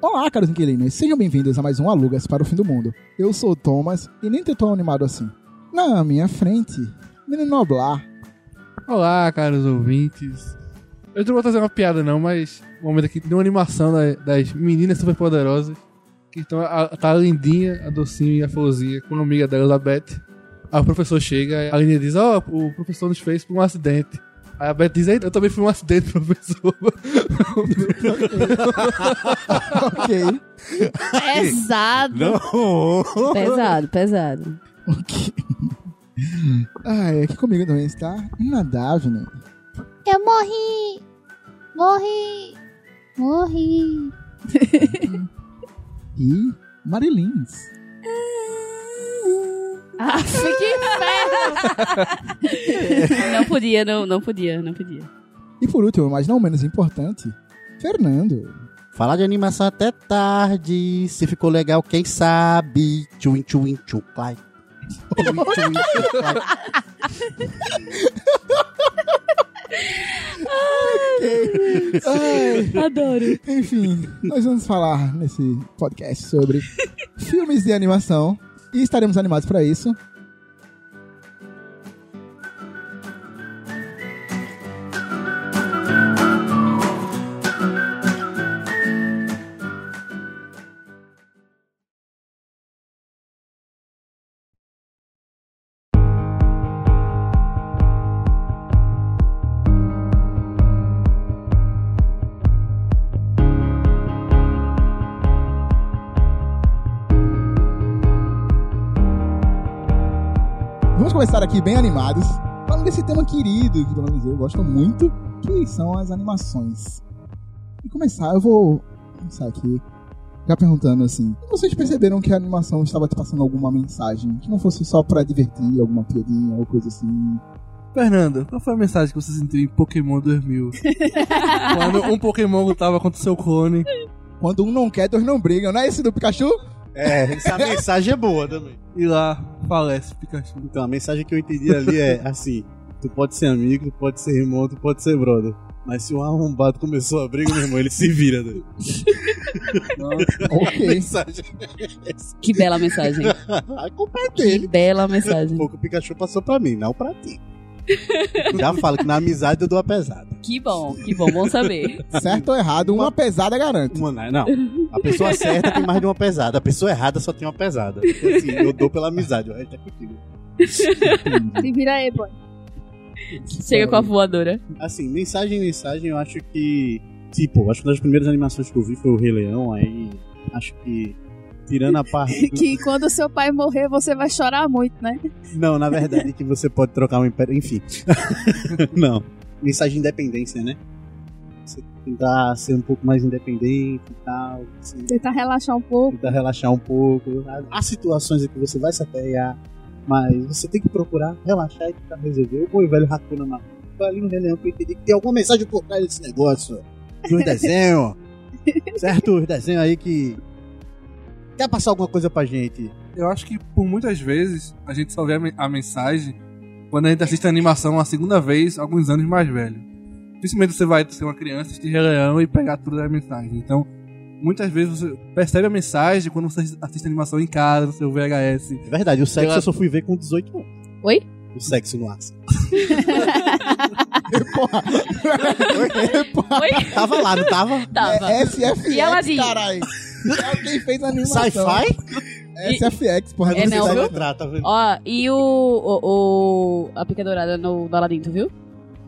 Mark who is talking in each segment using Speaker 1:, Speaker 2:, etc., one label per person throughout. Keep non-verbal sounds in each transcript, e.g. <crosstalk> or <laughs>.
Speaker 1: Olá, caros inquilinos, sejam bem-vindos a mais um Alugas para o Fim do Mundo. Eu sou o Thomas e nem tô tão animado assim. Na minha frente, menino Noblar.
Speaker 2: Olá, caros ouvintes. Eu não vou trazer uma piada, não, mas um momento aqui de uma animação da- das meninas superpoderosas. Que estão a, tá a lindinha, a docinha e a florzinha com a amiga dela, a Beth. Aí o professor chega, a Lindinha diz: Ó, o professor nos fez por um acidente. Aí a Beth diz: "Ei, Eu também fui um acidente, <laughs> professor.
Speaker 1: Ok,
Speaker 3: Pesado.
Speaker 4: Não!
Speaker 3: Pesado, pesado.
Speaker 1: ok. Ai, Ah, é, aqui comigo também está Ana Daphne.
Speaker 5: Eu morri! Morri! Morri!
Speaker 1: e Marilins.
Speaker 3: Aff, que inferno! não podia, não, não podia, não podia.
Speaker 1: E por último, mas não menos importante, Fernando.
Speaker 4: Falar de animação até tarde. Se ficou legal, quem sabe? Tchum, tchum, tchum, clai. Tchum, tchum, tchum, clai.
Speaker 1: Ai,
Speaker 3: Adoro.
Speaker 1: enfim, nós vamos falar nesse podcast sobre filmes de animação e estaremos animados para isso. Vamos começar aqui bem animados, falando desse tema querido, que pelo menos eu gosto muito, que são as animações. E começar, eu vou começar aqui já perguntando assim, vocês perceberam que a animação estava te passando alguma mensagem? Que não fosse só pra divertir, alguma piadinha ou coisa assim.
Speaker 2: Fernando, qual foi a mensagem que você sentiu em Pokémon 2000? Quando um Pokémon lutava contra o seu clone.
Speaker 1: Quando um não quer, dois não brigam, não é esse do Pikachu?
Speaker 4: É, essa mensagem é boa também.
Speaker 2: E lá, falece, Pikachu.
Speaker 4: Então, a mensagem que eu entendi ali é assim: tu pode ser amigo, tu pode ser irmão, tu pode ser brother. Mas se um arrombado começou a briga, meu irmão, ele se vira. Né?
Speaker 1: Ok.
Speaker 4: <laughs> Mensagem.
Speaker 3: Que bela mensagem.
Speaker 4: A culpa é dele.
Speaker 3: Que bela
Speaker 4: Um
Speaker 3: mensagem.
Speaker 4: pouco o Pikachu passou pra mim, não pra ti. Já falo que na amizade eu dou a pesada.
Speaker 3: Que bom, que bom, bom saber.
Speaker 1: certo ou errado, uma pesada garante.
Speaker 4: Mano, né? não. A pessoa certa tem mais de uma pesada. A pessoa errada só tem uma pesada. Então, assim, eu dou pela amizade. Ele tá contigo.
Speaker 5: Se vira aí, boy.
Speaker 3: Chega com a voadora.
Speaker 4: Assim, mensagem, mensagem, eu acho que. Tipo, acho que uma das primeiras animações que eu vi foi o Rei Leão. Aí, acho que. Tirando a parte.
Speaker 5: <laughs>
Speaker 4: do-
Speaker 5: Que quando seu pai morrer, você vai chorar muito, né?
Speaker 4: Não, na verdade, que você pode trocar um império. Enfim. <laughs> não. Mensagem de independência, né? Você tentar ser um pouco mais independente e tal. assim.
Speaker 5: Tentar relaxar um pouco.
Speaker 4: tentar relaxar um pouco. Há situações em que você vai se aperrear, mas você tem que procurar relaxar e tentar resolver. O bom e velho Hakuna Matata. Tô ali no Releão pra entender que tem alguma mensagem por trás desse negócio.
Speaker 3: <laughs>
Speaker 4: Dos desenhos. certo? Os desenhos aí que. Quer passar alguma coisa pra gente?
Speaker 2: Eu acho que por muitas vezes a gente só vê a, men- a mensagem quando a gente assiste a animação a segunda vez, alguns anos mais velho. Principalmente você vai ser uma criança, assistir Rei Leão e pegar tudo da mensagem. Então, muitas vezes você percebe a mensagem quando você assiste a animação em casa, no seu VHS.
Speaker 4: É verdade, o sexo
Speaker 2: Eu-
Speaker 4: eu só fui ver com 18 anos.
Speaker 3: Oi?
Speaker 4: O sexo
Speaker 3: <laughs>
Speaker 4: no aço.
Speaker 1: Porra.
Speaker 3: Oi?
Speaker 4: Tava lá, não tava?
Speaker 3: Tava.
Speaker 1: É SFX,
Speaker 3: E ela diz?
Speaker 1: caralho. Alguém fez animação.
Speaker 4: Sci-fi?
Speaker 1: SFX, porra.
Speaker 3: É,
Speaker 1: não sei
Speaker 3: não,
Speaker 1: se-
Speaker 3: viu?
Speaker 4: entrar, tá vendo?
Speaker 3: Ó, e o, o, o- A pica dourada no, no Aladdin, tu viu?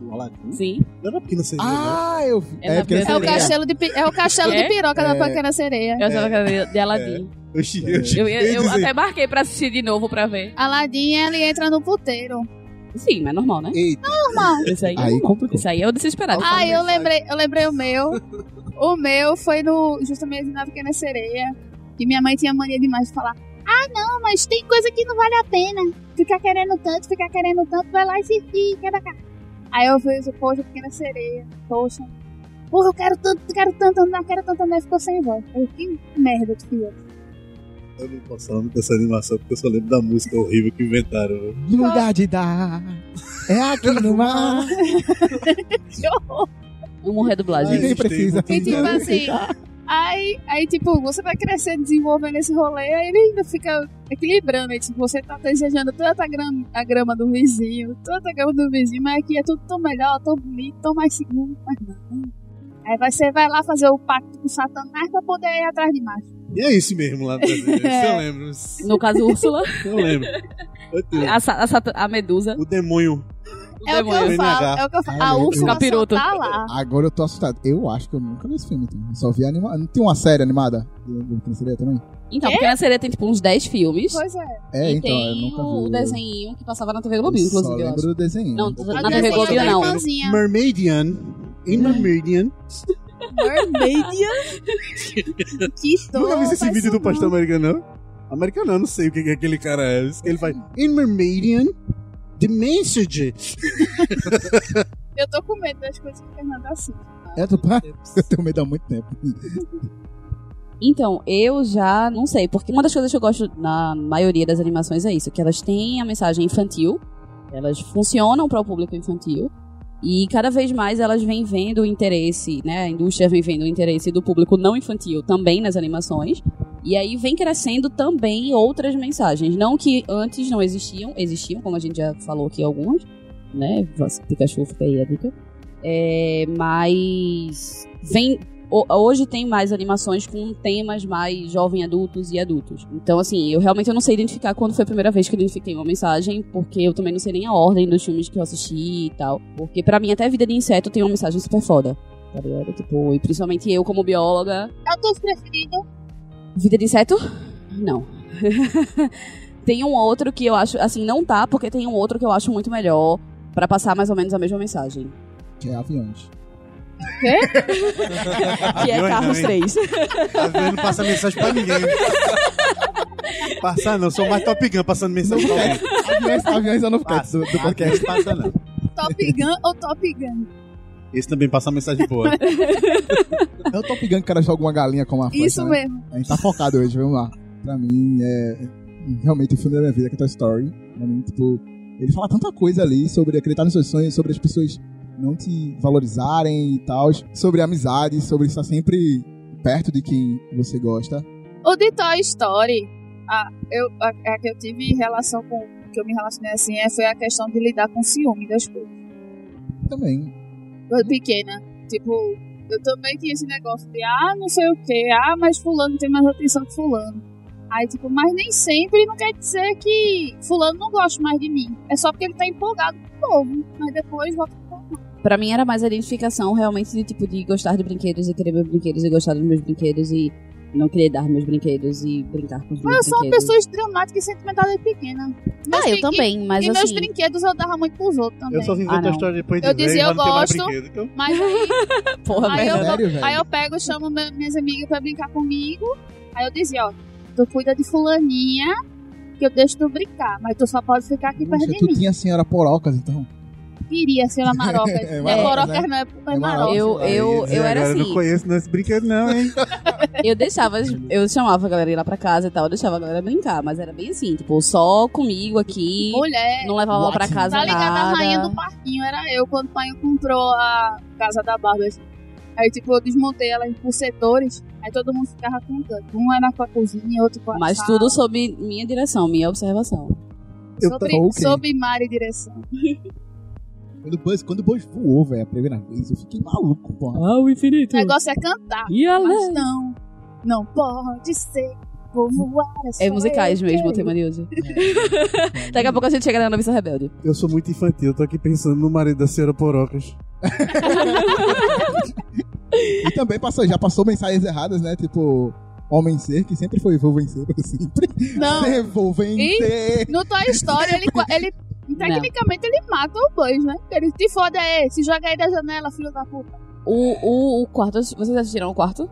Speaker 4: Olha,
Speaker 3: Sim.
Speaker 4: Não era pequena você
Speaker 1: Ah, eu vi.
Speaker 3: É na
Speaker 1: porque eu
Speaker 5: É o
Speaker 3: Sereia.
Speaker 1: sei.
Speaker 5: castelo de, pi- é o castelo
Speaker 3: É?
Speaker 5: de piroca
Speaker 1: É.
Speaker 5: da pequena sereia.
Speaker 3: Eu achava que era de Aladdin.
Speaker 4: não. né? Oxi, eu,
Speaker 3: Eu, ia- eu
Speaker 4: ia dizer.
Speaker 3: até marquei pra assistir de novo pra ver.
Speaker 5: Aladim, ele entra no puteiro.
Speaker 3: Sim, mas normal, né?
Speaker 4: Eita,
Speaker 3: Isso aí,
Speaker 1: Aí complicou.
Speaker 3: isso aí é o desesperado.
Speaker 5: Ah, eu
Speaker 4: mensagem.
Speaker 5: lembrei, eu lembrei o meu. O meu foi no justamente na pequena sereia. E minha mãe tinha mania demais de falar: Ah, não, mas tem coisa que não vale a pena. Ficar querendo tanto, ficar querendo tanto, vai lá e se e quer cá. Aí eu vejo, poxa, pequena sereia, poxa. Porra, eu quero tanto, eu quero tanto, eu não quero tanto, né? Ficou sem voz. Eu, que merda que fiz.
Speaker 4: eu não posso falar muito dessa animação porque eu só lembro da música horrível que inventaram. né?
Speaker 1: Lugar de dar é aqui no mar.
Speaker 5: Que horror.
Speaker 3: Vamos morrer a um dublagem.
Speaker 1: Ninguém
Speaker 4: existe,
Speaker 1: precisa.
Speaker 5: E tipo assim, Aí, aí, tipo, você vai crescendo, desenvolvendo esse rolê, aí ele ainda fica equilibrando. Aí, tipo, você tá desejando tanta grama, a grama do vizinho, tanta grama do vizinho, mas aqui é tudo tão melhor, tão bonito, tão mais seguro, mas não. Aí você vai lá fazer o pacto com Satanás pra poder ir atrás de macho.
Speaker 6: E é isso mesmo lá no Brasil. Isso eu lembro.
Speaker 3: <laughs>
Speaker 6: Isso
Speaker 3: No caso, Úrsula,
Speaker 6: eu lembro. Meu Deus.
Speaker 3: a, sa- a sata- a medusa.
Speaker 6: O demônio.
Speaker 3: o
Speaker 5: É o que eu
Speaker 3: demônio.
Speaker 5: falo, é o que eu falo. A Úrsula só
Speaker 3: Capiroto.
Speaker 5: tá lá.
Speaker 1: Agora eu tô assustado. Eu acho que eu nunca vi esse filme. Então. Eu só vi animado. Não tem uma série animada do, do Pequena Sereia também?
Speaker 3: Então, Pequena Sereia tem tipo uns 10 filmes.
Speaker 5: Pois é.
Speaker 1: É,
Speaker 3: e
Speaker 1: então, eu
Speaker 3: tem
Speaker 1: nunca
Speaker 3: o
Speaker 1: vi.
Speaker 3: desenhinho que passava na TV
Speaker 1: eu
Speaker 3: Globinho,
Speaker 1: só
Speaker 3: inclusive, eu
Speaker 1: lembro
Speaker 3: acho.
Speaker 1: do desenho.
Speaker 3: Não,
Speaker 1: Pô,
Speaker 3: na
Speaker 5: Mas
Speaker 3: TV
Speaker 5: essa
Speaker 3: Globinho
Speaker 5: é a
Speaker 3: não.
Speaker 5: irmãzinha.
Speaker 6: Mermaidian. Em Mermaidian.
Speaker 5: Mermaidia. <laughs> que dor.
Speaker 6: Nunca vi esse
Speaker 5: faz um
Speaker 6: vídeo
Speaker 5: isso
Speaker 6: do pastor
Speaker 5: não.
Speaker 6: americano, não? Americano, eu não sei o que, que aquele cara é. Isso que Ele faz. In Mermaidian. The Message.
Speaker 5: Eu tô com medo das coisas que assim. o Fernando assiste.
Speaker 1: É do pai? Eu tenho medo há muito tempo.
Speaker 3: Então, eu já não sei, porque uma das coisas que eu gosto na maioria das animações é isso, que elas têm a mensagem infantil, elas funcionam para o público infantil, e cada vez mais elas vêm vendo o interesse, né, a indústria vem vendo o interesse do público não infantil também nas animações, e aí vem crescendo também outras mensagens, não que antes não existiam, existiam, como a gente já falou aqui algumas, né, Pikachu fica aí a dica, é, mas vem Ho- hoje tem mais animações com temas mais jovem adultos e adultos. Então, assim, eu realmente eu não sei identificar quando foi a primeira vez que eu identifiquei uma mensagem, porque eu também não sei nem a ordem dos filmes que eu assisti e tal. Porque pra mim, até Vida de Inseto tem uma mensagem super foda. Tá ligado? Tipo, e principalmente eu como bióloga.
Speaker 5: É o teu preferido?
Speaker 3: Vida de Inseto? Não. <laughs> tem um outro que eu acho, assim, não tá, porque tem um outro que eu acho muito melhor pra passar mais ou menos a mesma mensagem.
Speaker 1: Que é aviões.
Speaker 3: Que é
Speaker 6: Aviões
Speaker 3: Carros
Speaker 4: né?
Speaker 6: também.
Speaker 3: 3.
Speaker 6: Avião Tá não passa mensagem pra ninguém. Passar não, sou mais Top Gun passando mensagem pra alguém.
Speaker 3: <laughs>
Speaker 1: Aviões, aviões é o novo
Speaker 6: Passa,
Speaker 1: cast do, do podcast.
Speaker 6: Podcast passa não.
Speaker 5: Top Gun ou Top Gun?
Speaker 6: Esse também passa mensagem boa.
Speaker 1: É o Top Gun que o cara joga uma galinha com uma flecha.
Speaker 5: Isso
Speaker 1: né?
Speaker 5: mesmo.
Speaker 1: A gente tá focado hoje, vamos lá. Pra mim, é realmente o filme da minha vida, que é Toy Story. Pra mim, tipo, ele fala tanta coisa ali sobre acreditar nos seus sonhos, sobre as pessoas não te valorizarem e tal, sobre amizade, sobre estar sempre perto de quem você gosta.
Speaker 5: O de Toy Story, a, eu, a, a que eu tive relação com. que eu me relacionei assim, é, foi a questão de lidar com ciúme das coisas.
Speaker 1: Também.
Speaker 5: Eu pequena. Tipo, eu também tinha esse negócio de, ah, não sei o que, ah, mas Fulano tem mais atenção que Fulano. Aí, tipo, mas nem sempre não quer dizer que Fulano não gosta mais de mim. É só porque ele tá empolgado com o povo. Mas depois volta pro povo.
Speaker 3: Pra mim era mais a identificação realmente de tipo de gostar de brinquedos e querer meus brinquedos e gostar dos meus brinquedos e não querer dar meus brinquedos e brincar com os meus
Speaker 5: Mas Ah, eu sou uma
Speaker 3: brinquedos.
Speaker 5: pessoa dramática e sentimental desde pequena. Meus
Speaker 3: Ah, eu
Speaker 5: brinque-
Speaker 3: também, mas
Speaker 5: E meus
Speaker 3: assim,
Speaker 5: brinquedos eu dava muito pros outros também.
Speaker 6: Eu só vivi
Speaker 3: Ah,
Speaker 6: a
Speaker 3: não.
Speaker 6: história depois de
Speaker 5: Eu
Speaker 6: ver,
Speaker 5: dizia,
Speaker 6: já
Speaker 5: eu
Speaker 6: não tem mais
Speaker 5: gosto.
Speaker 6: brinquedo, então-
Speaker 3: <laughs>
Speaker 5: Mas
Speaker 3: É.
Speaker 5: aí,
Speaker 3: porra,
Speaker 5: Aí
Speaker 3: velho.
Speaker 5: eu-
Speaker 1: Sério, velho?
Speaker 5: aí eu pego, chamo me- minhas amigas pra brincar comigo. Aí eu dizia, ó, tu cuida de fulaninha, que eu deixo tu brincar. Mas tu só pode ficar aqui perto
Speaker 1: Poxa,
Speaker 5: de
Speaker 1: tu
Speaker 5: mim.
Speaker 1: tinha a senhora Porocas, então.
Speaker 5: Queria ser uma maroca.
Speaker 1: <laughs> É,
Speaker 5: é,
Speaker 1: marocas,
Speaker 5: porocas
Speaker 1: né?
Speaker 5: não, é, é
Speaker 1: É
Speaker 5: maroca.
Speaker 1: marocas.
Speaker 3: Eu,
Speaker 6: Aí,
Speaker 3: eu,
Speaker 6: dizer,
Speaker 3: eu era
Speaker 6: agora, Não
Speaker 3: assim,
Speaker 6: conheço não, é esse brinquedo, não, hein?
Speaker 3: eu deixava, as- eu chamava a galera ir lá pra casa e tal, eu deixava a galera brincar, mas era bem assim, tipo, só comigo aqui,
Speaker 5: Mulher.
Speaker 3: não levava lá pra
Speaker 1: What?
Speaker 3: casa
Speaker 5: Tá ligado a rainha do
Speaker 3: nada.
Speaker 5: parquinho, era eu, quando o pai encontrou a casa da Bárbara. Aí, tipo, eu desmontei ela em- por setores, aí todo mundo ficava contando. Um era com a cozinha, outro com a
Speaker 3: Mas
Speaker 5: sala.
Speaker 3: tudo sob minha direção, minha observação.
Speaker 1: Eu
Speaker 5: sobre,
Speaker 1: tô- ok.
Speaker 5: sobre mar e direção.
Speaker 1: Quando o Buzz, quando o Buzz voou, velho, a primeira vez, eu fiquei maluco, porra.
Speaker 3: Ah, o infinito.
Speaker 5: O negócio é cantar.
Speaker 3: E
Speaker 5: Mas não, não pode ser. Vou voar. só
Speaker 3: É musicais
Speaker 5: eu
Speaker 3: mesmo o
Speaker 5: quero.
Speaker 3: tema de hoje. Daqui a pouco a gente chega na Noviça Rebelde.
Speaker 6: Eu sou muito infantil, tô aqui pensando no marido da senhora Porocas.
Speaker 1: E também passou, já passou mensagens erradas, né? Tipo, homem ser, que sempre foi vou vencer pra sempre.
Speaker 5: Não,
Speaker 1: Ser, vou vencer.
Speaker 5: No Toy Story, ele, qua- ele tecnicamente ele mata o Buzz, né? Ele te foda aí, se joga aí da janela, filho da puta.
Speaker 3: O, o, o quarto, vocês assistiram o quarto?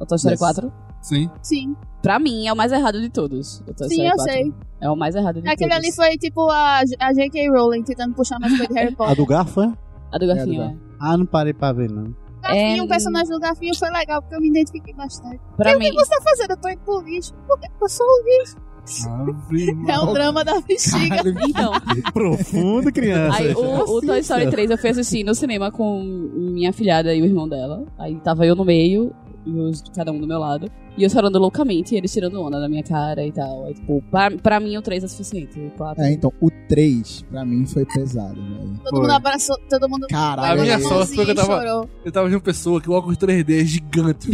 Speaker 3: O Toy Story
Speaker 1: Yes.
Speaker 3: 4?
Speaker 2: Sim.
Speaker 5: Sim,
Speaker 3: Pra mim é o mais errado de todos. O Toy
Speaker 5: sim,
Speaker 3: Story
Speaker 5: eu
Speaker 3: 4.
Speaker 5: sei.
Speaker 3: É o mais errado de
Speaker 5: Aquele
Speaker 3: todos.
Speaker 5: ali foi tipo a, a J.K. Rowling tentando puxar mais coisa de Harry
Speaker 6: A
Speaker 5: Potter.
Speaker 6: do garfo, é?
Speaker 3: A do Garfinho.
Speaker 1: É,
Speaker 3: É,
Speaker 1: do
Speaker 6: Ah, não parei pra ver, não.
Speaker 5: O Garfinho,
Speaker 3: <laughs> É,
Speaker 5: o personagem do Garfinho foi legal, porque eu me identifiquei bastante.
Speaker 3: Pra mim,
Speaker 5: O que você tá fazendo? Eu tô indo pro lixo. Por que que eu sou o lixo? É o drama
Speaker 2: <laughs>
Speaker 5: da bexiga.
Speaker 1: Caralho,
Speaker 3: <laughs> então,
Speaker 4: <laughs>
Speaker 6: Profundo, criança.
Speaker 3: aí, o, o Toy Story 3 eu fui assistir no cinema com minha filhada e o irmão dela. Aí tava eu no meio. e os de cada um do meu lado. E eu chorando loucamente, e eles tirando onda da minha cara e tal. Aí, tipo, pra, pra mim o 3 é suficiente. O 4.
Speaker 1: É, então, o 3, pra mim, foi pesado, velho.
Speaker 5: Todo
Speaker 2: Foi.
Speaker 5: mundo abraçou, todo mundo.
Speaker 1: Caralho, é
Speaker 2: A minha
Speaker 1: velho.
Speaker 5: todo
Speaker 2: sorte foi que eu
Speaker 5: mundo
Speaker 2: tava-
Speaker 5: chorou.
Speaker 2: Eu tava de uma pessoa que o óculos 3D é gigante.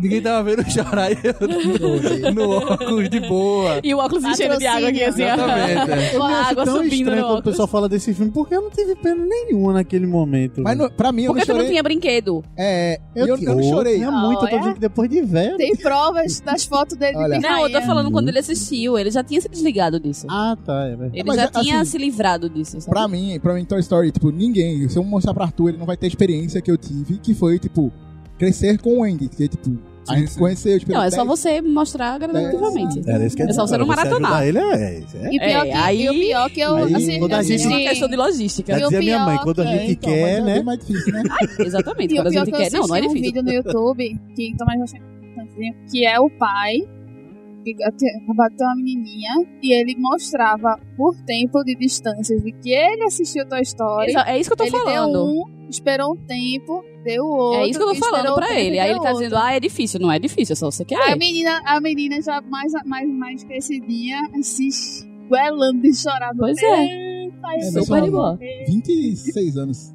Speaker 2: Ninguém tava vendo eu chorar e eu <laughs> no óculos de boa.
Speaker 3: E o óculos enchendo de
Speaker 5: Patrocínio.
Speaker 3: água aqui, assim, ó. <laughs>
Speaker 2: Exatamente. é.
Speaker 3: Com a
Speaker 4: acho
Speaker 3: água
Speaker 4: tão
Speaker 3: tá subindo né,
Speaker 4: estranho
Speaker 3: no
Speaker 4: quando o
Speaker 3: óculos.
Speaker 4: pessoal fala desse filme, porque eu não tive pena nenhuma naquele momento.
Speaker 1: Mas
Speaker 4: velho.
Speaker 1: no, pra mim, eu
Speaker 3: Porque
Speaker 1: não
Speaker 3: tu não
Speaker 1: chorei.
Speaker 3: tinha brinquedo.
Speaker 1: É, eu, eu,
Speaker 4: te-
Speaker 1: não chorei.
Speaker 4: Tinha muito, eu tô
Speaker 5: é?
Speaker 4: dizendo que depois de velho.
Speaker 5: Tem provas das fotos dele
Speaker 1: Olha.
Speaker 5: de
Speaker 3: Não, eu tô
Speaker 5: pirraia.
Speaker 3: falando quando ele assistiu. Ele já tinha se desligado disso.
Speaker 4: Ah, tá. É, verdade.
Speaker 3: ele
Speaker 1: mas
Speaker 3: já
Speaker 1: assim,
Speaker 3: tinha se livrado disso, sabe?
Speaker 1: Pra mim, pra mim, Toy Story, tipo, ninguém. Se eu mostrar pra Arthur, ele não vai ter a experiência que eu tive, que foi, tipo, crescer com o Andy. Que, tipo, a gente
Speaker 2: sim.
Speaker 1: conheceu, tipo,
Speaker 3: Não, é só
Speaker 1: dez-
Speaker 3: você mostrar gradativamente.
Speaker 4: Era isso que eu
Speaker 3: É só você
Speaker 4: disse,
Speaker 3: não
Speaker 4: cara,
Speaker 3: maratonar.
Speaker 4: ajudar Ele é. isso, é.
Speaker 5: E pior,
Speaker 3: É,
Speaker 5: que,
Speaker 3: aí-
Speaker 5: e o pior que eu.
Speaker 4: aí
Speaker 5: assim,
Speaker 4: quando a
Speaker 5: eu
Speaker 4: gente-
Speaker 3: É uma
Speaker 5: tive-
Speaker 3: questão de logística.
Speaker 4: Já
Speaker 5: E o
Speaker 4: dizia minha mãe,
Speaker 5: pior
Speaker 4: quando a
Speaker 5: que-
Speaker 4: gente
Speaker 1: então, mas
Speaker 4: quer,
Speaker 1: É bem
Speaker 4: né?
Speaker 1: mais difícil, né?
Speaker 3: Exatamente,
Speaker 5: E o
Speaker 3: quando a gente
Speaker 5: pior que
Speaker 3: quer. Não,
Speaker 5: eu
Speaker 3: não é
Speaker 5: assisti um
Speaker 3: difícil.
Speaker 5: vídeo no YouTube que Tomás vai achar importantezinho, que é o pai que bateu uma menininha e ele mostrava por tempo de distâncias de que ele assistiu Toy Story.
Speaker 3: Exa- É isso que eu tô
Speaker 5: ele
Speaker 3: falando.
Speaker 5: deu um, esperou um tempo, deu outro.
Speaker 3: é isso que eu tô
Speaker 5: e esperou
Speaker 3: falando
Speaker 5: um
Speaker 3: pra
Speaker 5: tempo,
Speaker 3: ele. Aí ele
Speaker 5: deu
Speaker 3: tá
Speaker 5: outro.
Speaker 3: dizendo, ah, é difícil. Não é difícil, é só você
Speaker 5: Aí a
Speaker 3: querer.
Speaker 5: menina, a menina já mais, mais, mais crescidinha se esguelando de chorar no
Speaker 3: Pois
Speaker 5: tempo.
Speaker 3: é,
Speaker 5: Aí eu
Speaker 1: É, mas
Speaker 5: sou
Speaker 1: só-
Speaker 3: super de boa.
Speaker 1: 26 anos.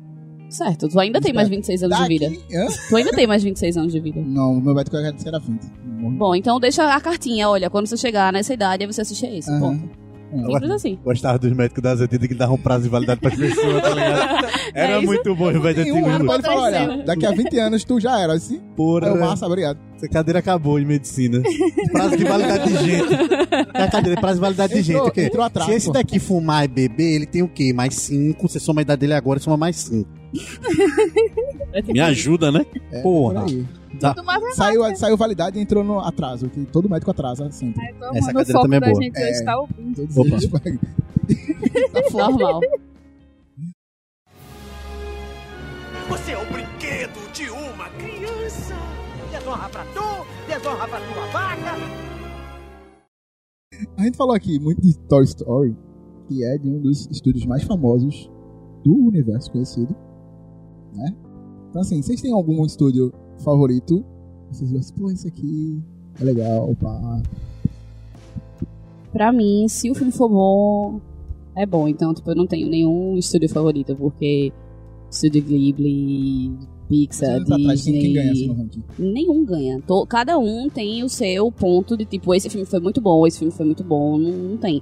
Speaker 3: Certo, tu ainda tem mais 26 anos de
Speaker 1: Daqui-
Speaker 3: vida.
Speaker 1: Hã?
Speaker 3: Tu ainda tem mais 26 anos de vida.
Speaker 1: Não, meu Beto Cueca disse que era 20. Morre.
Speaker 3: Bom, então deixa a cartinha, olha, quando você chegar nessa idade, aí você assiste a esse.
Speaker 1: Aham.
Speaker 3: Ponto. Simples assim.
Speaker 4: Gostava dos médicos das antigas que davam prazo de validade pras pessoas, tá ligado? Era
Speaker 3: É isso?
Speaker 4: muito bom, os velhos
Speaker 1: Tem um ano pra
Speaker 4: antigos.
Speaker 1: ele falar, olha,
Speaker 3: Aconteceu.
Speaker 1: daqui a 20 anos tu já era. Assim,
Speaker 4: Porra,
Speaker 1: é o massa, obrigado.
Speaker 4: essa cadeira acabou em medicina. Prazo de validade de gente. É A cadeira, prazo de validade de gente.
Speaker 1: Entrou, um
Speaker 4: O quê?
Speaker 1: entrou atrás.
Speaker 4: Se esse
Speaker 1: pô.
Speaker 4: daqui fumar e beber, ele tem o quê? Mais cinco. Você soma a idade dele agora, soma mais cinco. Me ajuda, né?
Speaker 1: É,
Speaker 4: Porra.
Speaker 1: por aí.
Speaker 5: do mais
Speaker 1: Saiu, a- saiu validade e entrou no atraso, que todo médico atrasa sempre.
Speaker 5: Então,
Speaker 4: Essa
Speaker 5: mano, o
Speaker 4: cadeira
Speaker 5: foco
Speaker 4: também é
Speaker 5: da
Speaker 4: boa.
Speaker 5: gente hoje tá ouvindo.
Speaker 1: Todos
Speaker 4: Opa.
Speaker 1: eles.
Speaker 3: Normal.
Speaker 7: Você é o brinquedo de uma criança. Desonra pra tu, desonra pra tua vaca.
Speaker 1: A gente falou aqui muito de Toy Story, que é de um dos estúdios mais famosos do universo conhecido, né? Então assim, vocês têm algum estúdio favorito? Vocês vão assim, pô, esse aqui é legal, pá.
Speaker 3: pra mim, se o filme for bom, é bom. Então, tipo, eu não tenho nenhum estúdio favorito, porque Estúdio Ghibli, Pixar,
Speaker 1: Anos atrás, quem, quem ganha assim no
Speaker 3: Disney...
Speaker 1: ranking?
Speaker 3: Nenhum ganha. To- cada um tem o seu ponto de, tipo, esse filme foi muito bom, esse filme foi muito bom, não, não tem.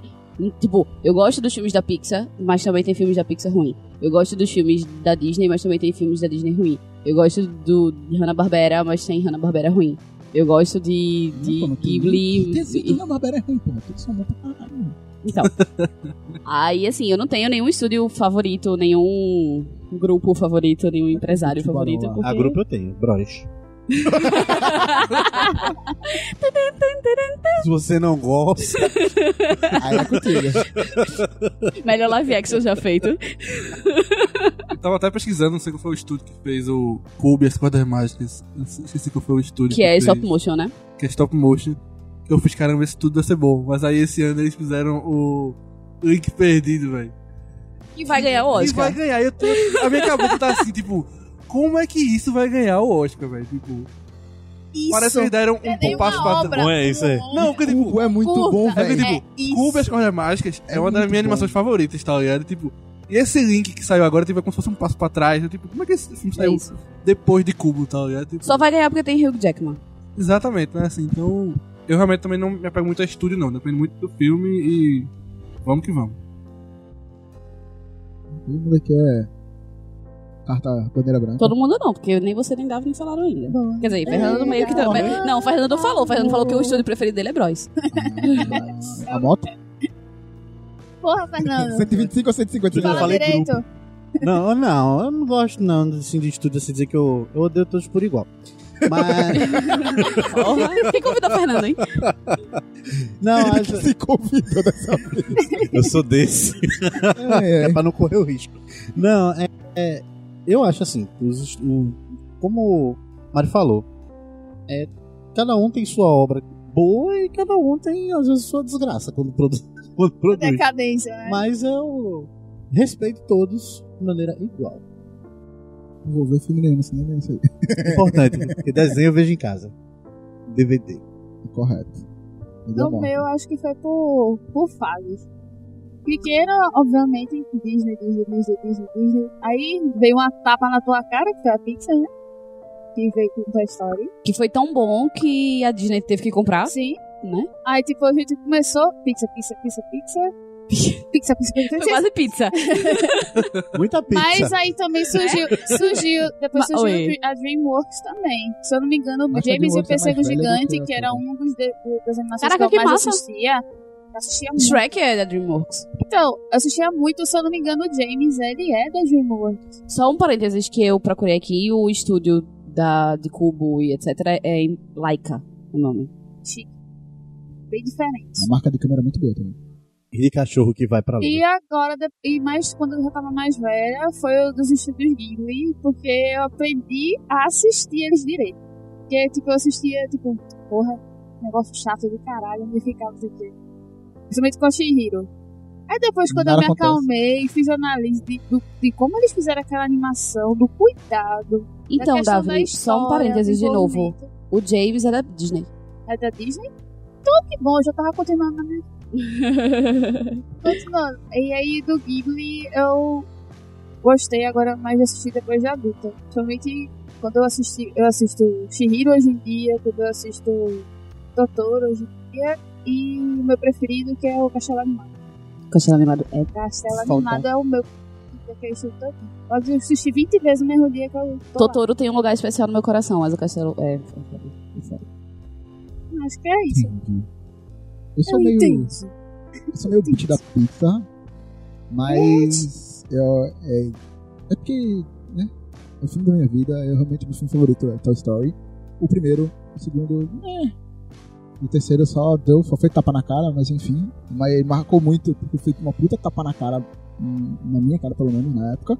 Speaker 3: Tipo, eu gosto dos filmes da Pixar, mas também tem filmes da Pixar ruim. Eu gosto dos filmes da Disney, mas também tem filmes da Disney ruim. Eu gosto do de Hanna-Barbera, mas tem Hanna-Barbera ruim. Eu gosto de, de
Speaker 1: Não, pô, não tem
Speaker 3: Ghibli...
Speaker 1: nenhum. Tem esse tudo na Barbera é ruim, pô. Tudo são bom pra caralho.
Speaker 3: Então. aí, assim, eu não tenho nenhum estúdio favorito, nenhum grupo favorito, nenhum empresário
Speaker 1: Tubarão
Speaker 3: favorito.
Speaker 1: lá.
Speaker 4: A
Speaker 3: porque-
Speaker 4: grupo eu tenho, brothers.
Speaker 1: <laughs>
Speaker 4: Se você não gosta,
Speaker 1: Aí é contigo.
Speaker 3: Melhor live action já feito.
Speaker 2: Eu tava até pesquisando, não sei qual foi o estúdio que fez o Cube e as Cordas Mágicas. Eu Esqueci qual foi o estúdio.
Speaker 3: Que é
Speaker 2: fez,
Speaker 3: stop motion, né?
Speaker 2: Que é stop motion. Que eu fiz, caramba, isso tudo vai ser bom. Mas aí esse ano eles fizeram o Link Perdido, velho.
Speaker 3: Que vai ganhar É o
Speaker 2: E vai
Speaker 3: Oscar.
Speaker 2: ganhar. Eu tô... A minha cabeça tá assim, tipo, como é que isso vai ganhar o Oscar, velho? Tipo,
Speaker 5: Isso.
Speaker 2: parece que eles deram um,
Speaker 5: é nem uma
Speaker 2: passo pra
Speaker 5: obra.
Speaker 4: Não é isso aí.
Speaker 2: Não, porque tipo,
Speaker 1: Cubo é muito
Speaker 5: Puta,
Speaker 1: bom,
Speaker 2: é
Speaker 1: velho.
Speaker 2: que,
Speaker 5: É
Speaker 2: tipo,
Speaker 5: isso.
Speaker 2: Cuba e as Cordas Mágicas é,
Speaker 1: É
Speaker 2: uma das
Speaker 1: muito
Speaker 2: minhas
Speaker 1: bom.
Speaker 2: animações favoritas, tá ligado? Tipo, e esse link que saiu agora tipo, é como se fosse um passo pra trás. né? Tipo, como é que esse filme
Speaker 3: É
Speaker 2: saiu
Speaker 3: isso.
Speaker 2: depois de Cubo, tá ligado? Tipo,
Speaker 3: Só vai ganhar porque tem Hugh Jackman.
Speaker 2: Exatamente, né? Assim, então, eu realmente também não me apego muito a estúdio, não. Depende muito do filme e. Vamos que vamos.
Speaker 1: Todo mundo aqui é. Carta bandeira branca.
Speaker 3: Todo mundo não, porque nem você nem dava nem falaram ainda. Quer dizer, Fernando meio que também. Não, Fernando falou. Fernando falou que o estúdio preferido dele é Bros.
Speaker 1: Ah, a
Speaker 4: <laughs>
Speaker 1: moto?
Speaker 5: Porra,
Speaker 2: <laughs>
Speaker 5: Fernando.
Speaker 1: 125 ou 150?
Speaker 4: Eu
Speaker 5: Fala
Speaker 4: falei
Speaker 5: direito.
Speaker 4: Não, não, eu não gosto não assim, de estúdio assim dizer que eu, eu odeio todos por igual. Mas.
Speaker 3: Porra. Quem convidou o Fernando, hein?
Speaker 4: Não,
Speaker 1: Ele
Speaker 4: mas é-
Speaker 1: que se convidou dessa
Speaker 4: eu sou desse.
Speaker 1: é,
Speaker 4: É pra não correr o risco. Não, é. é, eu acho assim, os est- o- como o Mário falou, é, cada um tem sua obra boa e cada um tem, às vezes, sua desgraça quando produ- quando
Speaker 5: É
Speaker 4: produz.
Speaker 5: Decadência, né?
Speaker 4: Mas eu respeito todos de maneira igual.
Speaker 1: Não vou ver filme nenhum no cinema, é isso aí.
Speaker 4: Importante, porque desenho eu vejo em casa. DVD.
Speaker 1: Correto. Me deu
Speaker 5: O
Speaker 1: bom.
Speaker 5: meu acho que foi por, por fases. Pequeno, obviamente, Disney, Disney, Disney, Disney, Disney. Aí veio uma tapa na tua cara, que foi a Pixar, né? Que veio com Toy Story.
Speaker 3: Que foi tão bom que a Disney teve que comprar,
Speaker 5: Sim.
Speaker 3: né?
Speaker 5: Aí, tipo, a gente começou, Pixar, Pixar, Pixar,
Speaker 1: <laughs>
Speaker 5: Pixar. Pixar, Pixar, Pixar,
Speaker 3: Foi
Speaker 5: Pixar.
Speaker 3: quase pizza.
Speaker 4: Muita pizza.
Speaker 5: Mas aí também surgiu,
Speaker 1: <laughs>
Speaker 5: surgiu depois
Speaker 3: Mas,
Speaker 5: surgiu
Speaker 3: oi.
Speaker 5: a DreamWorks também. Se eu não me engano, o
Speaker 1: Mas a
Speaker 5: James e o
Speaker 1: DreamWorks é mais
Speaker 5: Percego
Speaker 1: velha do que
Speaker 5: Gigante,
Speaker 1: a
Speaker 5: que era
Speaker 1: outra.
Speaker 5: um dos de, do- das animações
Speaker 3: Caraca,
Speaker 5: que eu
Speaker 3: que
Speaker 5: mais
Speaker 3: massa.
Speaker 5: assistia. Assistia muito.
Speaker 3: Shrek é da DreamWorks.
Speaker 5: Então, eu assistia muito, se eu não me engano, o James, ele é da DreamWorks.
Speaker 3: Só um parênteses que eu procurei aqui, o estúdio da, de Cubo e etc. é em Laika, o nome.
Speaker 5: É Bem diferente.
Speaker 1: A marca de câmera é muito boa também.
Speaker 4: E de cachorro que vai pra
Speaker 5: E
Speaker 4: lua.
Speaker 5: agora, de- e mais quando eu já tava mais velha, foi o dos estúdios Ghibli, porque eu aprendi a assistir eles direito. Porque, tipo, eu assistia, tipo, porra, negócio chato do caralho, onde ficava isso aqui. Principalmente com a Shihiro. Aí depois, quando eu
Speaker 1: Nada
Speaker 5: me
Speaker 1: acontece.
Speaker 5: acalmei, fiz análise de, do- de como eles fizeram aquela animação, do cuidado. da
Speaker 3: Então,
Speaker 5: questão da
Speaker 3: Davi, só um
Speaker 5: história,
Speaker 3: parênteses
Speaker 5: do
Speaker 3: de novo.
Speaker 5: envolvimento.
Speaker 3: O James é da Disney. <laughs>
Speaker 5: É da Disney? Então, que bom, eu já tava continuando na minha. Continuando. E aí, do Ghibli, eu gostei agora mais de assistir depois de adulta. Principalmente quando eu assisti, eu assisto Shihiro hoje em dia, quando eu assisto Totoro hoje em dia, e o meu preferido que é o Castelo Animado.
Speaker 3: Castelo Animado é
Speaker 5: Castelo
Speaker 3: Foda.
Speaker 5: Animado é o meu preferido, que eu assisto todo. Mas eu assisti 20 vezes no mesmo dia que eu tô lá.
Speaker 3: Totoro tem um lugar especial no meu coração, mas o Castelo é. é-
Speaker 5: Acho que é isso.
Speaker 1: Entendi. Eu sou
Speaker 5: Eu
Speaker 1: meio.
Speaker 5: entendo.
Speaker 1: Eu sou meio beat da pizza. Mas. Eu, é, é porque, né? É o filme da minha vida. Eu realmente meu filme favorito é Toy Story. O primeiro, o segundo. É. O terceiro só deu, só foi tapa na cara, mas enfim. Mas marcou muito, porque foi uma puta tapa na cara, hum, na minha cara pelo menos, na época.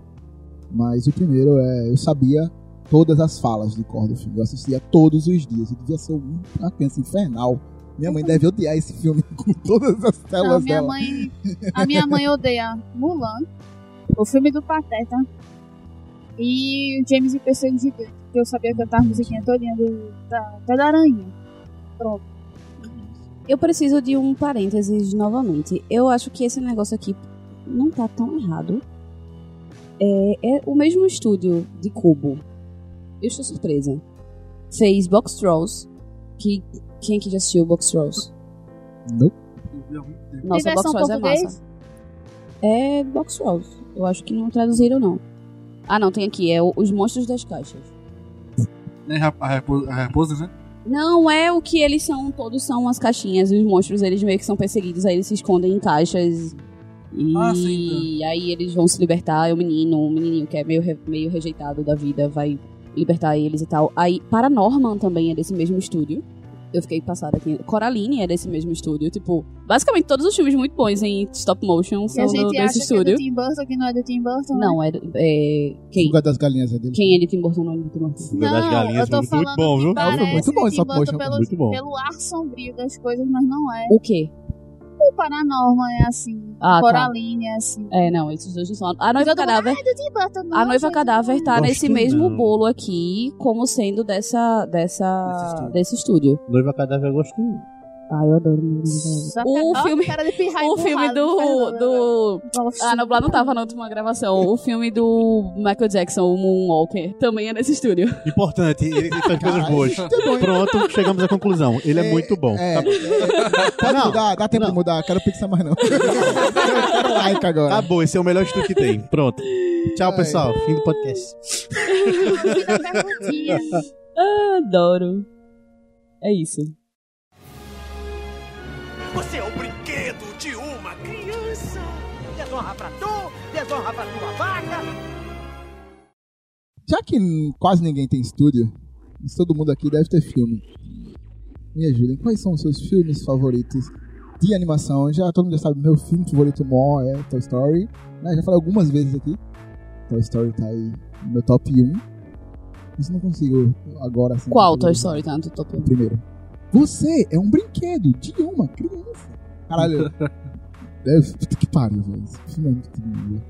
Speaker 1: Mas o primeiro é. Eu sabia todas as falas de cor do filme. Eu assistia todos os dias. Eu devia ser um- uma criança infernal. Minha mãe deve odiar esse filme <laughs> com todas as telas
Speaker 5: Não, minha
Speaker 1: dela.
Speaker 5: mãe, a minha mãe odeia Mulan, o filme do Pateta e o James e o Percebo Gigante, que eu sabia cantar a musiquinha todinha do, da, da Aranha.
Speaker 3: Eu preciso de um parênteses novamente. Eu acho que esse negócio aqui não tá tão errado. É, é o mesmo estúdio de Cubo. Eu estou surpresa. Fez Box Trolls. Que, quem aqui já assistiu Box Trolls?
Speaker 1: Não.
Speaker 3: Nossa,
Speaker 5: Tem
Speaker 3: Box
Speaker 5: versão
Speaker 3: Trolls é
Speaker 5: português?
Speaker 3: massa. É Box Trolls. Eu acho que não traduziram, não. Ah, não, tem aqui. É o- Os Monstros das Caixas.
Speaker 2: Né, rap- a raposa, a raposa, né?
Speaker 3: Não é o que eles são, todos são as caixinhas. E os monstros, eles meio que são perseguidos, aí eles se escondem em caixas. E
Speaker 2: Ah, sim,
Speaker 3: aí eles vão se libertar. É o menino, o menininho que é meio, re- meio rejeitado da vida, vai libertar eles e tal. Aí, Paranorman também é desse mesmo estúdio. Eu fiquei passada aqui. Coraline é desse mesmo estúdio. Tipo, basicamente todos os filmes muito bons em stop motion
Speaker 5: Que
Speaker 3: são
Speaker 5: a
Speaker 3: do,
Speaker 5: gente acha
Speaker 3: desse
Speaker 5: que é
Speaker 3: estúdio.
Speaker 5: do Tim Burton, que não é do Tim Burton. né?
Speaker 3: Não, é, é- Quem?
Speaker 1: Fuga das galinhas é dele.
Speaker 3: Quem é de Tim Burton? Não é de Tim Burton.
Speaker 4: Fuga das
Speaker 5: Não,
Speaker 4: galinhas,
Speaker 5: eu tô
Speaker 4: muito, muito
Speaker 5: falando
Speaker 4: bom, viu?
Speaker 1: Ah, foi
Speaker 5: Parece
Speaker 1: muito bom
Speaker 5: Tim
Speaker 1: essa
Speaker 5: Burton
Speaker 1: poxa,
Speaker 5: pelo,
Speaker 4: Muito bom.
Speaker 5: pelo ar sombrio das coisas, mas não é.
Speaker 3: O quê?
Speaker 5: O Paranorman é assim,
Speaker 3: Ah, tá.
Speaker 5: Coraline é assim.
Speaker 3: É, não, esses dois não são. A Noiva
Speaker 5: Todo mundo,
Speaker 3: Cadáver.
Speaker 5: "Ah, é do Tim Burton", não,
Speaker 3: A noiva
Speaker 5: gente,
Speaker 3: cadáver tá
Speaker 4: Gosto
Speaker 3: nesse mesmo
Speaker 4: não.
Speaker 3: bolo aqui, como sendo dessa,
Speaker 4: Desse
Speaker 3: dessa,
Speaker 4: estúdio.
Speaker 3: desse estúdio.
Speaker 4: Noiva cadáver eu gosto muito.
Speaker 3: Ah, eu adoro.
Speaker 5: Só que-
Speaker 3: O
Speaker 5: ó,
Speaker 3: filme-
Speaker 5: cara de pirra
Speaker 3: O filme
Speaker 5: empurrado,
Speaker 3: do,
Speaker 5: Fernando,
Speaker 3: do...
Speaker 5: Gosto.
Speaker 3: Ah, Noblar não tava na última gravação. O filme do Michael Jackson, o Moonwalker, também é nesse estúdio.
Speaker 4: Importante, ele faz coisas
Speaker 1: Caralho,
Speaker 4: boas.
Speaker 1: isso é bom, hein?
Speaker 4: Pronto, chegamos à conclusão. Ele é,
Speaker 1: É,
Speaker 4: muito bom.
Speaker 1: É,
Speaker 4: Tá bom.
Speaker 1: é, pode
Speaker 4: Não,
Speaker 1: mudar, dá tempo
Speaker 4: não.
Speaker 1: de mudar, quero Pixar mais não. <laughs> quero like agora.
Speaker 4: Acabou, esse é o melhor estudo que <laughs> tem. Pronto. Tchau,
Speaker 1: Ai.
Speaker 4: pessoal. Fim do podcast.
Speaker 5: Vida perguntinha.
Speaker 3: Adoro. É isso.
Speaker 7: Você é o brinquedo de uma criança. Desonra pra tu, desonra pra tua vaca.
Speaker 1: Já que n- quase ninguém tem estúdio, mas todo mundo aqui deve ter filme. Me ajudem, quais são os seus filmes favoritos de animação? Já todo mundo já sabe, meu filme favorito mó é Toy Story. né? Já falei algumas vezes aqui. Toy Story tá aí no meu top 1. Mas não consigo agora assim.
Speaker 3: Qual
Speaker 1: fazer
Speaker 3: Toy Story tá no teu top
Speaker 1: o
Speaker 3: 1?
Speaker 1: Primeiro. Você é um brinquedo de uma criança. é Caralho. Deve, puta que pariu, velho. Esse filme é muito lindo.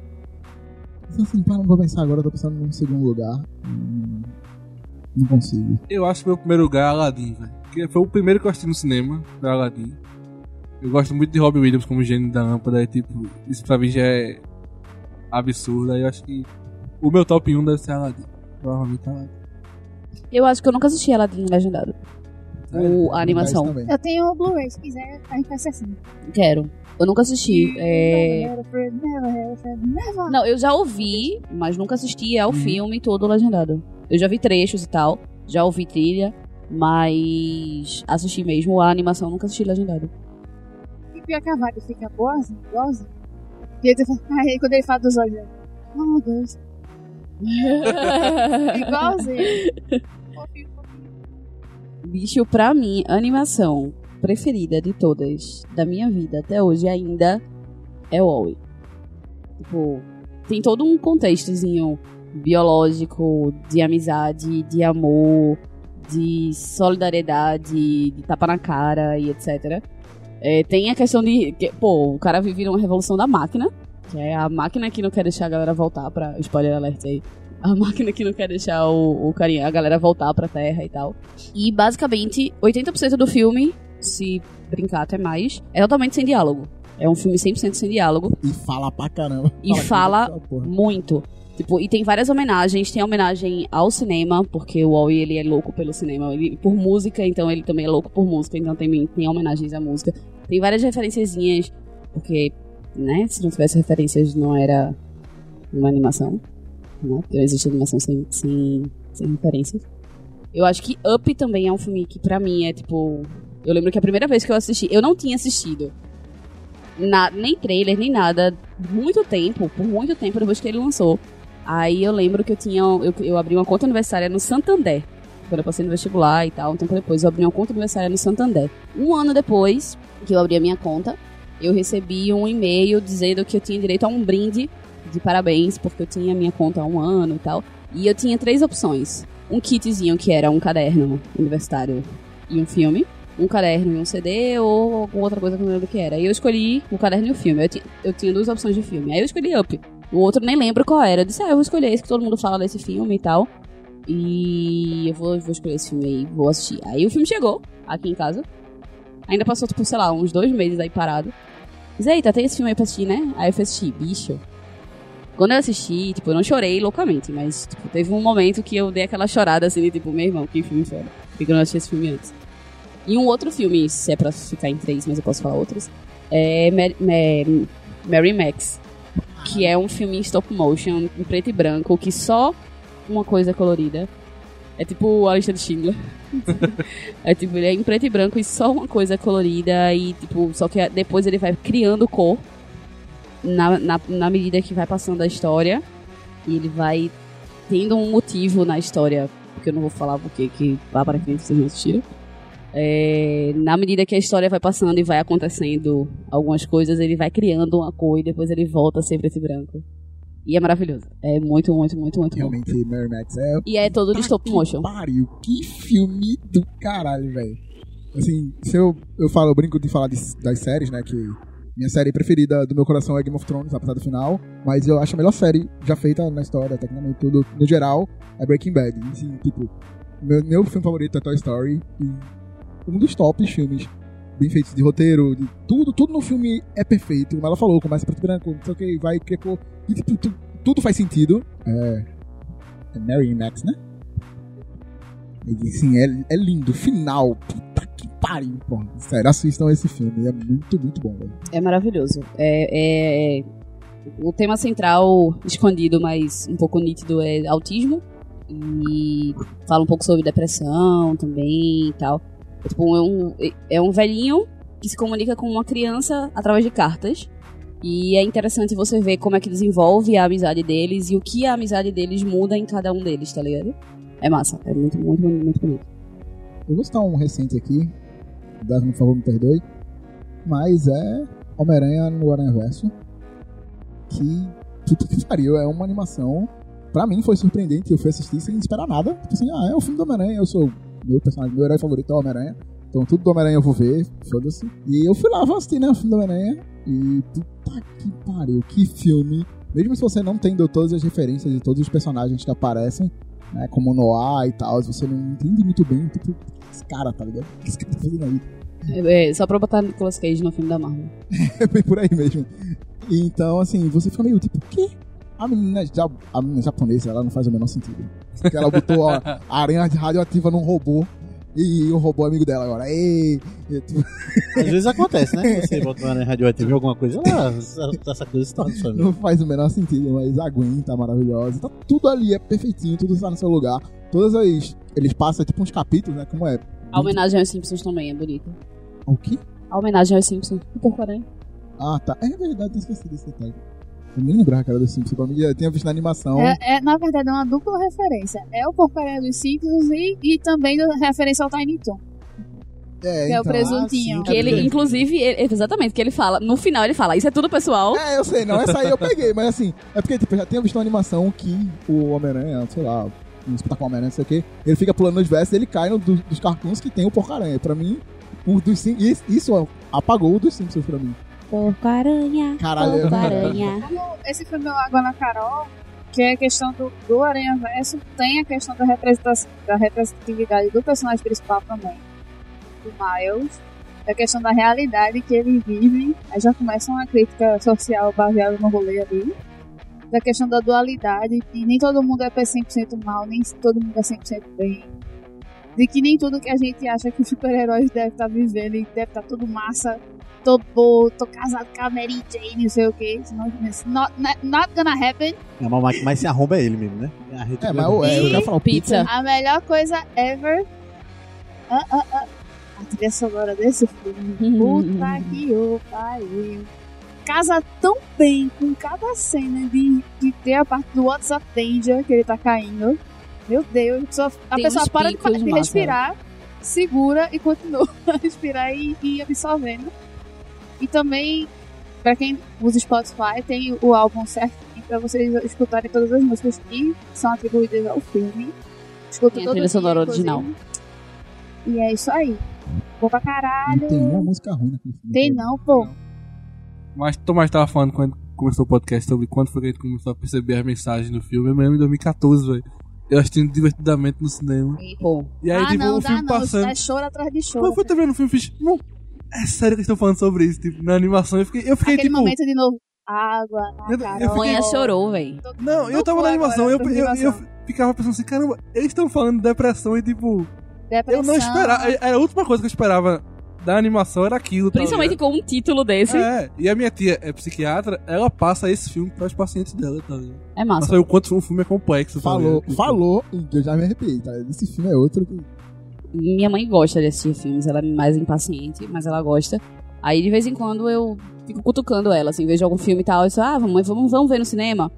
Speaker 1: Se eu assim, para, não vou pensar agora, eu tô pensando em segundo lugar. Hum, Não consigo.
Speaker 2: Eu acho que meu primeiro lugar é Aladdin, velho. Porque foi o primeiro que eu assisti no cinema, foi Aladdin. Eu gosto muito de Robin Williams como gênio da lâmpada, e tipo, isso pra mim já é absurdo. Aí eu acho que o meu top 1 deve ser Aladdin. Provavelmente Aladdin.
Speaker 3: Eu acho que eu nunca assisti ela de legendado. O, a
Speaker 1: Mas
Speaker 3: animação.
Speaker 1: também.
Speaker 5: Eu tenho o Blu-ray, se quiser, a gente faz assim.
Speaker 3: Quero. Eu nunca assisti. É...
Speaker 5: Never, Fred, never, never, Fred, never.
Speaker 3: Não, eu já ouvi, mas nunca assisti ao filme todo legendado. Eu já vi trechos e tal, já ouvi trilha, mas assisti mesmo a animação, nunca assisti legendado.
Speaker 5: E pior que a vaga fica boazinha, boazinha. E aí, tu fala- <laughs> aí quando ele fala dos olhos, eu, oh meu Deus, igualzinho. Fofinho, fofinho.
Speaker 3: Bicho, pra mim, a animação preferida de todas da minha vida até hoje ainda é o Wall-E. Tipo, tem todo um contextozinho biológico, de amizade, de amor, de solidariedade, de tapa na cara e etc. É, tem a questão de. que, pô, o cara vive uma revolução da máquina, que é a máquina que não quer deixar a galera voltar pra. Spoiler alert aí. A máquina que não quer deixar o, o carinha, a galera voltar pra terra e tal. E basicamente, 80% do filme, se brincar até mais, é totalmente sem diálogo. É um filme 100% sem diálogo,
Speaker 1: E fala pra caramba.
Speaker 3: E fala-
Speaker 1: que- é porra.
Speaker 3: muito. Tipo, e tem várias homenagens, tem a homenagem ao cinema, porque o Wall ele é louco pelo cinema, ele, por música, então ele também é louco por música, então tem, tem homenagens à música. Tem várias referenciazinhas, porque, né, se não tivesse referências não era uma animação, né? Porque não existe animação sem, sem, sem referências. Eu acho que Up também é um filme que pra mim é tipo. Eu lembro que a primeira vez que eu assisti, eu não tinha assistido na, nem trailer, nem nada, muito tempo, por muito tempo depois que ele lançou. Aí eu lembro que eu tinha. Eu, eu abri uma conta universitária no Santander. Quando eu passei no vestibular e tal, um tempo depois eu abri uma conta universitária no Santander. Um ano depois que eu abri a minha conta, eu recebi um e-mail dizendo que eu tinha direito a um brinde de parabéns, porque eu tinha minha conta há um ano e tal. E eu tinha três opções. Um kitzinho que era um caderno universitário e um filme um caderno e um CD ou alguma outra coisa que eu não lembro o que era. E eu escolhi o caderno e o filme. Eu, ti- eu tinha duas opções de filme. Aí eu escolhi Up. O outro eu nem lembro qual era. Eu disse, ah, eu vou escolher esse que todo mundo fala desse filme e tal. E eu vou, vou escolher esse filme aí, vou assistir. Aí o filme chegou aqui em casa. Ainda passou, tipo, sei lá, uns dois meses aí parado. Mas eita, tem esse filme aí pra assistir, né? Aí eu fui assistir, bicho. Quando eu assisti, tipo, eu não chorei loucamente, mas tipo, teve um momento que eu dei aquela chorada assim, de tipo, meu irmão, que filme foda. Por que que eu não assisti esse filme antes? E um outro filme, se é pra ficar em três, mas eu posso falar outros, é Mary, Mary, Mary Max. Que é um filme em stop motion, em preto e branco, que só uma coisa é colorida. É tipo a lista de Schindler. <laughs> é tipo, ele é em preto e branco e só uma coisa é colorida. E tipo, só que depois ele vai criando cor na, na, na medida que vai passando a história. E ele vai tendo um motivo na história. Porque eu não vou falar porque que aparentemente vocês não assistiram. É, na medida que a história vai passando e vai acontecendo algumas coisas, ele vai criando uma cor e depois ele volta a ser preto e branco. E é maravilhoso. É muito, muito, muito, muito bom.
Speaker 1: Realmente, Mary Max é
Speaker 3: E é todo de stop motion.
Speaker 1: Pariu, que filme do caralho, velho. Assim, se eu, eu falo, eu brinco de falar de- das séries, né? Que minha série preferida do meu coração é Game of Thrones, apesar do final. Mas eu acho a melhor série já feita na história, tecnicamente tudo, no geral, é Breaking Bad. E, Assim, tipo, meu, meu filme favorito é Toy Story. E um dos tops filmes. Bem feitos de roteiro, de tudo, tudo no filme é perfeito. Como ela falou, começa preto e branco, não sei o que, vai, que cor. E tipo, tu- tudo faz sentido. É. É Mary Max, né? E, Assim, é, é lindo. Final. Puta que pariu, pô. Sério, assistam esse filme. É muito, muito bom, velho.
Speaker 3: É maravilhoso. É, é- é- O tema central, escondido, mas um pouco nítido, é autismo. E fala um pouco sobre depressão também e tal. É, tipo, é um, é um velhinho que se comunica com uma criança através de cartas. E é interessante você ver como é que desenvolve a amizade deles e o que a amizade deles muda em cada um deles, tá ligado? É massa. É muito, muito, muito, muito bonito.
Speaker 1: Eu vou citar um recente aqui. Davi, por favor, me perdoe. Mas é Homem-Aranha no Aranhaverso. Que puta que pariu. É uma animação. Pra mim foi surpreendente. Eu fui assistir sem esperar nada. Tipo assim, ah, é o filme do Homem-Aranha. Eu sou meu personagem, meu herói favorito é o Homem-Aranha. Então tudo do Homem-Aranha eu vou ver. Foda-se. E eu fui lá, vou assistir, né? O filme do Homem-Aranha. E puta que pariu. Que filme Mesmo se você não tendo todas as referências de todos os personagens que aparecem, né? Como Noah e tal, se você não entende muito bem, tipo, esse cara, tá ligado? <laughs> O que esse cara tá fazendo aí?
Speaker 3: É, é, só pra botar Nicolas Cage no filme da Marvel.
Speaker 1: É bem por aí mesmo. E Então, assim, você fica meio tipo, quê? A menina, ja- a menina japonesa, ela não faz o menor sentido. Porque ela botou a a arena radioativa num robô e o robô é amigo dela agora. Ei! E tipo, tu-
Speaker 4: Às vezes acontece, né? Você bota uma radioativa alguma coisa, lá, essa essa coisa se torna sua
Speaker 1: <laughs>
Speaker 4: amiga.
Speaker 1: Não faz o menor sentido, mas aguenta, maravilhosa. Tá tudo ali, é perfeitinho, tudo está no seu lugar. Todas as. Eles passam tipo uns capítulos, né? Como é?
Speaker 3: A homenagem aos Simpsons também é bonita.
Speaker 1: O quê?
Speaker 3: A homenagem aos Simpsons. O Porco Aranha.
Speaker 1: Ah, tá. É verdade, eu esqueci desse detalhe. Eu nem lembrava que era do Simpsons. Pra mim, eu tinha visto na animação.
Speaker 5: É, é, na verdade, é uma dupla referência. É o Porcaria dos Simpsons e, e também do- referência ao Tiny Toon.
Speaker 1: É,
Speaker 5: que é o presuntinho.
Speaker 1: Ah, sim,
Speaker 3: Que ele,
Speaker 1: é verdade.
Speaker 3: inclusive, ele- exatamente, que ele fala, no final ele fala, isso é tudo pessoal.
Speaker 1: É, eu sei, não. Essa aí eu peguei, mas assim, é porque, tipo, eu já tinha visto uma animação que o Homem-Aranha, sei lá, um espetáculo Homem-Aranha, não sei o quê, ele fica pulando os versos e ele cai no do- dos cartoons que tem o Porco-Aranha. Pra mim, o dos Sim- isso- Isso apagou o dos Simpsons pra mim.
Speaker 3: Porco Aranha.
Speaker 1: Caralho.
Speaker 3: Porco Aranha.
Speaker 5: Esse filme é o Água na Carol, que é a questão do, do Aranha Verso, tem a questão da, representação, da representatividade do personagem principal também, do Miles, da questão da realidade que ele vive. Aí já começa uma crítica social baseada no rolê ali. Da questão da dualidade, que nem todo mundo é 100% mal, nem todo mundo é 100% bem. De que nem tudo que a gente acha que os super-heróis devem estar vivendo e deve estar tudo massa, tô boa, tô casado com a Mary Jane, não sei o que. Not, not, not gonna happen.
Speaker 4: É, mas, mas se arromba é ele mesmo, né? A gente-
Speaker 1: É, mas eu, é, eu já falo
Speaker 3: <laughs> Pizza.
Speaker 5: A melhor coisa ever. Ah, ah, ah. A trilha sonora desse filme.
Speaker 3: Uhum.
Speaker 5: Puta que o pariu. Casa tão bem com cada cena de, de ter a parte do WhatsApp Danger que ele tá caindo. Meu Deus, a pessoa, a
Speaker 3: Tem
Speaker 5: pessoa
Speaker 3: uns
Speaker 5: para de,
Speaker 3: picos
Speaker 5: de
Speaker 3: massa.
Speaker 5: respirar, segura e continua <laughs> a respirar e, e absorvendo. E também, pra quem usa Spotify, tem o álbum certinho pra vocês escutarem todas as músicas que são atribuídas ao filme. Escuta
Speaker 3: Tem a trilha
Speaker 5: todo dia,
Speaker 3: sonora
Speaker 5: inclusive.
Speaker 3: original.
Speaker 5: E é isso aí. Bom pra caralho.
Speaker 1: Não tem uma música ruim naquele filme.
Speaker 2: Uhum.
Speaker 5: Tem não, pô.
Speaker 2: Mas Tomás tava falando quando começou o podcast sobre quando foi que a gente começou a perceber as mensagens do filme. Eu me lembro em 2014, velho. Eu assistindo divertidamente no cinema.
Speaker 3: E, pô,
Speaker 2: E aí,
Speaker 5: ah,
Speaker 2: tipo,
Speaker 5: não,
Speaker 2: o
Speaker 5: dá
Speaker 2: filme
Speaker 5: não.
Speaker 2: passando.
Speaker 5: É choro atrás de choro.
Speaker 2: Quando eu fui também no filme, eu fiz. Não, é sério que eles estão falando sobre isso, tipo, na animação. Eu fiquei, eu fiquei
Speaker 5: Aquele
Speaker 2: tipo.
Speaker 5: momento de novo. Água na
Speaker 2: Eu-
Speaker 5: Carol. é
Speaker 2: eu fiquei-
Speaker 3: Manha chorou, véi.
Speaker 5: Tô-
Speaker 2: Não, eu tava
Speaker 5: vou
Speaker 2: na animação,
Speaker 5: agora
Speaker 2: eu,
Speaker 5: pra
Speaker 2: eu, eu
Speaker 5: animação.
Speaker 2: ficava pensando assim, caramba, eles estão falando de depressão e tipo, eu não
Speaker 5: Depressão.
Speaker 2: esperava. é, Era a última coisa que eu esperava da animação, era aquilo. tá
Speaker 3: Principalmente com um título desse. É,
Speaker 2: ligado? É, e a minha tia é psiquiatra, ela passa esse filme pras pacientes dela, tá ligado? Pra
Speaker 3: massa.
Speaker 2: saber o quanto o filme é complexo. tá
Speaker 1: Falou,
Speaker 2: ligado?
Speaker 1: falou, e eu já me arrepiei, tá? Esse filme é outro que.
Speaker 3: Minha mãe gosta de assistir filmes, ela é mais impaciente, mas ela gosta. Aí de vez em quando eu fico cutucando ela, assim, vejo algum filme e tal, eu só, ah, vamos, vamos, vamos ver no cinema.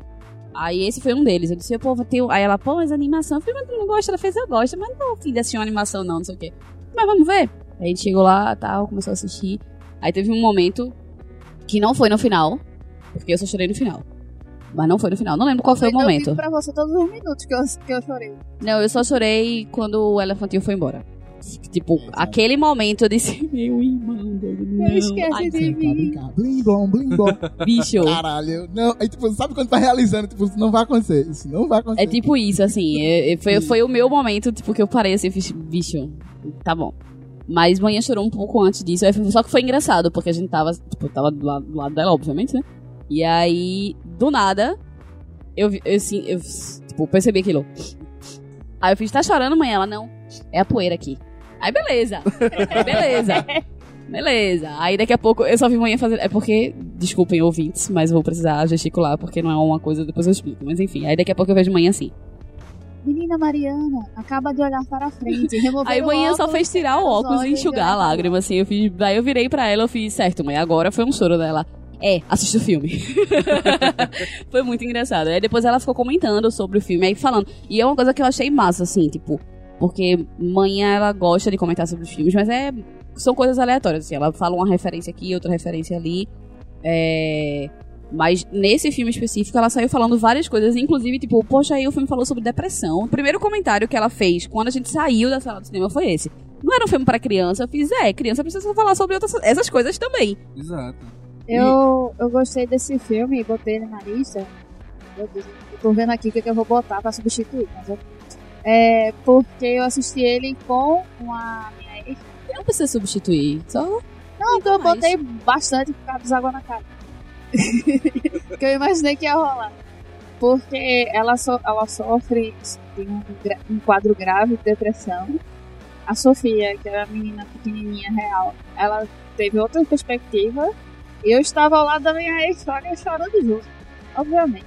Speaker 3: Aí esse foi um deles. Eu disse, pô, vou ter. o- Aí ela, pô, mas animação. Eu falei, mas tu não gosta? Ela fez, eu gosto, mas não tô afim de assistir uma animação, não, não sei o quê. Mas vamos ver. Aí a gente chegou lá, tal, começou a assistir. Aí teve um momento que não foi no final, porque eu só chorei no final. Mas não foi no final, não lembro qual foi o
Speaker 5: Eu- Eu
Speaker 3: momento.
Speaker 5: digo pra você todos os minutos que eu, que eu chorei.
Speaker 3: Não, eu só chorei quando o elefantinho foi embora. Tipo, aquele momento eu disse, <laughs> meu irmão, doido, não.
Speaker 5: Eu esqueci
Speaker 3: Ai,
Speaker 5: de
Speaker 1: Tá
Speaker 5: mim.
Speaker 1: brincando. Blim, blom, blim,
Speaker 3: <laughs>
Speaker 1: blom.
Speaker 3: Bicho.
Speaker 1: Caralho. Não, aí, tipo, sabe quando tá realizando? Tipo, isso não vai acontecer. Isso não vai acontecer.
Speaker 3: É tipo isso, assim. é- é- foi, foi o meu momento, tipo, que eu parei assim, fiz, bicho, tá bom. Mas manhã chorou um pouco antes disso. aí foi- Só que foi engraçado, porque a gente tava, tipo, tava do lado, do lado dela, obviamente, né? E aí, do nada, eu, vi- eu, assim, eu tipo, percebi aquilo. Aí eu fiz, tá chorando, mãe? Ela, não, é a poeira aqui. Aí,
Speaker 5: <laughs>
Speaker 3: beleza. beleza. Beleza. Aí daqui a pouco eu só vi manhã fazer. É porque, desculpem, ouvintes, mas eu vou precisar gesticular porque não é uma coisa, depois eu explico. Mas enfim, aí daqui a pouco eu vejo manhã assim.
Speaker 5: Menina Mariana, acaba de olhar para a frente. <laughs> remover
Speaker 3: Aí
Speaker 5: o
Speaker 3: manhã só
Speaker 5: óculos,
Speaker 3: fez tirar o
Speaker 5: os
Speaker 3: óculos
Speaker 5: olhos
Speaker 3: e enxugar a
Speaker 5: olhar pra
Speaker 3: lágrima, assim. Eu fiz, daí eu virei pra ela eu fiz, certo, mãe, agora foi um choro dela. É, assiste o filme. <laughs> foi muito engraçado. Aí depois ela ficou comentando sobre o filme, aí falando. E é uma coisa que eu achei massa, assim, tipo, porque manhã ela gosta de comentar sobre os filmes, mas é. São coisas aleatórias, assim. Ela fala uma referência aqui, outra referência ali. É. Mas nesse filme específico, ela saiu falando várias coisas, inclusive, tipo, poxa, aí o filme falou sobre depressão. O primeiro comentário que ela fez quando a gente saiu da sala do cinema foi esse. Não era um filme pra criança, eu fiz, é, criança precisa falar sobre outras, essas coisas também.
Speaker 2: Exato.
Speaker 5: Eu, eu gostei desse filme e botei ele na lista. Meu Deus, eu tô vendo aqui o que, que eu vou botar pra substituir. Mas eu- é porque eu assisti ele com uma minha ex.
Speaker 3: Não precisa substituir. Só.
Speaker 5: Não, então eu
Speaker 3: Mas-
Speaker 5: botei bastante por causa dos água na cara. <laughs> que eu imaginei que ia rolar. Porque ela, so- ela sofre de um, gra- um quadro grave de depressão. A Sofia, que era a menina pequenininha real, ela teve outra perspectiva. Eu estava ao lado da minha ex-sogra chorando junto, obviamente.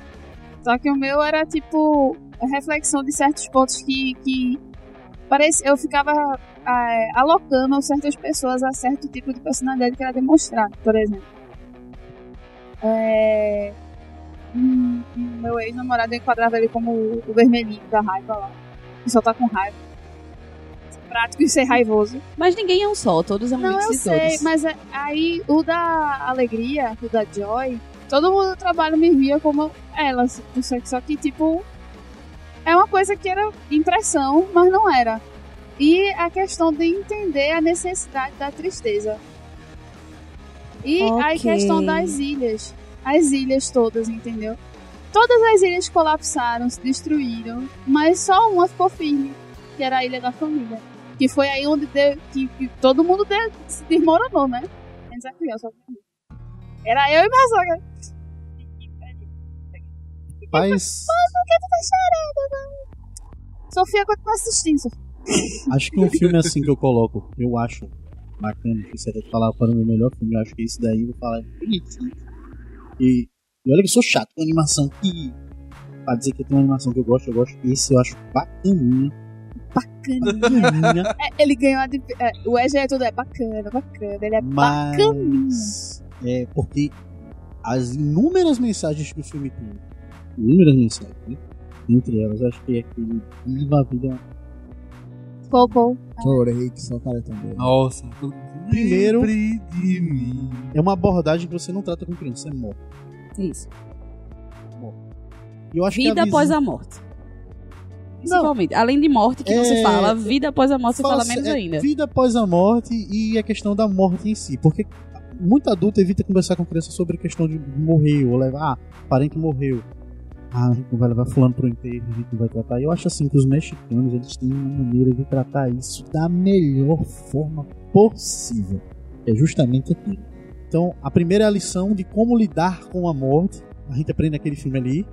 Speaker 5: Só que o meu era tipo a reflexão de certos pontos que, que parece, eu ficava é, alocando certas pessoas a certo tipo de personalidade que era demonstrada, por exemplo. É, hum, meu ex-namorado eu enquadrava ele como o vermelhinho da raiva lá, que só tá com raiva. Prático e ser raivoso.
Speaker 3: Mas ninguém é um só, todos é um
Speaker 5: Não,
Speaker 3: mix
Speaker 5: eu
Speaker 3: de
Speaker 5: sei,
Speaker 3: todos.
Speaker 5: mas é- aí o da alegria, o da Joy, todo mundo do trabalho me via como ela, assim, só que, só que tipo, é uma coisa que era impressão, mas não era. E a questão de entender a necessidade da tristeza. E a
Speaker 8: Ok.
Speaker 5: questão das ilhas. As ilhas todas, entendeu? Todas as ilhas colapsaram, se destruíram, mas só uma ficou firme, que era a ilha da família. Que foi aí onde deu- que, que todo mundo deu- se desmoronou, né? Menos a criança, obviamente. Era eu e minha sogra.
Speaker 4: Mas
Speaker 5: tá Sofia continua assistindo, Sofia.
Speaker 4: acho que um filme assim que eu coloco, eu acho bacana, que você deve falar para o meu melhor filme, eu acho que esse daí eu vou falar. é E, e olha que eu sou chato com animação que. Pra dizer que tem uma animação que eu gosto, eu gosto. Esse eu acho bacaninha. Bacaninha.
Speaker 5: É, ele ganhou a. de- é, o Wesley é tudo, é bacana, bacana. Ele é bacaninha.
Speaker 4: mas. É, porque as inúmeras mensagens que o filme tem, inúmeras mensagens, né? Entre elas, acho que é aquele Viva a Vida
Speaker 5: Ficou bom.
Speaker 1: Chorei, que saudade também.
Speaker 2: Nossa.
Speaker 4: Primeiro-
Speaker 2: Lembre de mim.
Speaker 4: É uma abordagem que você não trata com criança, você é morre.
Speaker 3: Isso.
Speaker 4: E eu acho que
Speaker 3: Vida
Speaker 4: a visão-
Speaker 3: após a morte. Principalmente. Além de morte, que não
Speaker 4: É,
Speaker 3: se fala, vida após a morte se fala
Speaker 4: Fala-
Speaker 3: menos
Speaker 4: é,
Speaker 3: ainda.
Speaker 4: Vida após a morte e a questão da morte em si. Porque muito adulto evita conversar com criança sobre a questão de morrer ou levar. Ah, parente morreu. Ah, a gente não vai levar fulano pro enterro, a gente não vai tratar. Eu acho assim que os mexicanos eles têm uma maneira de tratar isso da melhor forma possível. que É justamente aquilo. Então, a primeira é a lição de como lidar com a morte. A gente aprende naquele filme ali.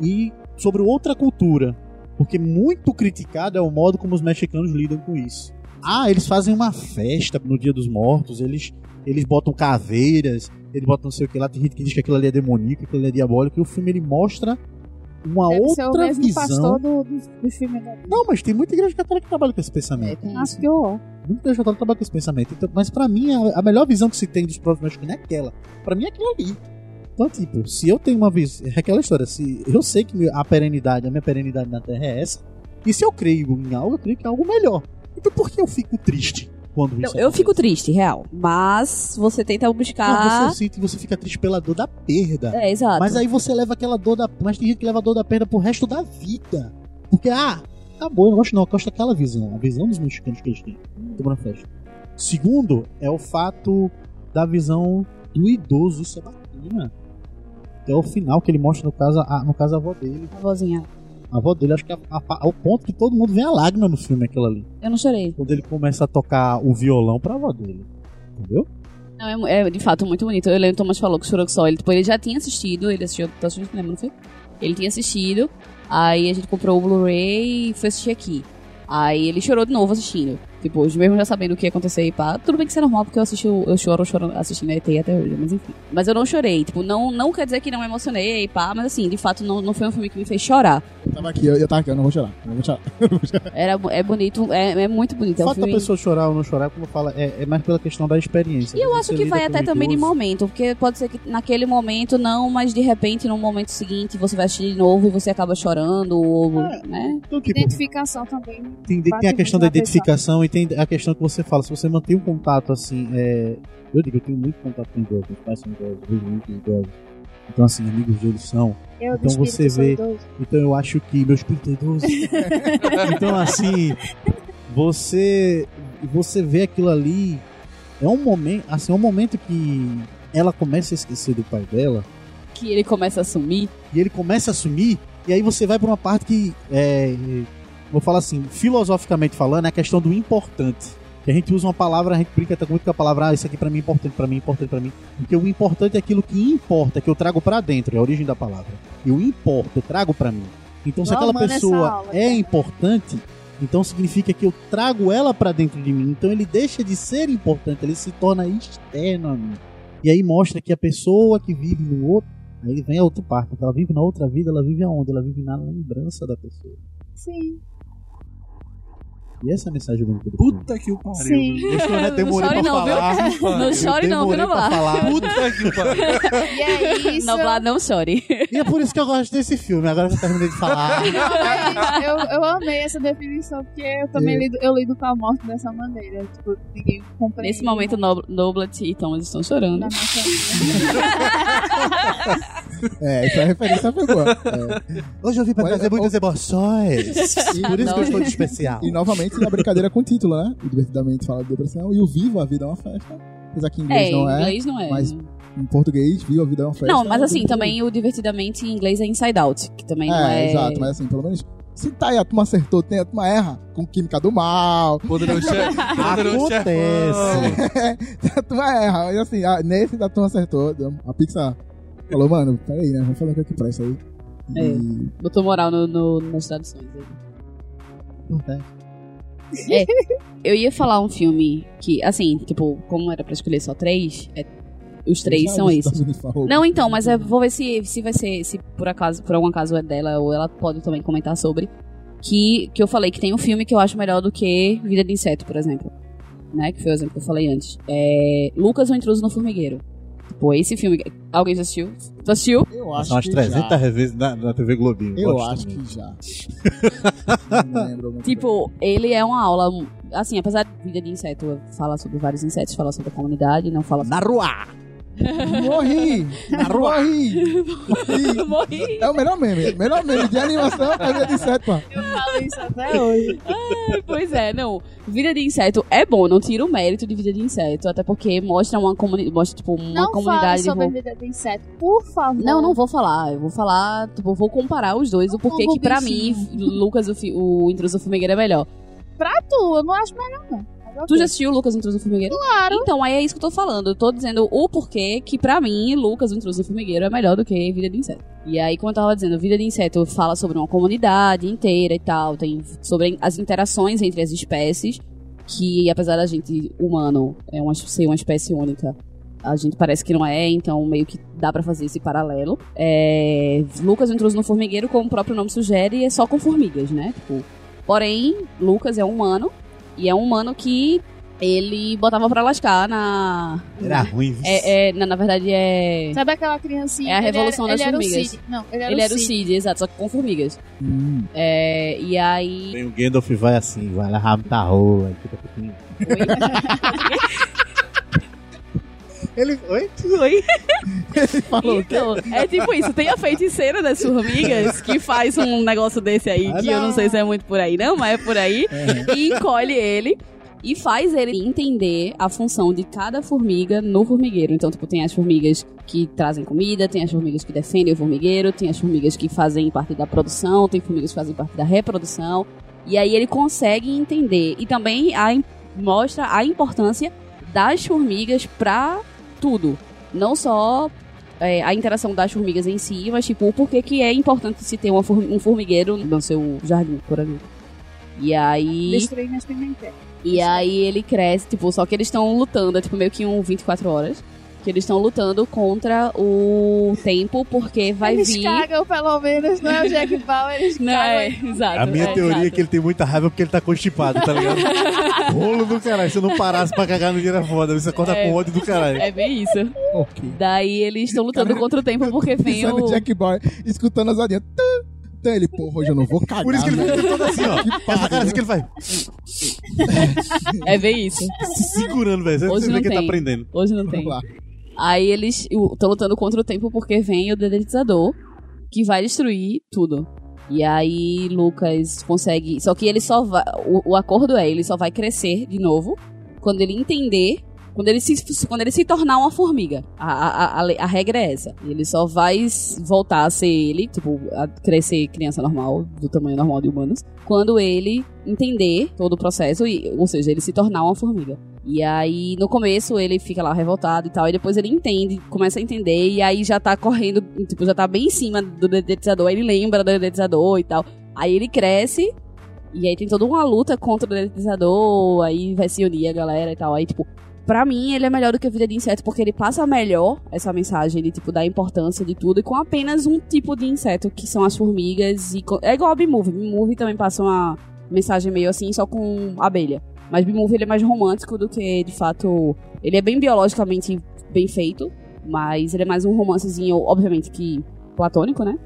Speaker 4: E sobre outra cultura. Porque muito criticado é o modo como os mexicanos lidam com isso. Ah, eles fazem uma festa no Dia dos Mortos, eles, eles botam caveiras, eles botam não sei o que lá. Tem gente que diz que aquilo ali é demoníaco, aquilo ali é diabólico. E o filme ele mostra uma
Speaker 5: Deve ser o
Speaker 4: outra
Speaker 5: mesmo pastor
Speaker 4: visão.
Speaker 5: do, do, do filme da
Speaker 4: Não, mas tem muita igreja católica que trabalha com esse pensamento.
Speaker 3: É, tem
Speaker 5: Acho
Speaker 3: isso.
Speaker 5: que eu.
Speaker 4: Muito igreja católica trabalha com esse pensamento. Então, mas pra mim, a, a melhor visão que se tem dos próprios mexicanos é aquela. Pra mim é aquilo ali. Então, tipo, se eu tenho uma visão. É aquela história. Se eu sei que minha- a perenidade, a minha perenidade na Terra é essa. E se eu creio em algo, eu creio que é algo melhor. Então por que eu fico triste quando
Speaker 3: Não,
Speaker 4: isso
Speaker 3: eu
Speaker 4: acontece?
Speaker 3: fico tá. triste, real. Mas você tenta
Speaker 4: Não,
Speaker 3: buscar.
Speaker 4: você sente, você fica triste pela dor da perda.
Speaker 3: É, exato.
Speaker 4: Mas aí você leva aquela dor da. Mas tem gente que leva a dor da perda pro resto da vida. Porque, ah, acabou, eu não gosto não, eu gosto daquela visão. A visão dos mexicanos que eles têm. Tomando na festa. Segundo, é o fato da visão do idoso. Isso é bacana. Que é o final que ele mostra, no caso, a, no caso, a avó dele.
Speaker 3: A vozinha.
Speaker 4: A avó dele, acho que é, a- a- o ponto que todo mundo vê a lágrima no filme, aquilo ali.
Speaker 3: Eu não chorei.
Speaker 4: Quando ele começa a tocar o violão pra avó dele. Entendeu?
Speaker 3: Não, é mu- é, de fato muito bonito. Eu lembro que o Thomas falou que chorou que só. Ele, tipo, ele já tinha assistido, ele assistiu Doctor Strange no cinema, não foi? Ele tinha assistido, aí a gente comprou o Blu-ray e foi assistir aqui. Aí ele chorou de novo assistindo. Tipo, hoje mesmo já sabendo o que ia acontecer e pá. Tudo bem que isso é normal, porque eu assisti, o- eu choro, choro assistindo a ET até hoje, mas enfim. Mas eu não chorei, tipo, não, não quer dizer que não me emocionei e pá, mas assim, de fato não, não foi um filme que me fez chorar.
Speaker 1: Eu tava aqui, eu, eu tava aqui, eu não vou chorar. Eu não vou chorar.
Speaker 3: Era, bu- é bonito, é, é muito bonito. É
Speaker 4: o
Speaker 3: um
Speaker 4: fato da
Speaker 3: filme...
Speaker 4: pessoa chorar ou não chorar, como fala, é, é mais pela questão da experiência. né?
Speaker 3: E eu
Speaker 4: Você
Speaker 3: acho que
Speaker 4: lida
Speaker 3: vai
Speaker 4: com
Speaker 3: até
Speaker 4: o
Speaker 3: também de
Speaker 4: idoso.
Speaker 3: momento, porque pode ser que naquele momento não, mas de repente no momento seguinte você vai assistir de novo e você acaba chorando, ou, né?
Speaker 4: Então, tipo,
Speaker 5: Identificação também.
Speaker 4: tem, tem
Speaker 5: Bate
Speaker 4: a questão da
Speaker 5: muito na
Speaker 4: identificação e tem a questão que você fala. Se você mantém um contato assim, é, eu digo, eu tenho muito contato com idosos, meus pais são idosos, eu vejo muito idosos. Então, assim, amigos deles são.
Speaker 5: Eu
Speaker 4: Então
Speaker 5: descobri
Speaker 4: você
Speaker 5: É que sou
Speaker 4: vê-
Speaker 5: idoso.
Speaker 4: Então, eu acho que meus espírito é idoso. então, assim, você, você vê aquilo ali. É um momento, assim, é um momento que ela começa a esquecer do pai dela
Speaker 3: Que ele começa a sumir.
Speaker 4: e ele começa a sumir, e aí você vai pra uma parte que é, vou falar assim, filosoficamente falando, é a questão do importante. Que a gente usa uma palavra, a gente brinca até muito com a palavra, ah, isso aqui pra mim é importante, pra mim é importante, pra mim. Porque o importante é aquilo que importa, que eu trago pra dentro, é a origem da palavra. Eu importo, eu trago pra mim. Então se
Speaker 5: Eu
Speaker 4: aquela
Speaker 5: amando essa
Speaker 4: pessoa
Speaker 5: aula,
Speaker 4: é
Speaker 5: cara.
Speaker 4: importante, então significa que eu trago ela pra dentro de mim. Então ele deixa de ser importante, ele se torna externo a mim. E aí mostra que a pessoa que vive no outro, aí vem a outra parte, porque ela vive na outra vida, ela vive aonde? Ela vive na lembrança da pessoa.
Speaker 5: Sim.
Speaker 4: E essa é a mensagem bonita do filme.
Speaker 2: Puta que o pariu.
Speaker 5: Sim.
Speaker 2: meu.
Speaker 4: Gostou, né? Demorei
Speaker 3: Não chore
Speaker 4: pra
Speaker 3: não, viu?
Speaker 4: falar.
Speaker 3: Não chore não, viu,
Speaker 4: Demorei pra
Speaker 3: Noblar?
Speaker 4: falar.
Speaker 2: Puta que o pariu.
Speaker 5: E é
Speaker 3: <laughs>
Speaker 5: isso.
Speaker 3: Noblar, não chore.
Speaker 4: E é por isso que eu gosto desse filme. Agora que eu terminei de falar.
Speaker 5: Mas eu, eu amei essa definição, porque eu
Speaker 4: É.
Speaker 5: também lido, eu lido com a morte dessa maneira. Tipo, ninguém compreende.
Speaker 3: Nesse momento, Nob- Noblet e Thomas estão chorando.
Speaker 5: Da nossa vida.
Speaker 1: É, essa referência foi boa. É.
Speaker 4: Hoje eu vim pra
Speaker 1: Olha,
Speaker 4: trazer
Speaker 1: eu-
Speaker 4: muitas
Speaker 3: <laughs>
Speaker 4: emoções. Por isso que eu
Speaker 3: Ah, Não.
Speaker 4: estou de <laughs> especial.
Speaker 1: E novamente na brincadeira com o título, né? O divertidamente fala de depressão e o Viva a Vida é uma Festa. Apesar que em inglês
Speaker 3: É,
Speaker 1: não
Speaker 3: em
Speaker 1: é.
Speaker 3: inglês não é.
Speaker 1: mas- Em português, Viva a Vida é uma Festa.
Speaker 3: Não, mas
Speaker 1: é
Speaker 3: assim,
Speaker 1: tudo-
Speaker 3: também o divertidamente em inglês é Inside Out, que também não
Speaker 1: É,
Speaker 3: é.
Speaker 1: exato, mas assim, pelo menos. Se tá aí, a turma acertou, tem a turma erra com química do mal, <laughs>
Speaker 2: Poderoso
Speaker 4: <laughs>
Speaker 2: chefe. Poderoso
Speaker 4: Acontece.
Speaker 2: chefão.
Speaker 1: a turma erra. E assim, a- nesse da turma acertou. deu- A Pixar falou, mano, peraí, né? Vamos fazer o que é que presta aí. E
Speaker 3: É. Botou moral no, no- nas traduções. né? É,
Speaker 4: Acontece.
Speaker 3: Eu ia falar um filme que, assim, tipo, como era pra escolher só três, é- os três
Speaker 1: sabe
Speaker 3: são
Speaker 1: o que
Speaker 3: esses.
Speaker 1: Estados Unidos falou?
Speaker 3: Não, então, mas eu vou ver se, se vai ser, se por acaso, por algum acaso é dela, ou ela pode também comentar sobre. Que, que eu falei que tem um filme que eu acho melhor do que Vida de Inseto, por exemplo. Né? Que foi o exemplo que eu falei antes. É. Lucas, o Intruso no Formigueiro. Tipo, esse filme. Alguém já assistiu? Tu assistiu?
Speaker 1: Eu
Speaker 4: São
Speaker 1: acho
Speaker 4: umas
Speaker 1: que já.
Speaker 4: 300 revistas na, na TV Globinho.
Speaker 1: Eu
Speaker 4: Gosto
Speaker 1: acho
Speaker 4: muito.
Speaker 1: que já.
Speaker 3: <laughs>
Speaker 1: Não lembro muito bem.
Speaker 3: Tipo, ele é uma aula. Assim, apesar de Vida de Inseto falar sobre vários insetos, falar sobre a comunidade, não fala sobre.
Speaker 1: Morri! Morri! E
Speaker 3: <laughs> Morri!
Speaker 1: é o melhor meme. Melhor meme de animação é vida de sete, pá.
Speaker 3: né?
Speaker 5: Eu falo isso até hoje.
Speaker 3: Pois é, não. Vida de inseto é bom, não tira o mérito de vida de inseto, até porque mostra uma comunidade, mostra tipo <laughs> uma
Speaker 5: Não fale
Speaker 3: comunidade
Speaker 5: sobre
Speaker 3: envol-
Speaker 5: vida de inseto, por favor.
Speaker 3: Não, não vou falar, eu vou falar, tipo, eu vou comparar os dois,
Speaker 5: Não
Speaker 3: o porquê que pra mim
Speaker 5: bichinho.
Speaker 3: Lucas o, fi- o Intruso Formigueiro é melhor.
Speaker 5: Pra tu, eu não acho melhor, não. Agora
Speaker 3: Tu já assistiu o Lucas o Intruso Formigueiro?
Speaker 5: Claro.
Speaker 3: Então, aí é isso que eu tô falando. Eu tô dizendo o porquê que, pra mim, Lucas, o Intruso Formigueiro é melhor do que Vida de Inseto. E aí, como eu tava dizendo, Vida de Inseto fala sobre uma comunidade inteira e tal, tem sobre as interações entre as espécies, que apesar da gente humano é uma, ser uma espécie única, a gente parece que não é, então meio que dá pra fazer esse paralelo. É, Lucas, o Intruso no Formigueiro, como o próprio nome sugere, é só com formigas, né? Tipo, porém, Lucas é um humano, e é um humano que ele botava pra lascar na.
Speaker 4: Era ruim. viu?
Speaker 3: É, é, na, na verdade é.
Speaker 5: Sabe aquela
Speaker 3: É
Speaker 5: criancinha?
Speaker 3: a
Speaker 5: Ele era-
Speaker 3: revolução das
Speaker 5: ele era o
Speaker 3: formigas.
Speaker 5: Cid. Não, ele era
Speaker 3: Ele
Speaker 5: o
Speaker 3: era o
Speaker 5: Cid.
Speaker 3: Cid, exato, só que com formigas. É, e aí.
Speaker 4: Vem o Gandalf e vai assim, vai lá, rabita a rola. e fica pequenininho. Ele foi?
Speaker 3: Oi? Então, é tipo isso, tem a feiticeira das formigas que faz um negócio desse aí,
Speaker 4: Ah,
Speaker 3: que eu
Speaker 4: não.
Speaker 3: não sei se é muito por aí, não, mas é por aí. E encolhe ele e faz ele entender a função de cada formiga no formigueiro. Então, tipo, tem as formigas que trazem comida, tem as formigas que defendem o formigueiro, tem as formigas que fazem parte da produção, tem formigas que fazem parte da reprodução. E aí ele consegue entender. E também a im- mostra a importância das formigas pra tudo. Não só é, a interação das formigas em si, mas tipo, o porquê que é importante se ter uma for- um formigueiro no seu jardim, por exemplo. E aí.
Speaker 5: Destruindo as pimentas.
Speaker 3: E aí ele cresce, tipo, só que eles estão lutando, é tipo meio que um 24 horas. Que eles estão lutando contra o tempo, porque vai
Speaker 5: eles
Speaker 3: vir.
Speaker 5: cagam, pelo menos, não é o Jack Bauer, eles
Speaker 3: <laughs> Não,
Speaker 5: cagam.
Speaker 3: é, exato.
Speaker 4: A minha
Speaker 3: é,
Speaker 4: teoria é
Speaker 3: exato.
Speaker 4: que ele tem muita raiva porque ele tá constipado, tá
Speaker 3: <laughs>
Speaker 4: ligado? Rolo do caralho. Se eu não parasse pra cagar no dia era foda. Você acorda
Speaker 3: É.
Speaker 4: com ódio do caralho.
Speaker 3: É bem isso.
Speaker 1: Ok.
Speaker 3: Daí eles estão lutando contra o tempo porque vem
Speaker 1: Pensando
Speaker 3: o.
Speaker 4: é
Speaker 1: no Jack Boy, escutando as adinhas. Então ele, porra, hoje eu não vou cagar. né?"
Speaker 4: Por isso que ele
Speaker 1: velho.
Speaker 4: fica todo assim, ó.
Speaker 1: Que
Speaker 4: Com Essa cara
Speaker 1: pariu.
Speaker 4: assim que ele vai
Speaker 3: É bem isso.
Speaker 4: se segurando, velho. Você
Speaker 3: Hoje
Speaker 4: você vê
Speaker 3: não
Speaker 4: que ele tá
Speaker 3: tem.
Speaker 4: aprendendo.
Speaker 3: Hoje não tem.
Speaker 1: Vamos lá.
Speaker 3: Aí eles estão lutando contra o tempo porque vem o dedetizador que vai destruir tudo. E aí Lucas consegue. Só que ele só vai. O, o acordo é, ele só vai crescer de novo quando ele entender Quando ele se, quando ele se tornar uma formiga. A, a, a, a, a regra é essa. Ele só vai voltar a ser ele, tipo, a crescer criança normal, do tamanho normal de humanos, quando ele entender todo o processo, e, ou seja, ele se tornar uma formiga. E aí, no começo, ele fica lá revoltado e tal, e depois ele entende, começa a entender, e aí já tá correndo, tipo, já tá bem em cima do dedetizador, aí ele lembra do dedetizador e tal. Aí ele cresce, e aí tem toda uma luta contra o dedetizador, aí vai se unir a galera e tal. Aí, tipo, pra mim ele é melhor do que a vida de inseto, porque ele passa melhor essa mensagem de, tipo, da importância de tudo, e com apenas um tipo de inseto, que são as formigas, e co- é igual a B-Movie. B-Movie também passa uma mensagem meio assim, só com abelha. Mas B-Movie ele é mais romântico do que, de fato. Ele é bem biologicamente bem feito, mas ele é mais um romancezinho, obviamente que platônico, né?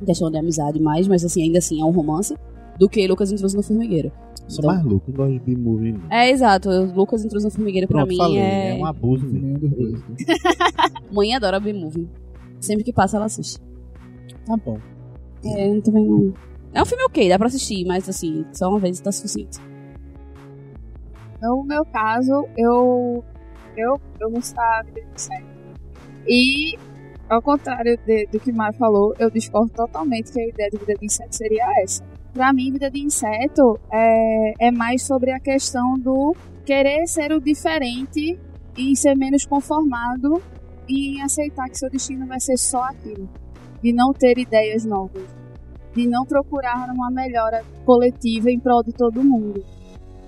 Speaker 3: Em Questão de amizade mais, mas assim, ainda assim é um romance. Do que Lucas Intruso no Formigueiro.
Speaker 4: Sou
Speaker 3: Então-
Speaker 4: mais louco, eu gosto de B-movie. né? não.
Speaker 3: É, exato. Lucas Intruso no Formigueiro pra
Speaker 4: Pronto,
Speaker 3: mim
Speaker 4: falei,
Speaker 3: é.
Speaker 4: é um abuso mesmo.
Speaker 1: Tá
Speaker 3: Mãe adora B-Movie. Sempre que passa, ela assiste.
Speaker 6: Tá bom.
Speaker 3: É, eu também não. É um filme ok, dá pra assistir, mas assim, só uma vez tá suficiente.
Speaker 5: Então, No meu caso, eu. Eu, eu gostava de série. E, ao contrário de- do que o Mário falou, eu discordo totalmente que a ideia de vida de inseto seria essa. Pra mim, vida de inseto é, é mais sobre a questão do querer ser o diferente e ser menos conformado e aceitar que seu destino vai ser só aquilo. De não ter ideias novas. De não procurar uma melhora coletiva em prol de todo mundo.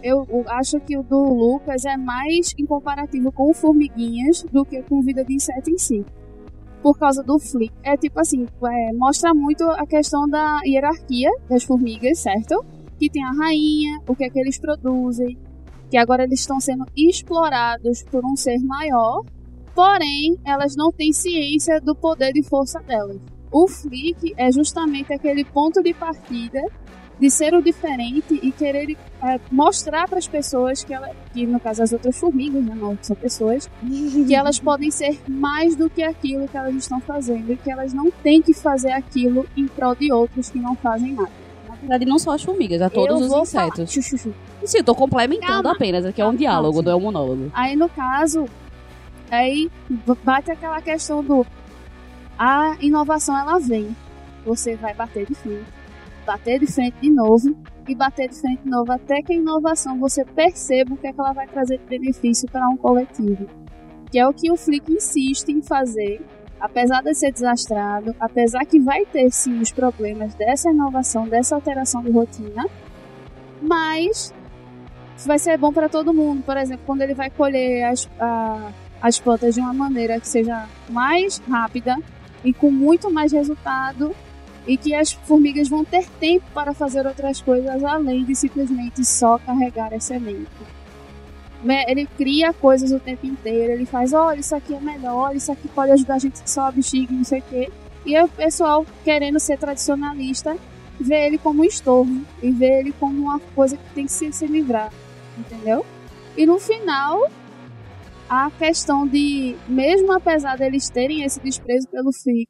Speaker 5: Eu o- acho que o do Lucas é mais em comparativo com o Formiguinhas do que com Vida de Inseto em si. Por causa do Flick. É tipo assim, é, mostra muito a questão da hierarquia das formigas, certo? Que tem a rainha, o que é que eles produzem, que agora eles estão sendo explorados por um ser maior, porém elas não têm ciência do poder e força delas. O Flick é justamente aquele ponto de partida de ser o diferente e querer é, mostrar para as pessoas que ela, que no caso as outras formigas, né, não são pessoas, que elas podem ser mais do que aquilo que elas estão fazendo e que elas não têm que fazer aquilo em prol de outros que não fazem nada.
Speaker 3: Na verdade, não só as formigas, é todos
Speaker 5: Eu
Speaker 3: os
Speaker 5: vou
Speaker 3: insetos.
Speaker 5: falar- Chu, chu, chu.
Speaker 3: Sim, eu tô complementando
Speaker 5: Calma.
Speaker 3: apenas, aqui é um
Speaker 5: Calma,
Speaker 3: diálogo,
Speaker 5: calma.
Speaker 3: não é um monólogo.
Speaker 5: Aí no caso, aí b- bate aquela questão do a inovação ela vem. Você vai bater de frente, bater de frente de novo e bater de frente de novo até que a inovação você perceba o que, é que ela vai trazer de benefício para um coletivo. Que é o que o Flick insiste em fazer, apesar de ser desastrado, apesar que vai ter sim os problemas dessa inovação, dessa alteração de rotina, mas vai ser bom para todo mundo. Por exemplo, quando ele vai colher as, a- as plantas de uma maneira que seja mais rápida e com muito mais resultado, e que as formigas vão ter tempo para fazer outras coisas além de simplesmente só carregar a semente. Né, Ele cria coisas o tempo inteiro, ele faz, olha, isso aqui é melhor, isso aqui pode ajudar a gente a só a bexiga, não sei o quê. E o pessoal querendo ser tradicionalista vê ele como um estorvo e vê ele como uma coisa que tem que se, se livrar, entendeu? E no final, a questão de, mesmo apesar deles terem esse desprezo pelo Frick,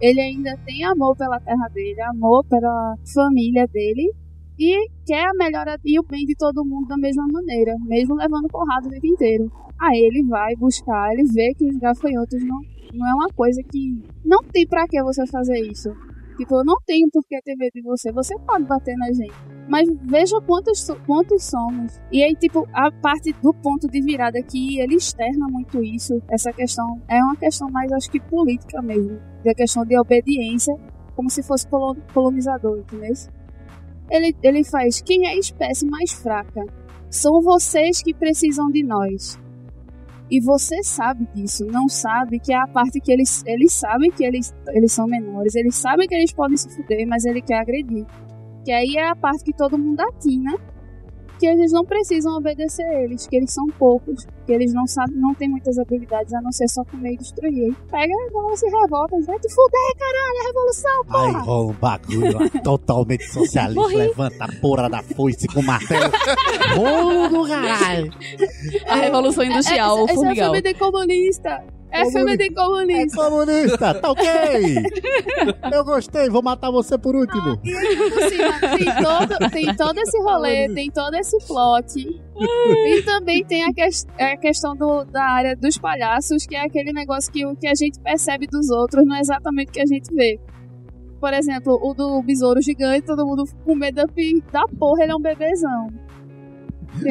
Speaker 5: ele ainda tem amor pela terra dele, amor pela família dele e quer a melhora e o bem de todo mundo da mesma maneira, mesmo levando porrada o tempo inteiro. Aí ele vai buscar, ele vê que os gafanhotos não, não é uma coisa que. Não tem pra que você fazer isso. Tipo, eu não tenho por que ter medo de você. Você pode bater na gente. Mas veja quantos, so- quantos somos. E aí, tipo, a parte do ponto de virada que ele externa muito isso. Essa questão é uma questão mais, acho que, política mesmo. Da questão de obediência, como se fosse colo- colonizador, entendeu? Ele, ele faz, quem é a espécie mais fraca? São vocês que precisam de nós. E você sabe disso, não sabe que é a parte que eles, eles sabem que eles, eles são menores, eles sabem que eles podem se fuder, mas ele quer agredir. Que aí é a parte que todo mundo atina, que eles não precisam obedecer a eles, que eles são poucos, que eles não sabem, não têm muitas habilidades a não ser só comer e destruir. Aí pega e não se revolta, diz, vai te fuder, caralho, é revolução,
Speaker 4: Aí
Speaker 5: porra!
Speaker 4: rola um bagulho lá,
Speaker 5: <laughs>
Speaker 4: totalmente socialista.
Speaker 3: Morri.
Speaker 4: Levanta a porra da foice com o martelo. Rolo do caralho.
Speaker 3: A Revolução
Speaker 5: É,
Speaker 3: Industrial, o
Speaker 5: essa, essa é a
Speaker 3: formigal.
Speaker 5: família comunista. É filme de
Speaker 4: É
Speaker 5: comunista.
Speaker 4: comunista, tá ok! Eu gostei, vou matar você por último.
Speaker 5: E ainda por cima, assim, <laughs> tem, todo, tem todo esse rolê, tem todo esse plot. E também tem a, ques- é a questão do- da área dos palhaços, que é aquele negócio que o que a gente percebe dos outros não é exatamente o que a gente vê. Por exemplo, o do besouro gigante, todo mundo com medo da pi- da porra, ele é um bebezão.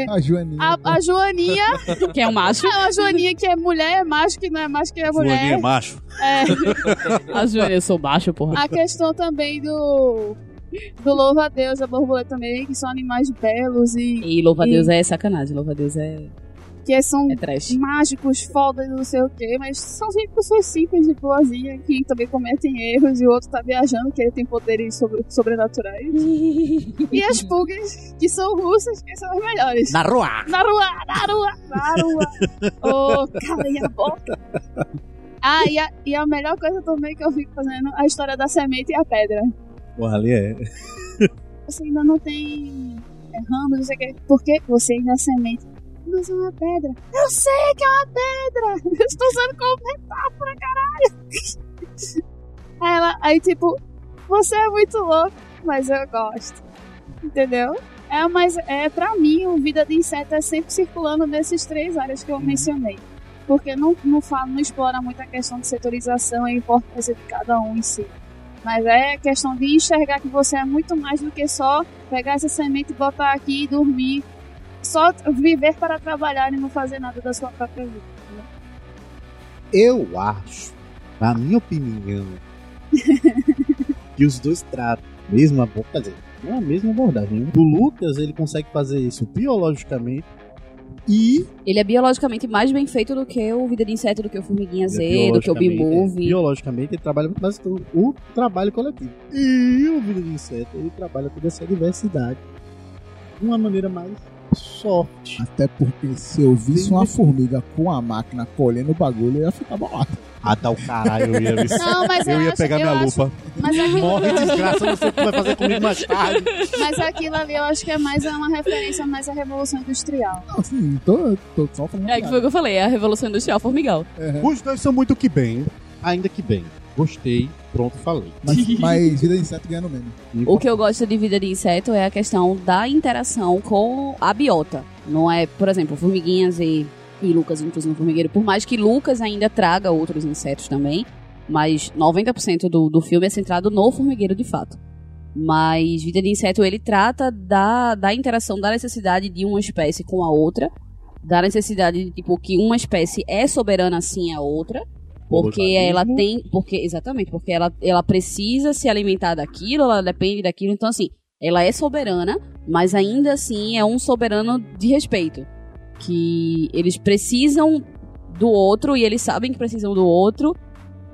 Speaker 1: A Joaninha.
Speaker 5: A, a Joaninha,
Speaker 3: Que é o macho.
Speaker 5: a Joaninha que é mulher é macho, que não é macho que é
Speaker 4: Joaninha é
Speaker 5: mulher.
Speaker 4: macho.
Speaker 5: É.
Speaker 3: A Joana, eu sou macho, porra.
Speaker 5: A questão também do. Do louva a Deus, da borboleta também, que são animais belos e
Speaker 3: E louva a Deus é sacanagem, louva a Deus é,
Speaker 5: que são
Speaker 3: é trash.
Speaker 5: mágicos, fodas, não sei o quê, mas são sempre pessoas simples de boazinha que também cometem erros e o outro tá viajando que ele tem poderes sobre-
Speaker 4: <laughs>
Speaker 5: sobrenaturais. E as pulgas, que são russas, que são as melhores.
Speaker 4: Na rua!
Speaker 5: Narua, Narua, Narua. Ô, oh, cala a boca. Ah, e a, e a melhor coisa também que eu fico fazendo é a história da semente e a pedra.
Speaker 4: Porra, ali é.
Speaker 5: Você ainda não tem é, ramos, não sei o quê. Por quê? Você ainda é semente. Mas é uma pedra. Eu sei que é uma pedra! <laughs> Eu estou usando como metáfora, caralho! <laughs> Aí, ela, aí tipo, você é muito louco, mas eu gosto. Entendeu? É, mas é pra mim, o Vida de Inseto é sempre circulando nessas três áreas que eu mencionei. Porque não, não fala, não explora muito a questão de setorização e a importância de cada um em si. Mas é a questão de enxergar que você é muito mais do que só pegar essa semente e botar aqui e dormir. Só viver para trabalhar e não fazer nada da sua própria vida.
Speaker 4: Eu acho, na minha opinião, que os dois tratam a mesma abordagem. Quer dizer, não é a mesma abordagem. O Lucas, ele consegue fazer isso biologicamente e.
Speaker 3: Ele é biologicamente mais bem feito do que o Vida de Inseto, do que o Formiguinha Z, do que o
Speaker 4: biologicamente, é,
Speaker 3: B-Movie.
Speaker 4: Biologicamente, ele trabalha muito mais com o trabalho coletivo. E o Vida de Inseto, ele trabalha toda essa diversidade de uma maneira mais soft.
Speaker 1: Até porque se eu visse uma formiga com a máquina colhendo o bagulho, eu ia ficar bolado. <laughs>
Speaker 4: Ah, tá o caralho, eu ia,
Speaker 5: Não, mas eu, acho, eu acho, mas aquilo,
Speaker 4: Morre, desgraça, não sei o que vai fazer comigo mais tarde.
Speaker 5: mas aquilo ali eu acho que é mais uma referência mais à Revolução Industrial.
Speaker 1: Não, assim, tô, tô só falando.
Speaker 3: É, que foi o que eu falei, é a Revolução Industrial Formigal.
Speaker 4: Os dois são muito que bem. Ainda que bem. Gostei. Pronto, falei.
Speaker 1: Mas, mas vida de inseto ganhando mesmo.
Speaker 3: O que eu gosto de vida de inseto é a questão da interação com a biota. Não é, por exemplo, formiguinhas e, e Lucas, inclusive no formigueiro. Por mais que Lucas ainda traga outros insetos também, mas 90% do, do filme é centrado no formigueiro de fato. Mas Vida de Inseto ele trata da, da interação, da necessidade de uma espécie com a outra, da necessidade de tipo que uma espécie é soberana sim à outra, porque
Speaker 4: Organismo.
Speaker 3: ela tem, porque exatamente, porque ela, ela precisa se alimentar daquilo, ela depende daquilo, então assim, ela é soberana, mas ainda assim é um soberano de respeito, que eles precisam do outro e eles sabem que precisam do outro.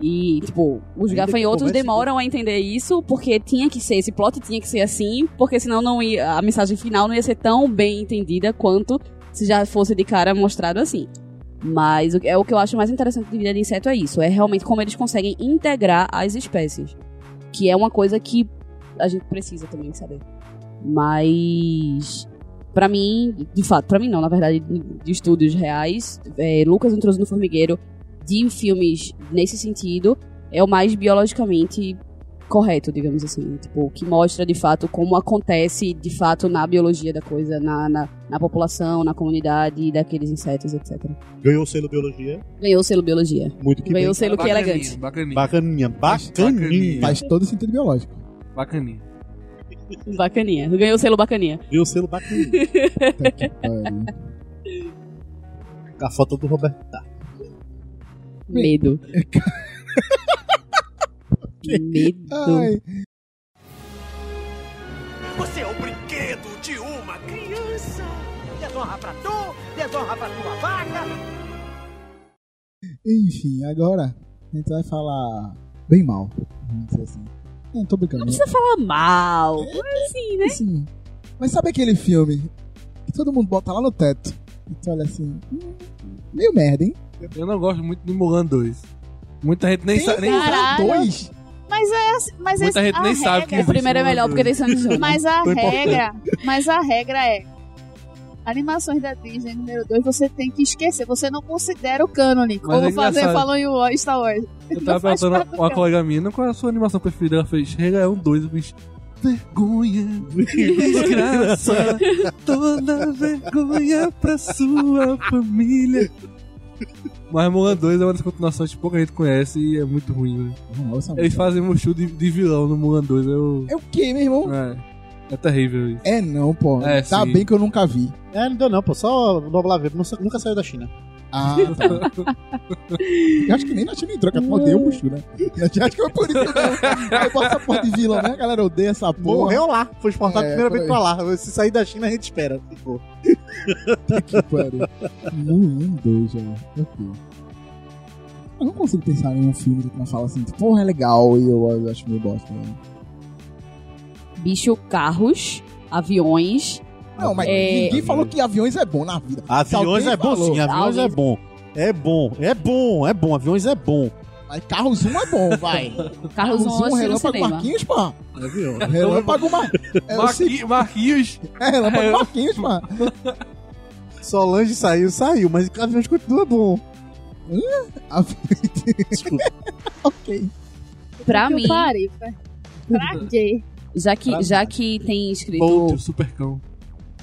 Speaker 3: E, tipo, os
Speaker 4: Ainda que
Speaker 3: gafanhotos
Speaker 4: converse-
Speaker 3: demoram a entender isso porque tinha que ser, esse plot tinha que ser assim, porque senão não ia, a mensagem final não ia ser tão bem entendida quanto se já fosse de cara mostrado assim. Mas o- é o que eu acho mais interessante de vida de inseto é isso, é realmente como eles conseguem integrar as espécies, que é uma coisa que a gente precisa também saber. Mas Pra mim, de fato, pra mim não, na verdade, de estúdios reais, é, Lucas Intruso no Formigueiro, de filmes nesse sentido, é o mais biologicamente correto, digamos assim. Tipo, que mostra de fato como acontece de fato na biologia da coisa, na, na, na população, na comunidade daqueles insetos, etc.
Speaker 4: Ganhou o selo biologia.
Speaker 3: Ganhou o selo biologia.
Speaker 4: Muito que
Speaker 3: Ganhou o
Speaker 4: bem.
Speaker 3: selo que é
Speaker 2: Bacaninha,
Speaker 3: elegante.
Speaker 2: Bacaninha.
Speaker 4: Bacaninha. Bacaninha.
Speaker 1: Faz
Speaker 3: É.
Speaker 1: todo sentido biológico.
Speaker 2: bacaninha.
Speaker 3: Bacaninha. Ganhou o selo bacaninha.
Speaker 4: Ganhou o selo bacaninha.
Speaker 1: Puta
Speaker 3: <laughs>
Speaker 1: que pariu.
Speaker 4: Com a foto do Roberto. Tá.
Speaker 3: Medo. Medo.
Speaker 1: Ai,
Speaker 7: Você é o brinquedo de uma criança. Desonra pra tu, desonra pra tua vaca.
Speaker 1: enfim, agora a gente vai falar bem mal. Vamos dizer assim. Não, tô brincando.
Speaker 3: Não precisa falar mal.
Speaker 4: É.
Speaker 3: Assim, né?
Speaker 1: Sim. Mas sabe aquele filme que todo mundo bota lá no teto? E tu olha assim, hum, meio merda, hein?
Speaker 2: Eu não gosto muito de Mulan 2. Muita gente nem sabe. Nem...
Speaker 5: Caralho.
Speaker 1: Tá Dois.
Speaker 5: Mas é assim- mas
Speaker 2: Muita
Speaker 5: esse-
Speaker 2: gente
Speaker 5: a
Speaker 2: nem
Speaker 5: regra,
Speaker 2: sabe que
Speaker 3: O primeiro é melhor porque tem Sandy Júnior.
Speaker 5: Mas a
Speaker 2: Tô importante.
Speaker 5: regra, mas a regra é animações da Disney número 2, você tem que esquecer. Você não considera o cânone, como
Speaker 2: é
Speaker 5: o Flavinha
Speaker 2: engraçado.
Speaker 5: falou em War- Star Wars.
Speaker 2: Eu
Speaker 5: Não
Speaker 2: tava
Speaker 5: faz
Speaker 2: perguntando
Speaker 5: parte do
Speaker 2: a uma colega minha, qual é a sua animação preferida? Ela fez Rei Leão 2, eu fiz vergonha, <laughs> desgraça, toda vergonha pra sua família. Mas Mulan 2 é uma das continuações que pouca gente conhece e é muito ruim. né?
Speaker 1: Não, essa
Speaker 2: Eles fazem Mushu de, de vilão no Mulan 2, eu...
Speaker 1: É o quê, meu irmão?
Speaker 2: É, é terrível isso.
Speaker 1: É não, pô.
Speaker 2: É,
Speaker 1: tá
Speaker 2: sim.
Speaker 1: bem que eu nunca vi.
Speaker 4: <laughs> É, não deu não, pô. Só doblar ver, não sa- nunca saiu da China.
Speaker 1: Ah,
Speaker 2: <laughs>
Speaker 1: tá.
Speaker 3: É,
Speaker 1: eu acho que nem na China entrou, que a turma odeia o Mushu, né? Eu acho que é por isso que eu- eu boto essa porra de vilão, né? A galera odeia essa porra.
Speaker 4: Morreu lá, foi exportado
Speaker 1: É,
Speaker 4: a primeira vez
Speaker 1: por
Speaker 4: pra lá. Se sair da China, a gente espera. Tipo, Ficou.
Speaker 1: Que pariu. Um, Mulan 2, velho. Ok. Eu não consigo pensar em um filme que não fala assim, tipo, porra, é legal e eu, eu acho meio bosta. né?
Speaker 3: Bicho, carros, aviões.
Speaker 1: Não, mas
Speaker 3: É.
Speaker 1: ninguém falou que aviões é bom na vida. Se
Speaker 4: Aviões
Speaker 1: alguém
Speaker 4: é bom
Speaker 1: falou,
Speaker 4: sim, aviões é
Speaker 3: Alguém-
Speaker 4: bom. É bom, é bom, é bom, aviões é bom.
Speaker 1: Mas carros 1 é bom,
Speaker 3: <laughs>
Speaker 1: vai.
Speaker 3: Carros
Speaker 1: Carros 1
Speaker 3: 1 é no
Speaker 1: Relâmpago
Speaker 3: cinema.
Speaker 1: Marquinhos, pá. <laughs> Relâmpago Marquinhos. É, o seguinte,
Speaker 2: Marqui- Marquinhos,
Speaker 1: é Relâmpago Marquinhos, pá.
Speaker 4: Solange saiu, saiu, mas aviões continua bom.
Speaker 1: Hum? Desculpa. ok.
Speaker 3: Pra
Speaker 5: que
Speaker 3: mim,
Speaker 5: pariu, cara.
Speaker 2: Uhum.
Speaker 5: Pra quê?
Speaker 3: já que, já que tem escrito...
Speaker 2: Bolt, o supercão.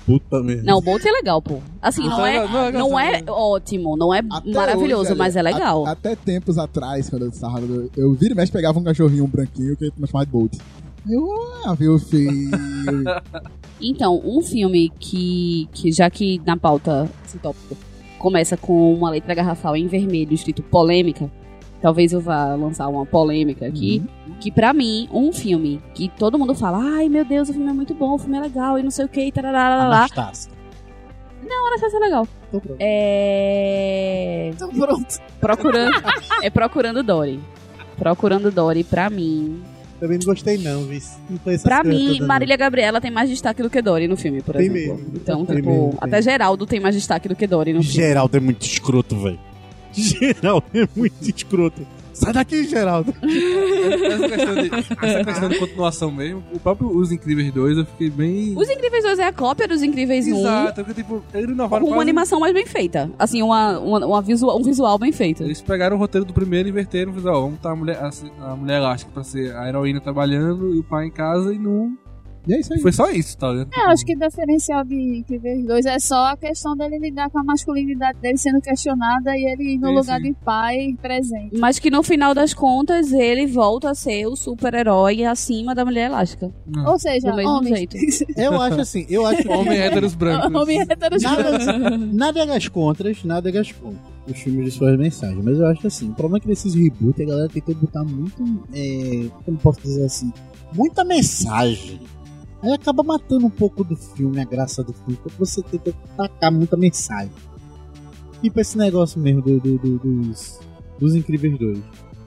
Speaker 4: Puta merda.
Speaker 3: Não, Bolt é legal, pô.
Speaker 2: Ah,
Speaker 3: Assim,
Speaker 2: então
Speaker 3: não é, não é ótimo, não é
Speaker 1: Até hoje,
Speaker 3: maravilhoso,
Speaker 1: velho,
Speaker 3: mas é legal.
Speaker 1: a- até tempos atrás, quando eu estava. Eu, eu vira e mexe, pegava um cachorrinho branquinho que eu chamava de Bolt. Eu, ah, viu, filho.
Speaker 3: Então, um filme que, que já que na pauta esse tópico começa com uma letra garrafal em vermelho escrito polêmica, talvez eu vá lançar uma polêmica aqui, que pra mim, um filme que todo mundo fala, ai meu Deus, o filme é muito bom, o filme é legal e não sei o que, e tarará,
Speaker 4: Anastácia.
Speaker 3: parece ser legal.
Speaker 4: Então pronto.
Speaker 3: É...
Speaker 5: Então pronto.
Speaker 3: Procurando... é Procurando Dory. Procurando Dory, pra mim...
Speaker 4: Também não gostei não, Viz. Não foi essas
Speaker 3: Pra
Speaker 4: coisas
Speaker 3: mim,
Speaker 4: todas, não.
Speaker 3: Marília Gabriela tem mais destaque do que Dory no filme, por
Speaker 4: Tem
Speaker 3: exemplo.
Speaker 4: mesmo.
Speaker 3: Então,
Speaker 4: Tem
Speaker 3: tipo,
Speaker 4: mesmo, tem.
Speaker 3: até Geraldo tem mais destaque do que Dory no filme.
Speaker 4: Geraldo é muito escroto, velho. Geraldo é muito escroto. Sai daqui, Geraldo.
Speaker 3: é-
Speaker 2: Essa questão, de, essa questão de continuação mesmo, o próprio Os Incríveis 2, eu fiquei bem.
Speaker 3: Os Incríveis 2 é a cópia dos Incríveis 1.
Speaker 2: Exato, porque tipo, eles
Speaker 3: Com
Speaker 2: inovaram
Speaker 3: uma
Speaker 2: quase-
Speaker 3: animação mais bem feita. Assim, uma, uma, uma visual, um visual bem feito.
Speaker 2: Então, Eles pegaram o roteiro do primeiro e inverteram, fizeram, ó, vamos botar a mulher, a, a mulher elástica pra ser a heroína trabalhando e o pai em casa e não.
Speaker 1: E é isso aí.
Speaker 2: Foi só isso, tá ligado?
Speaker 5: É, eu acho que o diferencial de Incríveis 2 é só a questão dele lidar com a masculinidade dele sendo questionada e ele no
Speaker 2: Sim,
Speaker 5: lugar
Speaker 2: sim.
Speaker 5: de pai presente.
Speaker 3: Mas que no final das contas ele volta a ser o super-herói acima da mulher elástica.
Speaker 5: <laughs> Ou seja,
Speaker 3: Do mesmo
Speaker 5: homens.
Speaker 3: jeito. é
Speaker 4: Eu acho assim, eu <laughs> acho
Speaker 2: Homem héteros
Speaker 3: <laughs>
Speaker 2: brancos.
Speaker 5: Homem heterossexual.
Speaker 4: <laughs> Nada, nadegas contras, nadegas contras. Os filmes de suas mensagens. Mas eu acho que assim, o problema é que nesses reboot a galera tenta botar muito. É, como posso dizer assim? Muita mensagem. Aí acaba matando um pouco do filme, a graça do filme, porque você tenta tacar muita mensagem. Tipo esse negócio mesmo do, do- do- dos, dos Incríveis 2.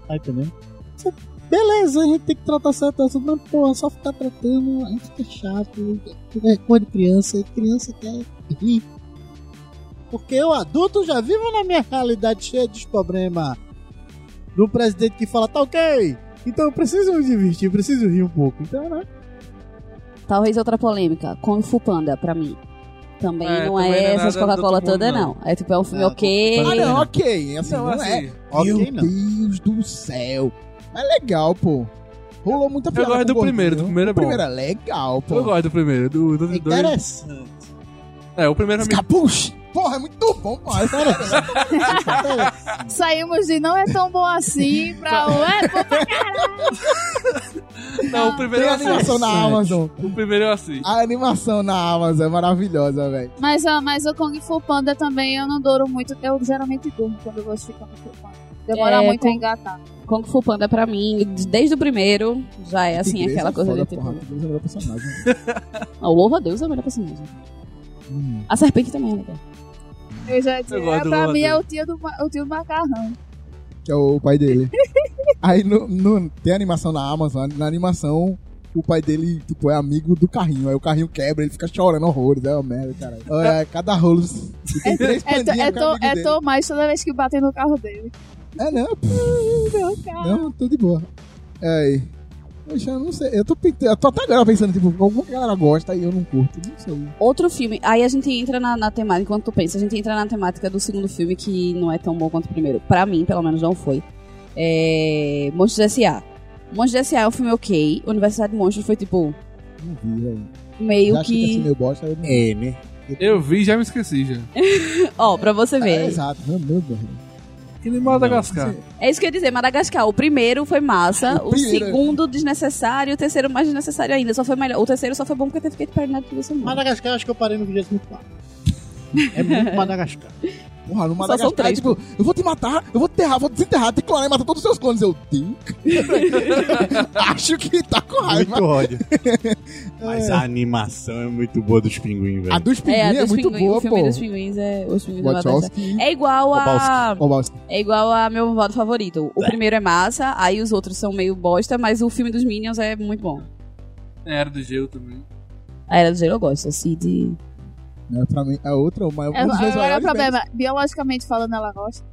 Speaker 4: Tá entendendo? Você- Beleza, a gente tem que tratar certo o assunto, mas porra, só ficar tratando, aí fica chato, é coisa de criança, criança quer rir. Porque eu, adulto, já vivo na minha realidade cheia de problemas. Do presidente que fala, tá ok. Então eu preciso me divertir, eu preciso rir um pouco. Então, né?
Speaker 3: Talvez outra polêmica. Kung Fu Panda, pra mim. Também
Speaker 2: É,
Speaker 3: não
Speaker 2: também não
Speaker 3: é
Speaker 2: é
Speaker 3: essas
Speaker 2: nada do
Speaker 3: Coca-Cola
Speaker 2: outro mundo,
Speaker 3: toda, não.
Speaker 2: não.
Speaker 3: É tipo, é um filme
Speaker 4: Ah,
Speaker 3: ok.
Speaker 1: Ah,
Speaker 4: Não,
Speaker 1: não, ok. Assim, não,
Speaker 2: Não,
Speaker 1: é.
Speaker 2: assim.
Speaker 1: Meu
Speaker 4: Ok, não.
Speaker 1: Deus do céu. É legal, pô. Rolou muita piada.
Speaker 2: gosto
Speaker 1: com
Speaker 2: do
Speaker 1: o gordinho.
Speaker 2: primeiro, do primeiro é
Speaker 1: O
Speaker 2: bom.
Speaker 1: primeiro é legal,
Speaker 2: Eu
Speaker 1: pô.
Speaker 2: gosto do primeiro, do, do, do dois.
Speaker 4: Interessante.
Speaker 2: É, o primeiro amigo.
Speaker 1: Capuche! Porra, é muito bom, pô.
Speaker 4: Interessante.
Speaker 5: Saímos de não é tão bom assim pra o
Speaker 3: <laughs>
Speaker 5: é bom pra
Speaker 2: Não, o
Speaker 1: Tem
Speaker 2: primeiro eu
Speaker 1: a animação
Speaker 2: assisto.
Speaker 1: na Amazon.
Speaker 2: O primeiro é assim. eu assisto.
Speaker 1: A animação na Amazon é maravilhosa, velho.
Speaker 5: Mas, ah, mas o Kung Fu Panda também eu não durmo muito. Eu geralmente durmo quando eu vou assistir Kung Fu Panda. Demora
Speaker 3: É,
Speaker 5: muito a
Speaker 3: com-
Speaker 5: engatar.
Speaker 3: Kung Fu Panda, pra mim, desde o primeiro, já é assim,
Speaker 1: Tigresa
Speaker 3: aquela
Speaker 1: é
Speaker 3: coisa
Speaker 1: foda,
Speaker 3: de tipo.
Speaker 1: porra. Tigresa é o melhor personagem.
Speaker 3: Não, o Louva a Deus é o melhor personagem.
Speaker 1: Hum.
Speaker 3: A serpente também é legal.
Speaker 5: Eu já disse,
Speaker 2: gosto
Speaker 5: é,
Speaker 2: do
Speaker 5: pra
Speaker 2: Lotus.
Speaker 5: mim é o tio do, ma- o tio do macarrão.
Speaker 1: Que é o pai
Speaker 5: <laughs>
Speaker 1: dele. Aí no, no- tem a animação na Amazon. Na animação, o pai dele, tipo, é amigo do carrinho. Aí o carrinho quebra, ele fica chorando horrores. É uma merda, caralho. Olha, cada rolo. E tem três
Speaker 5: É, to,
Speaker 1: pandinhas
Speaker 5: é,
Speaker 1: com
Speaker 5: to,
Speaker 1: amigo
Speaker 5: é
Speaker 1: dele.
Speaker 5: Tomás toda vez que batem no carro dele.
Speaker 1: É, não. pô.
Speaker 5: Meu carro.
Speaker 1: Não, tô de boa. É, Aí. Poxa, eu não sei. Eu tô, pinte- eu tô até agora pensando, tipo, alguma galera gosta e eu não curto. Não sei.
Speaker 3: Outro filme, aí a gente entra na, na temática, enquanto tu pensa, a gente entra na temática do segundo filme que não é tão bom quanto o primeiro. Pra mim, pelo menos, não foi. É. Monstros S.A. Monstros S.A. é um filme ok. Universidade de Monstros foi tipo.
Speaker 1: Não vi, velho.
Speaker 3: Meio
Speaker 1: Já achei que assim,
Speaker 3: que.
Speaker 1: meu bosta. Eu não...
Speaker 4: É, né?
Speaker 2: Eu vi e já me esqueci já.
Speaker 3: <laughs> Ó, pra você
Speaker 1: É,
Speaker 3: ver.
Speaker 1: exato. Meu Deus, velho.
Speaker 2: Que nem Madagascar.
Speaker 3: É isso que eu ia dizer, Madagascar. O primeiro foi massa,
Speaker 1: O
Speaker 3: o,
Speaker 1: primeiro.
Speaker 3: segundo desnecessário, o terceiro mais desnecessário ainda. Só foi melhor. O terceiro só foi bom porque teve que terminar de tudo isso. mesmo.
Speaker 4: Madagascar, acho que eu parei no 24. <laughs> É muito Madagascar.
Speaker 1: Porra, no
Speaker 3: são
Speaker 1: Madagascar,
Speaker 3: três,
Speaker 1: tipo, eu vou te matar, eu vou te enterrar, vou desenterrar, declarar e matar todos os seus clones. Eu tenho.
Speaker 3: <laughs>
Speaker 1: Acho que tá com raiva.
Speaker 4: Muito ódio. <laughs> Mas a animação é muito boa dos pinguins,
Speaker 1: A
Speaker 4: velho.
Speaker 1: dos pinguins
Speaker 3: É,
Speaker 1: é,
Speaker 3: a dos
Speaker 1: muito
Speaker 3: pinguins,
Speaker 1: boa,
Speaker 3: o filme
Speaker 1: pô.
Speaker 3: dos pinguins é. Os pinguins do Madagascar.
Speaker 1: Wachowski.
Speaker 3: É igual a.
Speaker 1: Kowalski.
Speaker 3: É igual a meu voto favorito. O primeiro é massa, aí os outros são meio bosta, mas o filme dos Minions é muito bom.
Speaker 2: É, Era do gelo também.
Speaker 3: A Era do Gelo eu gosto, assim, de...
Speaker 1: É, pra mim, é outra, uma,
Speaker 5: É,
Speaker 1: um dos meus
Speaker 5: agora é o
Speaker 1: maiores
Speaker 5: problema. Biologicamente falando, ela gosta.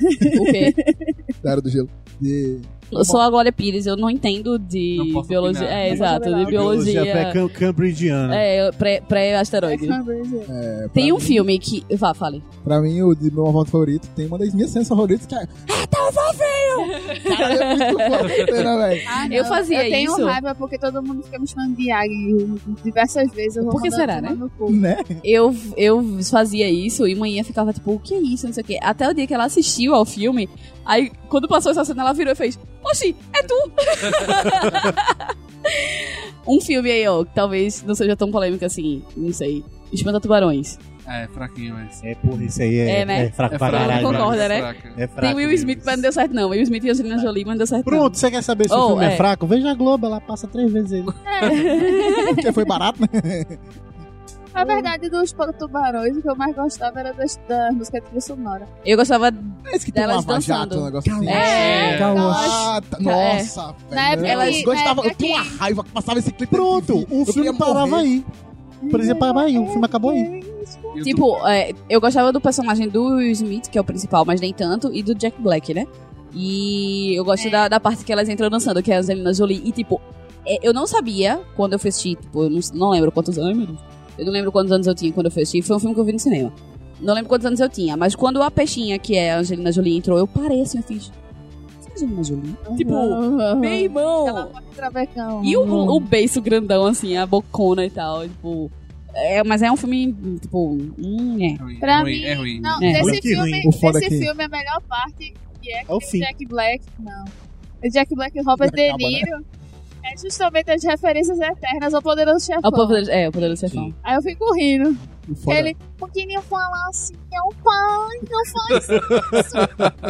Speaker 3: O quê?
Speaker 1: medos da Era do Gelo. De...
Speaker 3: eu sou a Glória Pires, eu não entendo de
Speaker 2: Não posso
Speaker 3: biologia...
Speaker 2: opinar.
Speaker 3: É,
Speaker 5: Não
Speaker 3: exato,
Speaker 5: posso opinar.
Speaker 3: de biologia...
Speaker 4: É cam- cambridiana.
Speaker 3: É, pré- pré-asteroide.
Speaker 1: É, pra
Speaker 3: Tem um
Speaker 1: mim-
Speaker 3: filme que... Vá, fale.
Speaker 1: Pra mim, o de meu avô favorito, tem uma das minhas cenas favoritas que é. Ah, tá um fofinho! Cara, é muito fofinho,
Speaker 3: <laughs>
Speaker 1: velho.
Speaker 5: Ah, não,
Speaker 3: Eu fazia
Speaker 5: eu tenho
Speaker 3: isso.
Speaker 5: raiva porque todo mundo fica me chamando de Agni diversas vezes. Eu vou
Speaker 3: Por que
Speaker 5: mandando
Speaker 3: será,
Speaker 5: tomar
Speaker 3: né?
Speaker 5: no cu.
Speaker 1: Né?
Speaker 3: Eu, eu fazia isso e manhã ficava tipo, o que é isso, não sei o quê. Até o dia que ela assistiu ao filme, aí quando passou essa cena ela virou e fez, oxi, é tu! <laughs> um filme aí, ó, que talvez não seja tão polêmico assim, não sei. Espanta Tubarões.
Speaker 2: É, fraquinho, mas.
Speaker 4: É, porra, isso aí é,
Speaker 3: É, né?
Speaker 4: é fraco
Speaker 2: É
Speaker 4: pra
Speaker 2: fraco,
Speaker 4: caralho.
Speaker 3: Não
Speaker 4: velho.
Speaker 3: concordo. concorda, né?
Speaker 2: fraca.
Speaker 4: É fraco.
Speaker 3: Tem Will
Speaker 4: mesmo.
Speaker 3: Smith, mas não deu certo não. Will Smith e Angelina Jolie, mas não deu certo
Speaker 4: Pronto, você quer saber se
Speaker 3: Oh,
Speaker 4: o filme é.
Speaker 3: é.
Speaker 4: fraco? Veja a Globo, ela passa três vezes ele.
Speaker 1: <laughs>
Speaker 3: É.
Speaker 1: Porque foi barato, né?
Speaker 5: Na verdade, dos tubarões, o que eu mais gostava era das, da música trilha sonora.
Speaker 3: não. Eu gostava...
Speaker 1: É esse que tem uma
Speaker 3: Delas
Speaker 1: lava jato,
Speaker 3: dançando.
Speaker 1: um negócio assim.
Speaker 2: É,
Speaker 1: Ah, tá- Nossa,
Speaker 5: Na
Speaker 1: velho.
Speaker 5: época
Speaker 1: Elas
Speaker 5: que-
Speaker 1: gostavam,
Speaker 5: na
Speaker 1: eu
Speaker 5: época
Speaker 1: tinha uma
Speaker 5: que-
Speaker 1: raiva que passava esse clipe.
Speaker 4: Pronto,
Speaker 1: Eu
Speaker 4: o filme
Speaker 1: queria
Speaker 4: parava
Speaker 1: morrer.
Speaker 4: aí. Por exemplo, parava aí, o filme acabou aí.
Speaker 2: E o
Speaker 3: Tipo, é, eu gostava do personagem do Will Smith, que é o principal, mas nem tanto, e do Jack Black, né? E eu gosto da, da parte que elas entram dançando, que é a Angelina Jolie. E, tipo, é, eu não sabia quando eu fui assistir, tipo, eu não, não lembro quantos anos. ai, meu Deus. Eu não lembro quantos anos eu tinha quando eu fui assistir. Foi um filme que eu vi no cinema. Não lembro quantos anos eu tinha, mas quando a peixinha, que é a Angelina Jolie, entrou, eu parei assim, eu fiz. "Essa é a Angelina Jolie? Tipo, meu irmão!
Speaker 5: Travecão.
Speaker 3: E o, o beiço grandão, assim, a bocona e tal, tipo. É, mas é um filme, tipo. Hum, é.
Speaker 2: ruim,
Speaker 5: pra
Speaker 2: ruim,
Speaker 5: mim,
Speaker 2: é ruim.
Speaker 5: Não,
Speaker 3: É.
Speaker 5: desse,
Speaker 4: Muito ruim.
Speaker 5: filme,
Speaker 1: O foda
Speaker 5: desse
Speaker 1: é que-
Speaker 5: filme, a melhor parte que é que
Speaker 4: É o
Speaker 5: tem
Speaker 4: fim.
Speaker 5: Jack Black, não. O Jack Black e Robert
Speaker 1: Acaba, né?
Speaker 5: De Niro é justamente as referências eternas ao Poderoso Chefão.
Speaker 3: É o poder, é, o poder do chefão.
Speaker 5: Aí eu fico rindo.
Speaker 1: O foda-
Speaker 5: Ele, um por que nem falar assim? É o pai, não faz isso.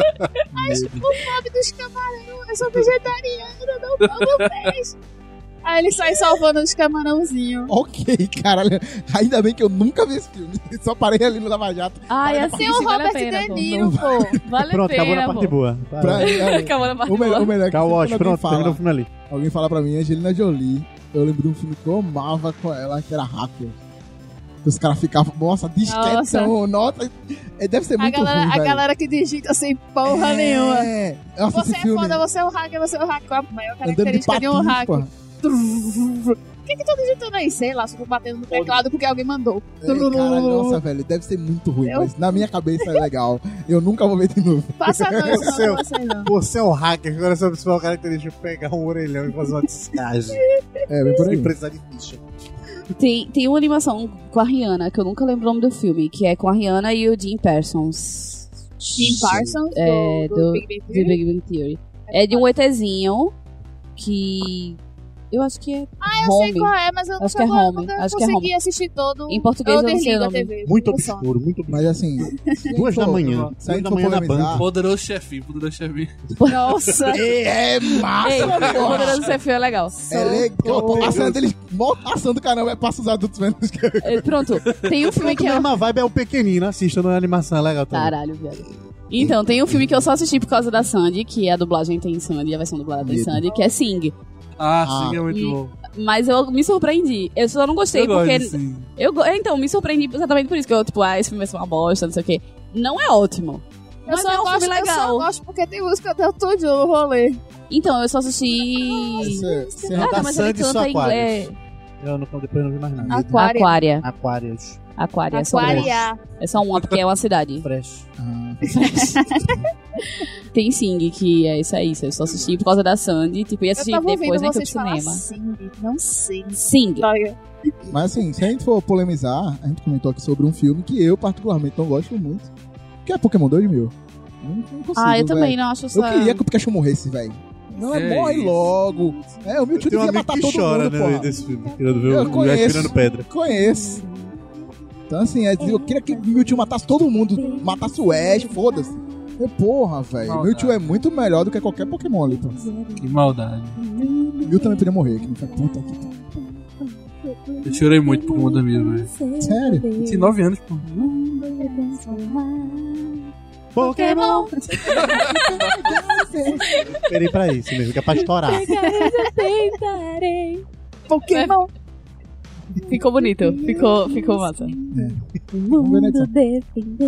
Speaker 5: Mas o pobre dos camarão, eu sou vegetariano, não como peixe. Aí ele sai salvando os camarãozinhos.
Speaker 1: Ok, caralho. Ainda bem que eu nunca vi esse filme. <laughs> Só parei ali no Lava Jato.
Speaker 3: Ai,
Speaker 1: Olha,
Speaker 5: Tem
Speaker 3: assim
Speaker 5: o
Speaker 3: vale a
Speaker 5: Robert
Speaker 3: pena,
Speaker 5: De
Speaker 3: pô.
Speaker 5: Niro, pô.
Speaker 3: Vale
Speaker 4: Pronto,
Speaker 3: a
Speaker 4: acabou
Speaker 3: pena,
Speaker 4: na parte
Speaker 3: pô.
Speaker 4: boa.
Speaker 1: Pra,
Speaker 5: <laughs>
Speaker 1: é,
Speaker 3: Acabou na parte
Speaker 1: o melhor, o
Speaker 3: boa.
Speaker 1: melhor é que
Speaker 4: Caos,
Speaker 1: quando alguém
Speaker 4: pronto, terminou o
Speaker 1: fala,
Speaker 4: filme ali.
Speaker 1: alguém fala pra mim, Angelina Jolie. Eu lembro de um filme que eu amava com ela, que era Hacker. Os caras ficavam, nossa, discretão, nossa. É, deve ser
Speaker 5: A
Speaker 1: muito
Speaker 5: galera,
Speaker 1: ruim,
Speaker 5: a
Speaker 1: velho.
Speaker 5: galera que digita sem porra nenhuma.
Speaker 1: É, nossa,
Speaker 5: Você
Speaker 1: esse
Speaker 5: é
Speaker 1: filme.
Speaker 5: foda, você é o hacker, você é o hacker. Qual a maior
Speaker 1: Andando de
Speaker 5: característica de, um
Speaker 1: patins,
Speaker 5: hacker?
Speaker 1: pô.
Speaker 5: O que que tá digitando aí? Sei lá, só tô batendo no teclado porque alguém mandou.
Speaker 1: É, caralho, nossa, velho, deve ser muito ruim,
Speaker 5: Eu-
Speaker 1: mas na minha cabeça é legal. Eu nunca vou ver de novo.
Speaker 5: Passa não, isso não,
Speaker 4: Seu.
Speaker 5: não passei não.
Speaker 4: Você é o hacker, agora sua principal característica é pegar um orelhão e fazer uma Tá descagem.
Speaker 1: É, bem por aí.
Speaker 4: Sem precisar de ficha.
Speaker 3: Tem, tem uma animação com a Rihanna, que eu nunca lembro o nome do filme, que é com a Rihanna e o Jim Parsons.
Speaker 5: Jim Parsons,
Speaker 3: É,
Speaker 5: do,
Speaker 3: do-
Speaker 5: do Big Bang
Speaker 3: De
Speaker 5: Theory.
Speaker 3: Big Bang Theory. É de um ETzinho que. Eu acho que é.
Speaker 5: Ah, eu sei
Speaker 3: Home.
Speaker 5: qual é, mas eu
Speaker 3: Acho
Speaker 5: nunca,
Speaker 3: que é
Speaker 5: vou-
Speaker 3: Home,
Speaker 5: nunca
Speaker 3: acho que é
Speaker 5: consegui assistir todo.
Speaker 3: Em português eu não sei o
Speaker 5: desligo a
Speaker 3: nome.
Speaker 5: TV.
Speaker 4: Muito
Speaker 5: eu só.
Speaker 4: obscuro, muito obscuro.
Speaker 1: Mas assim, se
Speaker 4: Duas
Speaker 1: for-
Speaker 4: da manhã.
Speaker 1: Se a
Speaker 4: Duas
Speaker 1: gente
Speaker 4: da
Speaker 1: for
Speaker 4: manhã na
Speaker 1: polemizar,
Speaker 2: Poderoso chefinho, poderoso chefinho.
Speaker 3: <laughs> Nossa!
Speaker 1: É, é massa,
Speaker 3: Ei, o
Speaker 1: porra.
Speaker 3: Poderoso Chefão é legal.
Speaker 1: É legal. Pô, a cena deles, mó a cena do caramba é pra os adultos menos que eu.
Speaker 3: É, Pronto, tem um filme que
Speaker 4: A
Speaker 3: eu.
Speaker 4: mesma vibe é o pequenino, assista na animação, é legal também.
Speaker 3: Caralho, velho. Então, tem um filme que eu só assisti por causa da Sandy, que é a dublagem tem Sandy, a versão dublada tem
Speaker 1: Medo.
Speaker 3: Sandy, que é Sing.
Speaker 2: Ah,
Speaker 1: Ah,
Speaker 2: sim, é muito
Speaker 3: e-
Speaker 2: bom.
Speaker 3: Mas eu me surpreendi. Eu só não gostei
Speaker 2: eu gosto
Speaker 3: porque.
Speaker 2: de Sing.
Speaker 3: Eu, go- é, então, me surpreendi exatamente por isso, que eu, tipo, ah, esse filme vai ser uma bosta, não sei o quê. Não é ótimo.
Speaker 5: Eu
Speaker 3: Mas
Speaker 5: só
Speaker 3: é um
Speaker 5: gosto,
Speaker 3: filme
Speaker 5: Eu só
Speaker 3: legal.
Speaker 5: gosto porque tem música do Tudio no rolê.
Speaker 3: Então, eu só assisti.
Speaker 1: Você, você não
Speaker 3: Ah,
Speaker 4: dá
Speaker 5: tá
Speaker 3: não, mas ele
Speaker 4: sangue, só
Speaker 3: canta em
Speaker 4: aquários.
Speaker 3: inglês.
Speaker 4: Eu não, depois não vi mais nada.
Speaker 5: Aquária.
Speaker 3: Aquária.
Speaker 4: Aquários.
Speaker 3: Aquária. é só uma.
Speaker 5: Aquária.
Speaker 3: É só uma, porque é uma cidade.
Speaker 4: Fresh.
Speaker 3: Tem Sing, que é isso aí. isso Eu só assisti por causa da Sandy. Tipo, ia
Speaker 5: Eu
Speaker 3: assistir
Speaker 5: tava ouvindo
Speaker 3: depois, nem foi pro
Speaker 5: vocês falar
Speaker 3: cinema.
Speaker 5: Cindy. Não sei.
Speaker 3: Sing.
Speaker 1: Mas assim, se a gente for polemizar, a gente comentou aqui sobre um filme que eu particularmente não gosto muito, que é Pokémon 2000. Eu Não, não consigo,
Speaker 3: Ah, eu também
Speaker 1: véi.
Speaker 3: não acho essa.
Speaker 1: Eu queria que o Pikachu morresse, velho. Não, é,
Speaker 2: É
Speaker 1: morre
Speaker 2: isso.
Speaker 1: logo. É, o Mewtwo
Speaker 4: Tem
Speaker 1: devia
Speaker 4: um amigo
Speaker 1: matar todo
Speaker 4: que chora,
Speaker 1: mundo,
Speaker 4: né,
Speaker 1: porra.
Speaker 4: desse filme, querendo
Speaker 1: Eu
Speaker 4: ver o
Speaker 1: conheço.
Speaker 4: moleque tirando pedra.
Speaker 1: Conheço. Então assim, é, eu queria que o Mewtwo matasse todo mundo, matasse o Ash, foda-se. Eu, Porra, velho.
Speaker 2: Maldade.
Speaker 1: Mewtwo é muito melhor do que qualquer Pokémon ali, pô.
Speaker 2: Que maldade.
Speaker 1: Mew também podia morrer, que não foi puta que
Speaker 5: <laughs>
Speaker 1: pariu.
Speaker 2: Eu chorei muito por conta minha, velho.
Speaker 1: Sério?
Speaker 2: Eu tinha 9 anos, pô.
Speaker 5: Pokémon.
Speaker 1: É.
Speaker 4: Esperei pra isso mesmo, que é pra estourar.
Speaker 5: <laughs> Pokémon.
Speaker 3: Ficou bonito. Ficou, ficou massa.
Speaker 1: Vamos ver, né, então.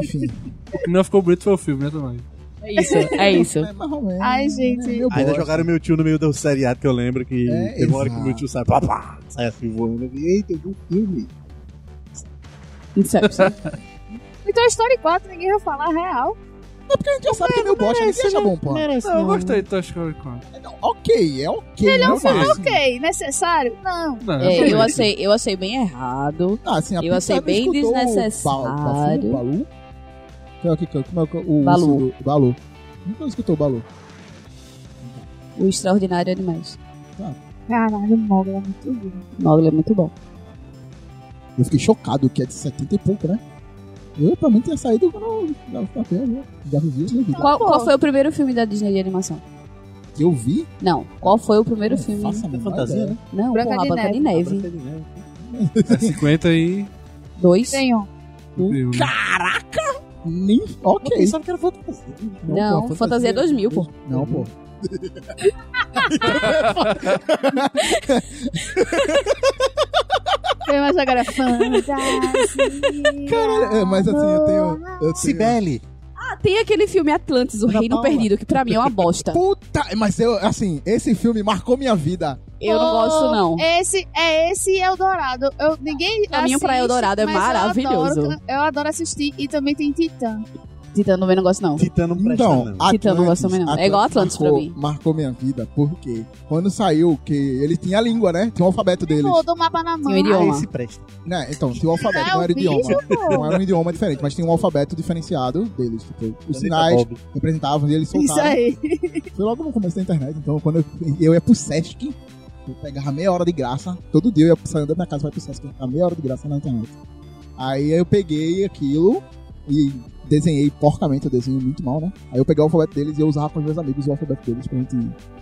Speaker 1: Enfim.
Speaker 2: O que não ficou bonito foi o filme, né, também?
Speaker 3: É isso, é isso.
Speaker 1: É, mais ou menos.
Speaker 5: Ai, gente.
Speaker 1: É, eu
Speaker 4: Ainda
Speaker 1: gosto.
Speaker 4: jogaram meu tio no meio do seriado que eu lembro que
Speaker 1: É,
Speaker 4: tem uma hora que
Speaker 1: exato.
Speaker 4: meu tio sai, pá, pá, sai assim voando. Eu vi, Eita, eu vi um filme.
Speaker 3: Inception.
Speaker 5: Então, Story 4, ninguém vai falar real.
Speaker 1: A gente já sabe que é meu bosta, ninguém acha bom, pô.
Speaker 2: Não, eu gostei de Toy Story 4.
Speaker 1: Não, ok, é ok. Ele
Speaker 2: é um filme
Speaker 5: Ok, necessário? Não.
Speaker 2: Não,
Speaker 3: É, eu
Speaker 2: também.
Speaker 3: achei, eu achei bem errado.
Speaker 1: Ah, assim, a
Speaker 3: Eu achei
Speaker 1: Pixar
Speaker 3: bem
Speaker 1: não escutou o
Speaker 3: desnecessário.
Speaker 1: Ba- Bafu, Balu? Que é o que- que é- Como é que é o
Speaker 3: Balu.
Speaker 1: urso do- Balu. Nunca escutou o Balu.
Speaker 3: O Extraordinário Animais.
Speaker 5: Caralho, Mogla, muito bom.
Speaker 3: Mogli é muito bom.
Speaker 1: Eu fiquei chocado que é de 70 e pouco, né? Eu, pra mim, tinha saído quando eu tava né? Já vivi isso na vida.
Speaker 3: Qual, qual foi o primeiro filme da Disney de animação?
Speaker 1: Que eu vi,
Speaker 3: Não. Qual foi o primeiro filme?
Speaker 1: faça a
Speaker 4: É
Speaker 1: menor
Speaker 4: fantasia,
Speaker 1: ideia.
Speaker 4: né?
Speaker 3: Não,
Speaker 5: Branca
Speaker 3: porra,
Speaker 5: de
Speaker 3: Branca de
Speaker 4: É
Speaker 3: Neve.
Speaker 4: branca de neve.
Speaker 2: É 50 e.
Speaker 3: Dois.
Speaker 5: Tem um.
Speaker 2: eu-
Speaker 1: Nem...
Speaker 4: Eu
Speaker 1: Ok.
Speaker 4: pensava que era fantasia.
Speaker 3: Não,
Speaker 1: pô,
Speaker 3: Fantasia 2000, pô.
Speaker 1: Não, pô.
Speaker 5: Tem
Speaker 3: <laughs>
Speaker 5: mais agora. Fantasia.
Speaker 1: Caralho, é, mas assim, eu tenho... eu tenho-
Speaker 4: Cibele.
Speaker 3: Ah, tem aquele filme Atlantis, O
Speaker 1: Ana
Speaker 3: Reino
Speaker 1: Paula.
Speaker 3: Perdido, que pra mim é uma bosta.
Speaker 1: Puta, mas eu, assim, esse filme marcou minha vida.
Speaker 3: Eu não
Speaker 5: Oh,
Speaker 3: gosto, não.
Speaker 5: Esse é esse e Eldorado. Eu, ninguém
Speaker 3: Caminho pra
Speaker 5: assiste,
Speaker 3: Eldorado é
Speaker 5: mas eu
Speaker 3: maravilhoso.
Speaker 5: adoro- Eu adoro assistir e também tem Titã.
Speaker 3: Titã também não gosto, não.
Speaker 4: Titã não presta,
Speaker 1: Então,
Speaker 4: não.
Speaker 1: Atlantis,
Speaker 3: Titã não gosta também, não. É igual Atlantis pra
Speaker 1: marcou,
Speaker 3: mim.
Speaker 1: marcou minha vida, porque quando saiu, que ele tinha a língua, né? Tinha o alfabeto deles.
Speaker 5: Todo mapa na
Speaker 3: Tem
Speaker 5: mão.
Speaker 3: um idioma.
Speaker 4: Esse presta.
Speaker 1: Né? Então, tinha o alfabeto,
Speaker 5: É
Speaker 1: não
Speaker 5: o
Speaker 1: era idioma.
Speaker 5: bicho,
Speaker 1: Não
Speaker 5: pô.
Speaker 1: era um idioma diferente, mas tinha um alfabeto diferenciado deles. Tipo, os sinais
Speaker 4: Bob.
Speaker 1: representavam e eles
Speaker 5: Isso
Speaker 3: é
Speaker 1: soltavam.
Speaker 5: aí.
Speaker 1: Foi logo no começo da internet, então quando eu, eu ia pro Sesc, eu pegava meia hora de graça, todo dia eu ia sair da minha casa vai pro Sesc, eu ficava meia hora de graça na internet. Aí eu peguei aquilo e desenhei porcamente, eu desenho muito mal, né? Aí eu peguei o alfabeto deles e eu usava com os meus amigos o alfabeto deles pra gente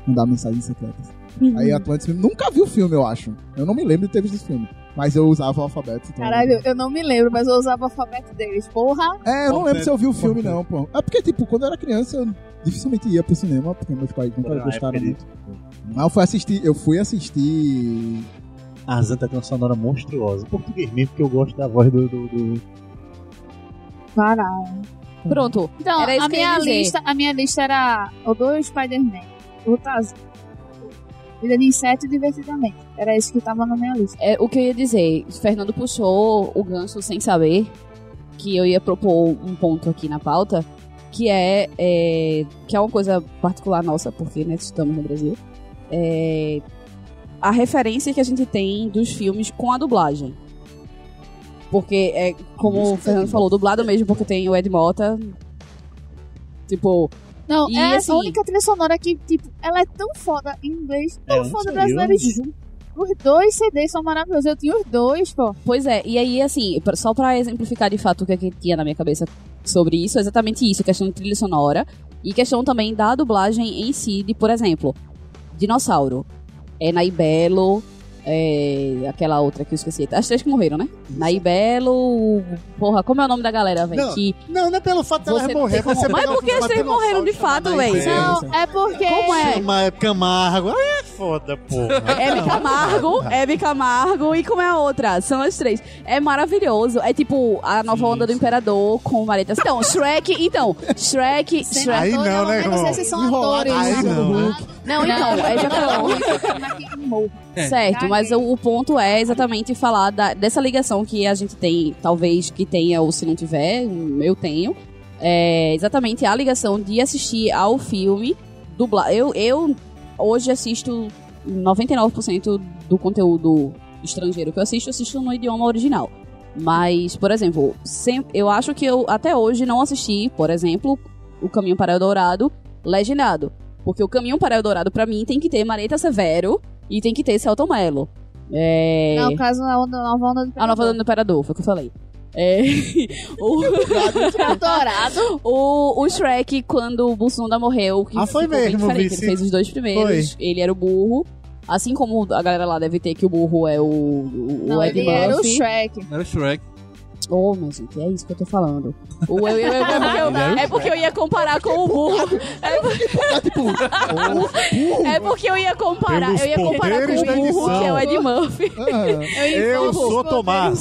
Speaker 1: mandar mensagens secretas. Aí a Atlantis nunca viu o filme, eu acho. Eu não me lembro de ter visto esse filme. Mas eu usava o alfabeto. Então...
Speaker 5: Caralho, eu não me lembro, mas eu usava o alfabeto deles. Porra.
Speaker 1: É, eu não lembro se eu vi o filme, não, pô. É porque, tipo, quando eu era criança, eu dificilmente ia pro cinema, porque meus pais nunca
Speaker 4: Na
Speaker 1: gostaram
Speaker 4: época
Speaker 1: muito. Mas eu fui assistir, eu fui assistir.
Speaker 4: A Zanta tem uma sonora monstruosa. Em Português mesmo, porque eu gosto da voz do. do, do...
Speaker 5: Caralho.
Speaker 3: Pronto.
Speaker 5: Então,
Speaker 3: Era isso
Speaker 5: a
Speaker 3: que eu ia
Speaker 5: minha,
Speaker 3: dizer.
Speaker 5: lista, a minha lista era o dois Spider-Man, o Taz, Vida de Inseto e Divertidamente. Era isso que tava na minha lista.
Speaker 3: É, o que eu ia dizer, o Fernando puxou o gancho sem saber que eu ia propor um ponto aqui na pauta, que é, é, que é uma coisa particular nossa, porque né, estamos no Brasil. É, a referência que a gente tem dos filmes com a dublagem. Porque é como o Fernando falou, dublado mesmo, porque tem o Ed Mota. Tipo,
Speaker 5: Não,
Speaker 3: E,
Speaker 5: é
Speaker 3: assim-
Speaker 5: a única trilha sonora que, tipo, ela é tão foda em inglês,
Speaker 4: É,
Speaker 5: tão
Speaker 4: não
Speaker 5: foda
Speaker 4: sei,
Speaker 5: brasileiro
Speaker 4: eu-
Speaker 5: junto. Os dois CDs são maravilhosos. Eu tinha os dois, pô.
Speaker 3: Pois é, e aí, assim, pra- só pra exemplificar de fato o que, que tinha na minha cabeça sobre isso, é exatamente isso, questão de trilha sonora e questão também da dublagem em si, de, por exemplo, Dinossauro, é Naibelo, é aquela outra que eu esqueci, as três que morreram, né? Naibelo, porra, como é o nome da galera, velho?
Speaker 4: Não,
Speaker 3: Que
Speaker 4: Não, não é pelo fato
Speaker 3: Você não tem
Speaker 5: né?
Speaker 3: como- Mas porque as três morreram de fato,
Speaker 1: É,
Speaker 3: velho?
Speaker 1: isso
Speaker 5: Não,
Speaker 1: aí.
Speaker 5: é porque.
Speaker 3: Como é?
Speaker 4: Mas Camargo. Ah, foda,
Speaker 3: <laughs>
Speaker 4: porra.
Speaker 3: Hebe
Speaker 4: <laughs>
Speaker 3: Camargo, Hebe Camargo e como é a outra? São as três. É maravilhoso. É tipo a nova onda do Imperador com Mareta. Então, Shrek, então, Shrek,
Speaker 5: Sendo
Speaker 3: Shrek.
Speaker 4: Aí
Speaker 5: ator,
Speaker 4: não,
Speaker 5: é
Speaker 4: né,
Speaker 5: eu Não sei
Speaker 4: irmão?
Speaker 5: se são
Speaker 1: Enrolado.
Speaker 5: atores.
Speaker 4: Aí não.
Speaker 3: Não, então, é exatamente.
Speaker 5: tá
Speaker 3: Certo, mas o, o ponto é exatamente falar da- dessa ligação que a gente tem, talvez que tenha ou se não tiver, hum, eu tenho. É exatamente a ligação de assistir ao filme dublado. Eu, eu hoje assisto 99% do conteúdo estrangeiro que eu assisto, eu assisto no idioma original. Mas, por exemplo, sem- eu acho que eu até hoje não assisti, por exemplo, O Caminho para o Dourado legendado. Porque O Caminho para o Dourado, pra mim, tem que ter Mareta Severo e tem que ter Celton Mello. É...
Speaker 5: Não, o caso da onda, nova onda do
Speaker 3: A nova do Imperador, foi o que eu falei. É... <laughs> o...
Speaker 5: Dourado.
Speaker 3: O, o Shrek, quando o Bussunda morreu, que
Speaker 4: Ah, foi
Speaker 3: ficou bem
Speaker 4: mesmo,
Speaker 3: diferente.
Speaker 4: Vici.
Speaker 3: Ele fez os dois primeiros. Ele era o burro. Assim como a galera lá deve ter que o burro é o, o,
Speaker 5: Não,
Speaker 3: o Ed
Speaker 5: ele era o
Speaker 3: Murphy.
Speaker 5: Shrek.
Speaker 2: Não era o Shrek.
Speaker 3: Oh, meu gente, é isso que eu tô falando. O, eu, eu- eu- é, porque eu,
Speaker 2: Ele era o
Speaker 3: é porque eu ia comparar com o burro.
Speaker 1: Tá
Speaker 4: <laughs>
Speaker 1: tipo, oh,
Speaker 3: É porque eu ia comparar.
Speaker 4: Pelos
Speaker 3: Eu ia comparar com
Speaker 4: poderes
Speaker 3: o
Speaker 4: da
Speaker 3: burro,
Speaker 4: edição.
Speaker 3: que é o Ed Murphy.
Speaker 1: ah,
Speaker 4: Eu sou Tomás.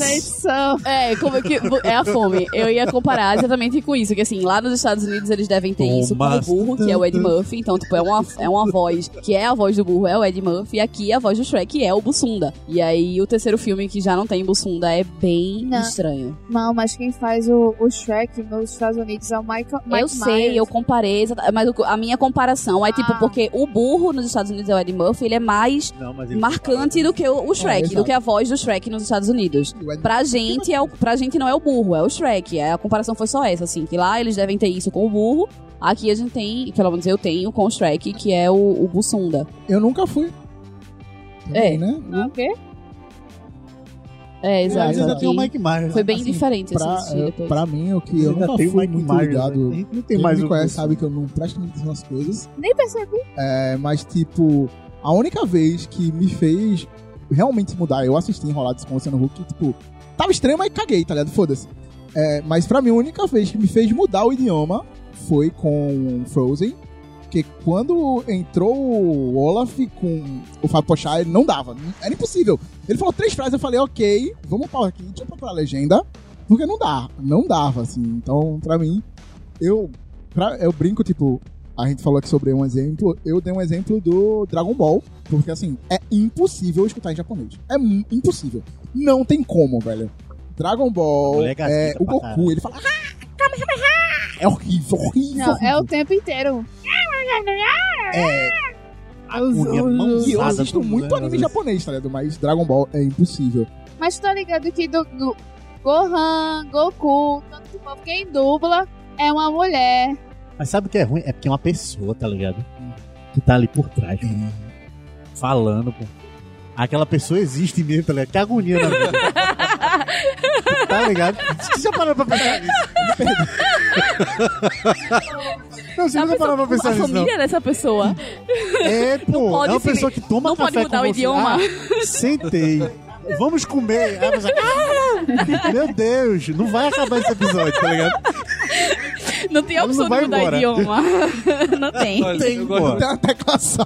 Speaker 3: É, como que, é a fome. Eu ia comparar exatamente com isso, que assim, lá nos Estados Unidos eles devem ter isso com o
Speaker 4: Thomas.
Speaker 3: burro, que é o Ed Murphy. Então, tipo, é uma, é uma voz que é a voz do burro, é o Ed Murphy. E aqui a voz do Shrek é o Bussunda. E aí o terceiro filme, que já não tem Bussunda, é bem
Speaker 5: Não.
Speaker 3: estranho.
Speaker 5: Não, mas quem faz o, o Shrek nos Estados Unidos é o Michael Mike
Speaker 3: eu sei, eu comparei, exata- mas o- a minha comparação é tipo,
Speaker 5: Ah.
Speaker 3: porque o burro nos Estados Unidos é o Ed Murphy, ele é mais
Speaker 4: Não, mas
Speaker 3: marcante do que o, o
Speaker 1: É,
Speaker 3: Shrek,
Speaker 1: exato.
Speaker 3: do que a voz do Shrek nos Estados Unidos.
Speaker 1: o Ed-
Speaker 3: Pra gente, é o, pra gente não é o burro, é o Shrek. É, A comparação foi só essa, assim. Que lá eles devem ter isso com o burro. Aqui a gente tem, pelo menos eu tenho, com o Shrek, que é o, o Bussunda.
Speaker 1: eu nunca fui.
Speaker 3: É.
Speaker 1: Né?
Speaker 3: O quê? É,
Speaker 1: Mas
Speaker 3: exato.
Speaker 1: ainda
Speaker 3: E
Speaker 1: tem
Speaker 4: um Mike Myers.
Speaker 3: foi bem
Speaker 1: assim,
Speaker 3: diferente esse
Speaker 4: é,
Speaker 1: Pra,
Speaker 3: assistir depois.
Speaker 1: pra mim, o que eu
Speaker 4: Ainda
Speaker 1: nunca fui
Speaker 4: o Mike
Speaker 1: muito
Speaker 4: Myers,
Speaker 1: ligado.
Speaker 4: né? A gente Não tem
Speaker 1: Quem
Speaker 4: mais
Speaker 1: me
Speaker 4: um
Speaker 1: conhece
Speaker 4: curso.
Speaker 1: sabe que eu não presto muito nas coisas.
Speaker 5: Nem percebi.
Speaker 1: É, mas, tipo, a única vez que me fez realmente mudar, eu assisti Enrolados com o Luciano Huck, tipo, tava estranho, mas caguei, tá ligado? Foda-se. É, mas pra mim, a única vez que me fez mudar o idioma foi com Frozen, porque quando entrou o Olaf com o Fábio Pochá, ele não dava, não- era impossível. Ele falou três frases, eu falei, ok, vamos pausar aqui, deixa eu procurar a legenda, porque não dá, não dava, assim. Então, pra mim, eu, pra- eu brinco, tipo, a gente falou aqui sobre um exemplo, eu dei um exemplo do Dragon Ball, porque assim, é impossível escutar em japonês. É mu- impossível. Não tem como, velho. Dragon Ball,
Speaker 4: Moleque
Speaker 1: é,
Speaker 4: assista
Speaker 1: o
Speaker 4: pra
Speaker 1: Goku,
Speaker 4: caralho.
Speaker 1: ele fala. "Ah, kamehameha." É horrível, horrível.
Speaker 5: Não, <laughs> é o
Speaker 1: horrível.
Speaker 5: tempo inteiro.
Speaker 1: É, e eu assisto muito anime japonês, tá ligado? Mas Dragon Ball é impossível.
Speaker 5: Mas tu tá ligado que do, do Gohan, Goku, tanto povo, quem dubla é uma mulher.
Speaker 4: Mas sabe o que é ruim? É porque é uma pessoa, tá ligado? Que tá ali por trás.
Speaker 3: É.
Speaker 4: Falando, pô. Aquela pessoa existe mesmo, tá ligado? Que agonia na
Speaker 3: <laughs>
Speaker 4: vida. tá ligado? Você já parou pra
Speaker 3: <laughs>
Speaker 4: pensar nisso? Não, você
Speaker 3: A,
Speaker 4: nunca
Speaker 3: pessoa-
Speaker 4: parou pra pensar
Speaker 3: a
Speaker 4: nisso, não.
Speaker 3: Tá, família dessa
Speaker 4: <laughs>
Speaker 3: pessoa.
Speaker 4: É, pô.
Speaker 3: pode
Speaker 4: é uma
Speaker 3: se-
Speaker 4: pessoa que toma
Speaker 3: não pode
Speaker 4: café
Speaker 3: mudar
Speaker 4: com
Speaker 3: o
Speaker 4: você.
Speaker 3: idioma.
Speaker 4: Ah, sentei. Vamos comer. Aí você- Meu Deus, não vai acabar esse episódio, tá ligado?
Speaker 3: Não tem a
Speaker 4: Ela não
Speaker 3: opção de
Speaker 4: vai
Speaker 3: mudar
Speaker 4: embora.
Speaker 3: idioma. <laughs> não tem.
Speaker 2: Olha,
Speaker 4: Tem,
Speaker 2: eu
Speaker 4: pô.
Speaker 2: gosto.
Speaker 1: Tem uma tecla só.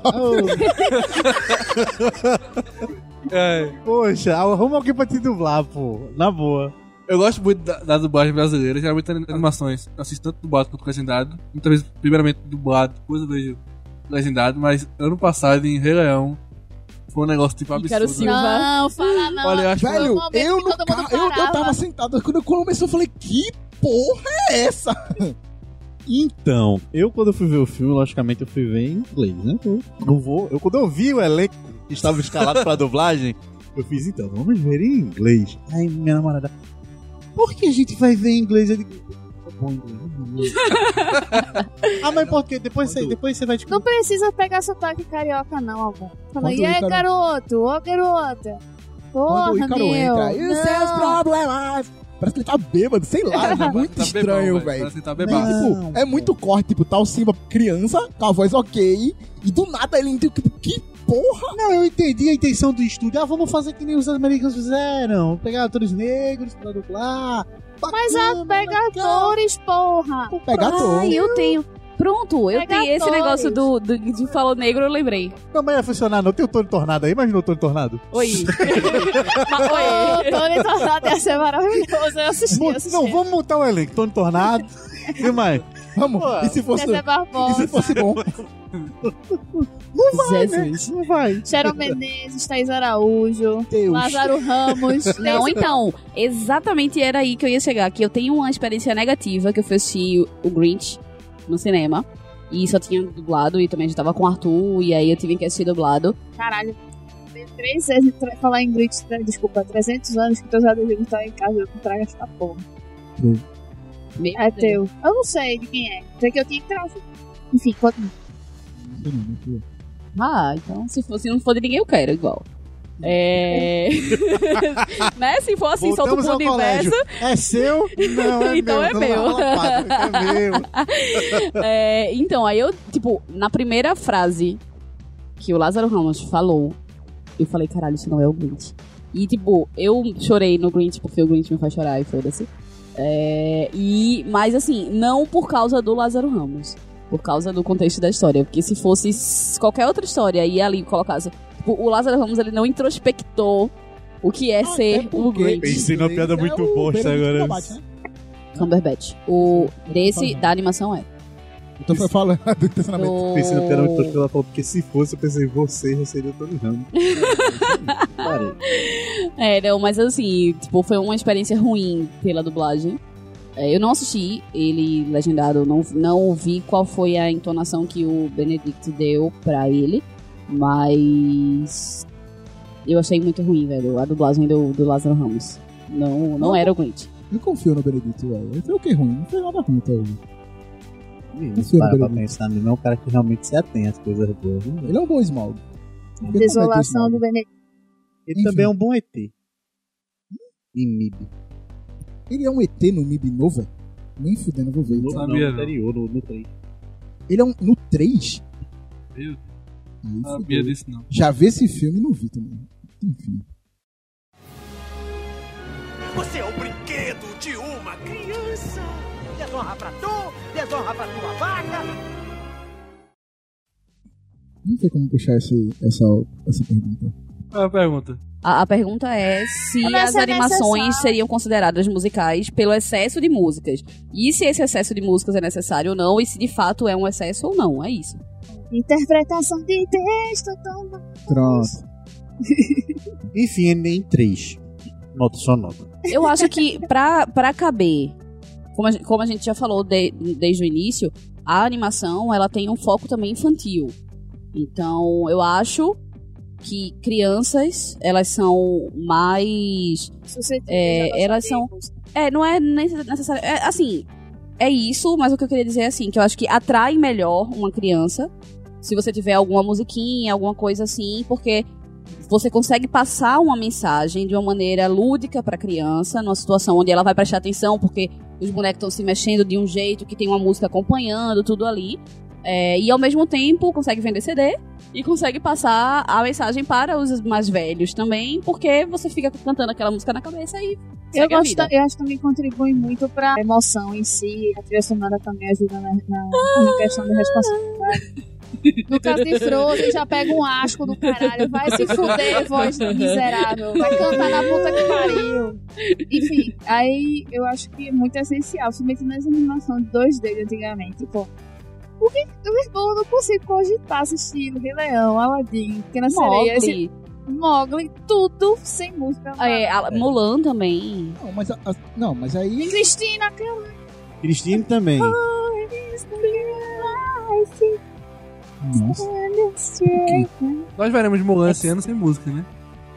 Speaker 2: É,
Speaker 4: Poxa, arruma alguém pra te dublar, pô. Na boa.
Speaker 2: eu gosto muito da, da dublagem brasileira, geralmente anim- animações. Eu assisto tanto dublado quanto legendado. Muitas vezes, primeiramente, dublado, depois eu vejo legendado, mas ano passado, em Rei Leão, foi um negócio tipo absurdo.
Speaker 3: Ícaro Silva.
Speaker 5: Não, fala não.
Speaker 2: Olha, eu acho que
Speaker 1: Velho,
Speaker 5: Tipo, momento
Speaker 1: eu
Speaker 5: que
Speaker 1: no
Speaker 5: todo
Speaker 1: ca-
Speaker 5: mundo
Speaker 1: eu, eu
Speaker 5: parava.
Speaker 1: tava sentado. Quando começou, eu falei, que porra é essa?
Speaker 4: Então, eu quando eu fui ver o filme, logicamente eu fui ver em inglês, né? Eu não vou. Eu quando eu vi o elenco que estava escalado pra dublagem, eu fiz então, vamos ver em inglês. Aí minha namorada, por que a gente vai ver em inglês? Eu digo, "Tá bom, inglês, vamos ver." ah, mas por quê? Depois você, depois você vai
Speaker 5: Não
Speaker 4: descobrir.
Speaker 5: precisa pegar sotaque carioca, não, amor. Fala,
Speaker 1: Quando
Speaker 5: e
Speaker 1: o
Speaker 5: aí,
Speaker 1: Ícaro-
Speaker 5: garoto? Ô, garota. Porra,
Speaker 1: Quando o Ícaro
Speaker 5: meu.
Speaker 1: entra, é e os seus
Speaker 5: não.
Speaker 1: problemas? Parece que ele tá bêbado, sei
Speaker 4: <laughs>
Speaker 1: lá, é muito
Speaker 2: Tá bebão,
Speaker 1: estranho, velho.
Speaker 2: Parece que tá
Speaker 1: Mas,
Speaker 2: bebado.
Speaker 1: tipo,
Speaker 4: Não,
Speaker 1: é muito corte, tipo, tá o Simba criança, com a voz ok, e do nada ele entra, tipo, que porra?
Speaker 4: Não, eu entendi a intenção do estúdio. Ah, vamos fazer que nem os americanos fizeram. Pegar atores negros pra dublar.
Speaker 5: Mas a
Speaker 4: Bacana,
Speaker 5: pegadores, porra.
Speaker 1: Pegar
Speaker 3: Ai,
Speaker 1: todo.
Speaker 3: eu tenho. Pronto, eu
Speaker 5: Pegar
Speaker 3: tenho esse
Speaker 5: atores.
Speaker 3: negócio do, do- de falou negro, eu lembrei.
Speaker 4: Não, mas ia funcionar, não. Tem o Tony Tornado aí, imagina o Tony Tornado.
Speaker 3: Oi. <laughs> Ma- Oi.
Speaker 5: O Tony Tornado ia ser maravilhoso. Eu assisti, eu
Speaker 4: Mu-
Speaker 5: assisti.
Speaker 4: não, vamos montar um elenco.
Speaker 5: <laughs>
Speaker 4: Tony Tornado. e mais?
Speaker 1: Vamos, e se fosse,
Speaker 5: Zezé
Speaker 1: e
Speaker 5: é Barbosa,
Speaker 1: se fosse bom?
Speaker 3: Jesus.
Speaker 4: <laughs> Não vai.
Speaker 5: Cheryl Menezes, Thaís Araújo,
Speaker 4: Deus.
Speaker 5: Lázaro Ramos.
Speaker 3: Não, então, exatamente era aí que eu ia chegar. Que eu tenho uma experiência negativa que eu fui assistir o Grinch no cinema. E só tinha dublado, e também a gente tava com o Arthur, e aí eu tive que assistir dublado.
Speaker 5: Caralho. tem Três vezes tra- falar em Grinch, tra- desculpa, 300 anos que teus adesivos estão em casa, eu não trago essa porra.
Speaker 3: Meu
Speaker 5: É
Speaker 3: Deus.
Speaker 5: teu. Eu não sei de quem é, sei que eu tinha que trazer. Enfim, quanto...
Speaker 3: Ah, então se, for, se não for de ninguém, eu quero igual.
Speaker 4: <laughs>
Speaker 3: É. <laughs> né? Se for assim, solta o
Speaker 4: Voltamos
Speaker 3: pulo
Speaker 4: ao
Speaker 3: de inverso.
Speaker 4: É seu? Não, <laughs> é
Speaker 3: Então
Speaker 4: meu.
Speaker 3: é meu.
Speaker 4: dá uma lapada. É meu. <laughs>
Speaker 3: É, então, aí eu, tipo, na primeira frase que o Lázaro Ramos falou, eu falei, caralho, isso não é o Grinch. E, tipo, eu chorei no Grinch porque o Grinch me faz chorar e foda-se. É, e, mas, assim, não por causa do Lázaro Ramos. Por causa do contexto da história. Porque se fosse s- qualquer outra história e ali colocasse. Tipo, o Lázaro Ramos ele não introspectou o que é ser o Grinch.
Speaker 4: Pensei
Speaker 1: é
Speaker 4: numa piada muito bosta agora.
Speaker 1: né?
Speaker 3: Cumberbatch. O desse da animação é.
Speaker 1: Então foi falando do intencionamento.
Speaker 3: Do-
Speaker 4: Pensei na piada muito bosta, ela falou, porque se fosse, eu pensei, você já seria o Tony Ramos. Parei.
Speaker 3: É, não, mas assim, tipo, foi uma experiência ruim pela dublagem. É, eu não assisti ele legendado, não, não ouvi qual foi a entonação que o Benedict deu pra ele, mas eu achei muito ruim, velho, a dublagem do, do Lázaro Ramos. Não, não era o Grinch.
Speaker 1: Eu confio no Benedito, velho. Ele fez o que ruim? Não fez nada ruim até hoje.
Speaker 4: Não para pra pensar, não é um cara que realmente se atém às coisas boas. né?
Speaker 1: Ele é um bom Smaug. Por que não vai ter
Speaker 5: Desolação
Speaker 1: Smaug?
Speaker 5: do Benedito.
Speaker 4: Ele
Speaker 1: Enfim.
Speaker 4: também é um bom ET. E MIB.
Speaker 1: Ele é um ET no MIB novo, velho? Nem fudendo, eu vou ver.
Speaker 4: No,
Speaker 1: Sabe?
Speaker 2: sabia,
Speaker 4: no
Speaker 2: não.
Speaker 4: anterior, no, no 3.
Speaker 1: Ele é um no 3?
Speaker 2: Meu Ah, Deus.
Speaker 1: Aí
Speaker 2: Não sabia
Speaker 1: fudeu.
Speaker 2: disso, não.
Speaker 1: Já vi esse filme e não vi também. Enfim.
Speaker 7: Você é o brinquedo de uma criança. Desonra pra tu, desonra pra tua vaca.
Speaker 1: Não sei como puxar esse, essa, essa pergunta.
Speaker 2: Ah, pergunta.
Speaker 3: A, a pergunta é se
Speaker 5: Mas
Speaker 3: as
Speaker 5: é
Speaker 3: animações
Speaker 5: necessário.
Speaker 3: seriam consideradas musicais pelo excesso de músicas. E se esse excesso de músicas é necessário ou não, e se de fato é um excesso ou não, é isso.
Speaker 5: Interpretação de texto, toma.
Speaker 1: Pronto.
Speaker 4: Enfim, nem 3. Nota só nota.
Speaker 3: Eu acho que pra, pra caber, como a, gen- como a gente já falou de- desde o início, a animação ela tem um foco também infantil. Então eu acho que crianças elas são mais
Speaker 5: Suscetível
Speaker 3: É,
Speaker 5: a
Speaker 3: elas
Speaker 5: nossos
Speaker 3: são-
Speaker 5: erros.
Speaker 3: é, não é necess- necessário. É, assim, é isso, mas o que eu queria dizer é assim, que eu acho que atrai melhor uma criança se você tiver alguma musiquinha, alguma coisa assim, porque você consegue passar uma mensagem de uma maneira lúdica pra criança, numa situação onde ela vai prestar atenção, porque os bonecos estão se mexendo de um jeito que tem uma música acompanhando, tudo ali. É, e ao mesmo tempo consegue vender CD e consegue passar a mensagem para os mais velhos também, porque você fica cantando aquela música na cabeça e.
Speaker 5: Eu,
Speaker 3: segue a
Speaker 5: gosto,
Speaker 3: vida.
Speaker 5: eu acho que também contribui muito pra emoção em si. A trilha sonora também ajuda na, na- na questão de responsabilidade. No caso de <laughs> Frozen, já pega um asco do caralho. Vai se fuder, voz do miserável. Vai cantar na puta que pariu. Enfim, aí eu acho que é muito essencial, principalmente nas animações 2D de antigamente. Pô, o que eu meu irmão, eu não consigo cogitar assistindo Rei Leão, Aladdin, Pequena Sereia, esse
Speaker 3: Mowgli.
Speaker 5: Mogli, tudo sem música.
Speaker 3: Ah, É, a Mulan também.
Speaker 1: Não, mas, a- a- não, mas aí.
Speaker 5: Cristina, cara.
Speaker 4: Cristine também.
Speaker 1: Nossa.
Speaker 2: Nós veremos Mulan esse
Speaker 3: É
Speaker 2: ano sem música, né?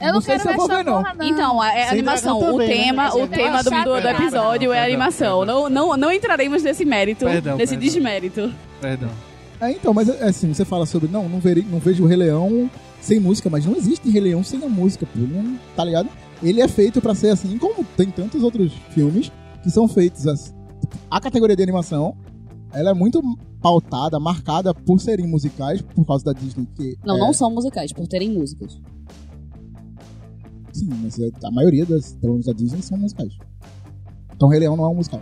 Speaker 5: Eu não,
Speaker 1: Não sei
Speaker 5: quero
Speaker 1: se eu
Speaker 5: ver
Speaker 1: vou
Speaker 5: essa
Speaker 1: ver, não.
Speaker 5: porra, não.
Speaker 3: Então, a, é a
Speaker 4: Sem
Speaker 3: animação.
Speaker 4: dragão
Speaker 3: O
Speaker 4: também,
Speaker 3: tema,
Speaker 5: né?
Speaker 3: o tema do, do- do episódio é a animação. Não, não, não entraremos nesse mérito,
Speaker 2: Perdão,
Speaker 3: nesse
Speaker 2: perdão.
Speaker 3: desmérito.
Speaker 2: Perdão.
Speaker 1: É, então, mas é, assim, você fala sobre. Não, não, veri- não vejo o Rei Leão sem música, mas não existe Rei Leão sem a música, pô. Não, tá ligado? Ele é feito pra ser assim, como tem tantos outros filmes que são feitos. Assim. A categoria de animação, ela é muito pautada, marcada por serem musicais, por causa da Disney. Que
Speaker 3: Não,
Speaker 1: é,
Speaker 3: não são musicais, por terem músicas.
Speaker 1: Sim, mas é- a maioria das, pelo menos da Disney, são musicais. Então, Rei Leão não é um musical.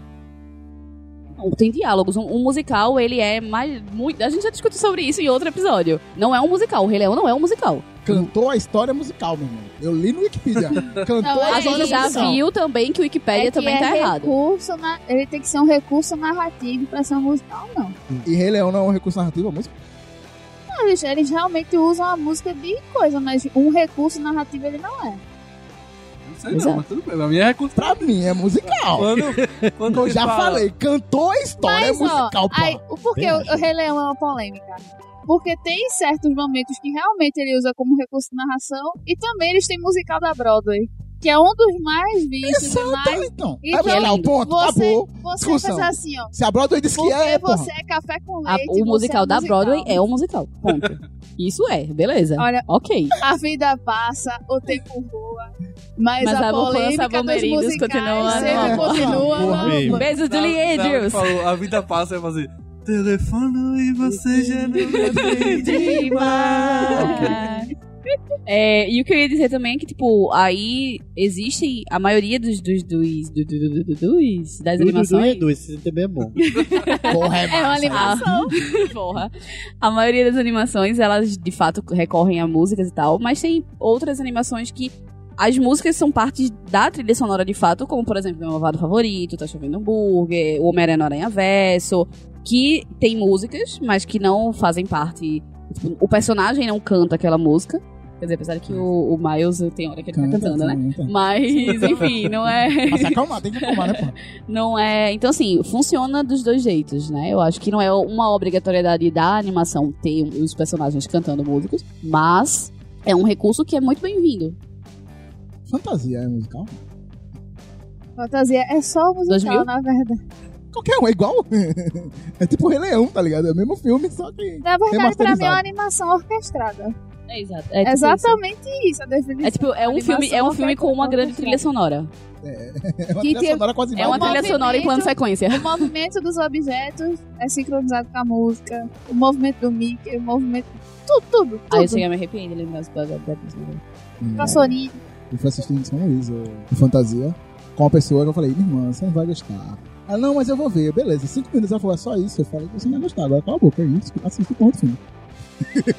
Speaker 3: tem diálogos. Um, um musical, ele é mais. Muito, a gente já discutiu sobre isso em outro episódio. Não é um musical. O Rei Leão não é um musical.
Speaker 1: Cantou a história musical, meu irmão. Eu li no Wikipedia.
Speaker 3: <laughs>
Speaker 1: Cantou
Speaker 5: Não,
Speaker 1: a
Speaker 3: A
Speaker 5: é,
Speaker 1: história
Speaker 3: gente já
Speaker 1: musical.
Speaker 3: viu também que o Wikipedia
Speaker 5: que
Speaker 3: também
Speaker 5: é
Speaker 3: tá errado.
Speaker 5: recurso na- ele tem que ser um recurso narrativo pra ser um musical, não.
Speaker 1: E Rei Leão não é um recurso narrativo, a música.
Speaker 5: Não, eles, eles realmente usam a música de coisa, mas um recurso narrativo ele não é.
Speaker 2: Não sei
Speaker 3: Exato.
Speaker 2: não, mas tudo bem. Pra mim é recurso.
Speaker 1: Pra mim é musical.
Speaker 8: Quando, quando
Speaker 3: <laughs>
Speaker 1: Eu
Speaker 8: se
Speaker 1: já
Speaker 8: fala-
Speaker 1: falei, cantou a história
Speaker 5: Mas,
Speaker 1: é musical, pô.
Speaker 5: ó,
Speaker 1: Então,
Speaker 5: aí, o porquê
Speaker 4: Bem
Speaker 5: o, o Rei Leão é uma polêmica? Porque tem certos momentos que realmente ele usa como recurso de narração e também eles têm musical da Broadway, que é um dos mais vistos e mais...
Speaker 1: Exato, então.
Speaker 5: E
Speaker 1: Vai
Speaker 5: que
Speaker 1: pegar o
Speaker 3: lindo.
Speaker 1: ponto,
Speaker 5: Você,
Speaker 1: acabou.
Speaker 5: você
Speaker 1: Discussão.
Speaker 5: pensa assim, ó,
Speaker 1: Se a Broadway disse que
Speaker 5: porque
Speaker 1: é, porra.
Speaker 5: você é café com
Speaker 3: A-
Speaker 5: leite,
Speaker 3: o musical da Broadway
Speaker 5: é
Speaker 3: é um musical. Ponto. Isso é, beleza.
Speaker 5: Olha,
Speaker 3: Ok.
Speaker 5: A vida passa, o tempo voa, mas,
Speaker 3: Mas
Speaker 5: a,
Speaker 3: a poupança
Speaker 5: polêmica dos
Speaker 3: Bombeirinhos
Speaker 5: musicais
Speaker 3: continua né?
Speaker 5: sempre
Speaker 1: na mão.
Speaker 5: continua.
Speaker 1: Porra,
Speaker 5: na mão.
Speaker 4: baby.
Speaker 3: Beijos do Lee
Speaker 8: Sabe- sabe o que
Speaker 2: <laughs>
Speaker 3: Andrews.
Speaker 8: falou? A vida passa e fazer. Telefono e você já
Speaker 3: <laughs>
Speaker 8: não atende É, mais.
Speaker 3: É, e o que eu ia dizer também é que, tipo, aí existem a maioria dos, dos, dos, dos, dos, dos- das animações.
Speaker 4: Edu, esse também é <laughs> bom.
Speaker 1: Porra, é
Speaker 5: É uma
Speaker 1: massa.
Speaker 5: animação.
Speaker 3: <laughs> Porra. A maioria das animações, elas de fato recorrem a músicas e tal, mas tem outras animações que as músicas são partes da trilha sonora de fato, como por exemplo, meu malvado favorito, Tá Chovendo Hambúrguer, O Homem-Aranha no Aranha Verso, que tem músicas, mas que não fazem parte. tipo, o personagem não canta aquela música. Quer dizer, apesar que o, o Miles tem hora que ele tá
Speaker 1: Canta,
Speaker 3: cantando, né?
Speaker 1: canta.
Speaker 3: Mas, enfim, não
Speaker 5: <laughs>
Speaker 3: é.
Speaker 1: então. Mas se acalmar, tem que acalmar, né, pô?
Speaker 3: Não é. Então, assim, funciona dos dois jeitos, né? Eu acho que não é uma obrigatoriedade da animação ter os personagens cantando músicas, mas é um recurso que é muito bem-vindo.
Speaker 1: Fantasia é musical?
Speaker 5: Fantasia é só
Speaker 3: 2000?
Speaker 5: musical, na verdade.
Speaker 1: Qualquer um, é igual. <laughs> é tipo Rei Leão, tá ligado? É o mesmo filme, só que.
Speaker 5: Na verdade, pra mim é
Speaker 1: Remasterizado.
Speaker 5: uma animação orquestrada.
Speaker 3: É, exato.
Speaker 5: Exatamente isso, a definição.
Speaker 3: É tipo, é um
Speaker 5: Animação
Speaker 3: filme, é um filme com uma
Speaker 5: orquestrada.
Speaker 3: grande trilha sonora.
Speaker 1: É uma
Speaker 5: Que
Speaker 1: trilha
Speaker 5: tem-
Speaker 1: sonora quase
Speaker 3: É uma
Speaker 1: igual.
Speaker 3: trilha sonora em plano
Speaker 5: movimento.
Speaker 3: sequência.
Speaker 5: O movimento dos objetos é sincronizado com a música. O movimento do Mickey, o movimento. Tudo, tudo. tudo.
Speaker 3: <laughs> Aí assim, eu cheguei a me arrepiar de lembrar os bagulhos da Disney.
Speaker 5: Vassourinha.
Speaker 1: É, Eu fui assistindo em São Luís, o o Fantasia, com uma pessoa que eu falei, minha irmã, você não vai gostar. Ela, não, mas eu vou ver. Beleza, cinco minutos ela falou, é só isso. Eu falei, você não vai gostar. Agora cala a boca, é isso. Assiste o ponto, filme.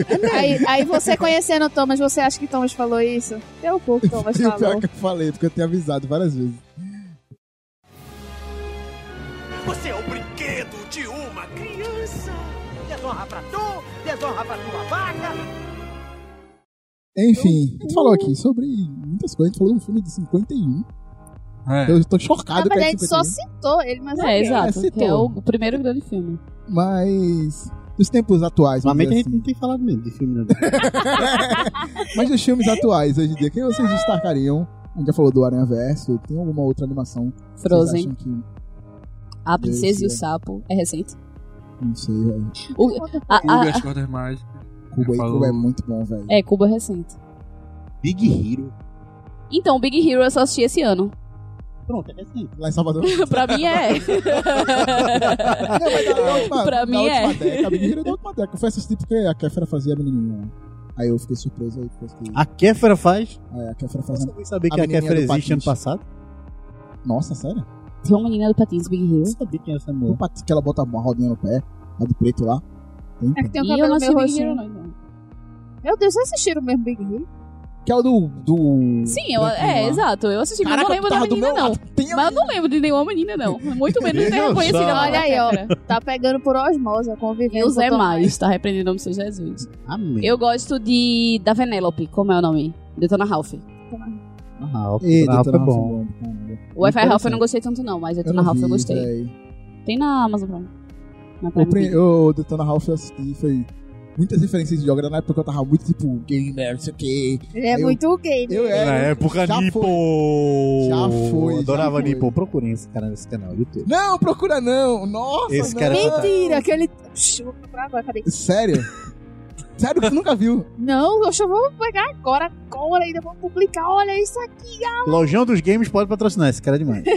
Speaker 3: É
Speaker 5: Aí, aí você conhecendo o Thomas, você acha que Thomas falou isso? Deu pouco,
Speaker 1: <laughs>
Speaker 5: Thomas
Speaker 1: E o pior
Speaker 5: falou.
Speaker 1: que eu falei, porque eu tenho avisado várias vezes.
Speaker 7: Você é o brinquedo de uma criança. Desonra pra tu, desonra pra tua vaca.
Speaker 1: Enfim, a gente falou aqui sobre muitas coisas. A gente falou de um filme de 51.
Speaker 3: Ah,
Speaker 2: É.
Speaker 1: Eu tô
Speaker 5: Na
Speaker 1: chocado com
Speaker 5: verdade, a
Speaker 1: esse
Speaker 5: gente só
Speaker 1: 51.
Speaker 5: citou ele, mas
Speaker 3: É,
Speaker 5: ok.
Speaker 3: exato.
Speaker 1: citou.
Speaker 3: <laughs> Que é o primeiro grande filme.
Speaker 1: um, Mas dos tempos atuais, vamos
Speaker 4: Normalmente a
Speaker 1: dizer assim.
Speaker 4: gente não tem falado mesmo de filme, não.
Speaker 1: Mas dos filmes atuais hoje em dia, quem vocês destacariam? A gente já falou do Aranha Verso. Tem alguma outra animação que vocês
Speaker 3: Frozen,
Speaker 1: acham que...
Speaker 3: A Princesa e o
Speaker 1: Deus,
Speaker 3: Sapo. É recente. Ah,
Speaker 1: Não sei, velho.
Speaker 3: A-
Speaker 2: Cuba e
Speaker 3: a-
Speaker 2: as cordas mágicas.
Speaker 1: Cuba,
Speaker 2: Falou.
Speaker 1: Cuba é muito bom, velho.
Speaker 3: é, Cuba é recente.
Speaker 4: Big Hero.
Speaker 3: Então, Big Hero eu só assisti esse ano. <laughs>
Speaker 4: Pronto, é assim.
Speaker 1: Lá em Salvador. <laughs>
Speaker 3: pra mim é.
Speaker 1: Não, mas na-
Speaker 3: <laughs>
Speaker 1: na última- na
Speaker 3: Pra mim
Speaker 1: última
Speaker 3: é.
Speaker 1: Década, a menina da última década. Eu fui assistir porque a Kéfera fazia a menininha. Aí eu fiquei surpreso aí. Depois que,
Speaker 4: A Kéfera faz.
Speaker 1: é, a Kéfera
Speaker 4: Você
Speaker 1: fazendo.
Speaker 4: não
Speaker 1: A
Speaker 4: sabia que a,
Speaker 1: menininha
Speaker 4: Kéfera
Speaker 1: do
Speaker 4: existe ano
Speaker 1: patins.
Speaker 4: passado?
Speaker 1: Nossa, sério?
Speaker 3: Tem uma menina do Patins Big Hero.
Speaker 4: Eu sabia quem era essa
Speaker 1: O
Speaker 4: mulher.
Speaker 1: pato que ela bota uma rodinha no pé, a de preto lá. Tem,
Speaker 5: É
Speaker 1: tem.
Speaker 5: que tem o
Speaker 3: E eu
Speaker 5: cabelo
Speaker 3: não
Speaker 5: meio né,
Speaker 3: assisti Big Hero,
Speaker 5: roxinho.
Speaker 3: não. então.
Speaker 5: Meu Deus, vocês assistiram o mesmo Big Hero?
Speaker 1: Que é o do. do...
Speaker 3: Sim, eu-
Speaker 1: branquinho lá.
Speaker 3: é, exato. Eu assisti, mas eu não
Speaker 1: Caraca,
Speaker 3: lembro da
Speaker 1: tava do
Speaker 3: menina,
Speaker 1: meu
Speaker 3: não.
Speaker 1: lado. Tem
Speaker 3: Mas eu não lembro de nenhuma menina, não. Muito menos ter
Speaker 4: Veja
Speaker 3: reconhecido
Speaker 4: só.
Speaker 3: ela.
Speaker 5: Olha aí, ó. Tá pegando por osmose, a
Speaker 3: E
Speaker 5: convivência.
Speaker 3: o Zé
Speaker 5: com a-
Speaker 3: Mais, tá repreendido o nome do seu Jesus.
Speaker 4: Amém.
Speaker 3: Eu gosto de. da Venelope, como é o nome? Detona Ralph.
Speaker 4: Ah, o
Speaker 1: Ei,
Speaker 4: Rafa
Speaker 1: doutor,
Speaker 4: é bom.
Speaker 1: nossa, caramba.
Speaker 3: O Wi-Fi Ralph eu
Speaker 1: Interessante.
Speaker 3: não gostei tanto, não, mas
Speaker 1: Eu
Speaker 3: Detona
Speaker 1: não
Speaker 3: Ralph eu
Speaker 1: vi,
Speaker 3: gostei.
Speaker 1: véi.
Speaker 3: Tem na Amazon Prime. Na
Speaker 1: O,
Speaker 3: Prime
Speaker 1: prim-
Speaker 3: Video.
Speaker 1: eu- o Detona Ralph eu assisti, foi muitas referências de jogo. Era Na época que eu tava muito tipo gamer, não sei o quê.
Speaker 5: Ele é
Speaker 1: Eu-
Speaker 5: muito gay. né?
Speaker 1: Eu
Speaker 4: Na
Speaker 1: era.
Speaker 4: época,
Speaker 1: É, já
Speaker 4: Nipo!
Speaker 1: Já foi, já
Speaker 4: Adorava
Speaker 1: foi.
Speaker 4: Nipo. Procurem esse cara nesse canal, YouTube.
Speaker 1: Não, procura não! Nossa,
Speaker 4: Esse
Speaker 1: não.
Speaker 4: cara é fantástico.
Speaker 5: Mentira, aquele. Puxa, vou procurar agora, cadê?
Speaker 1: Sério? Sério que você nunca viu?
Speaker 5: Não, eu só vou pegar agora, agora, ainda vou publicar. Olha isso aqui.
Speaker 4: Lojão dos Games pode patrocinar, esse cara
Speaker 1: <laughs>
Speaker 4: é demais.
Speaker 3: <laughs>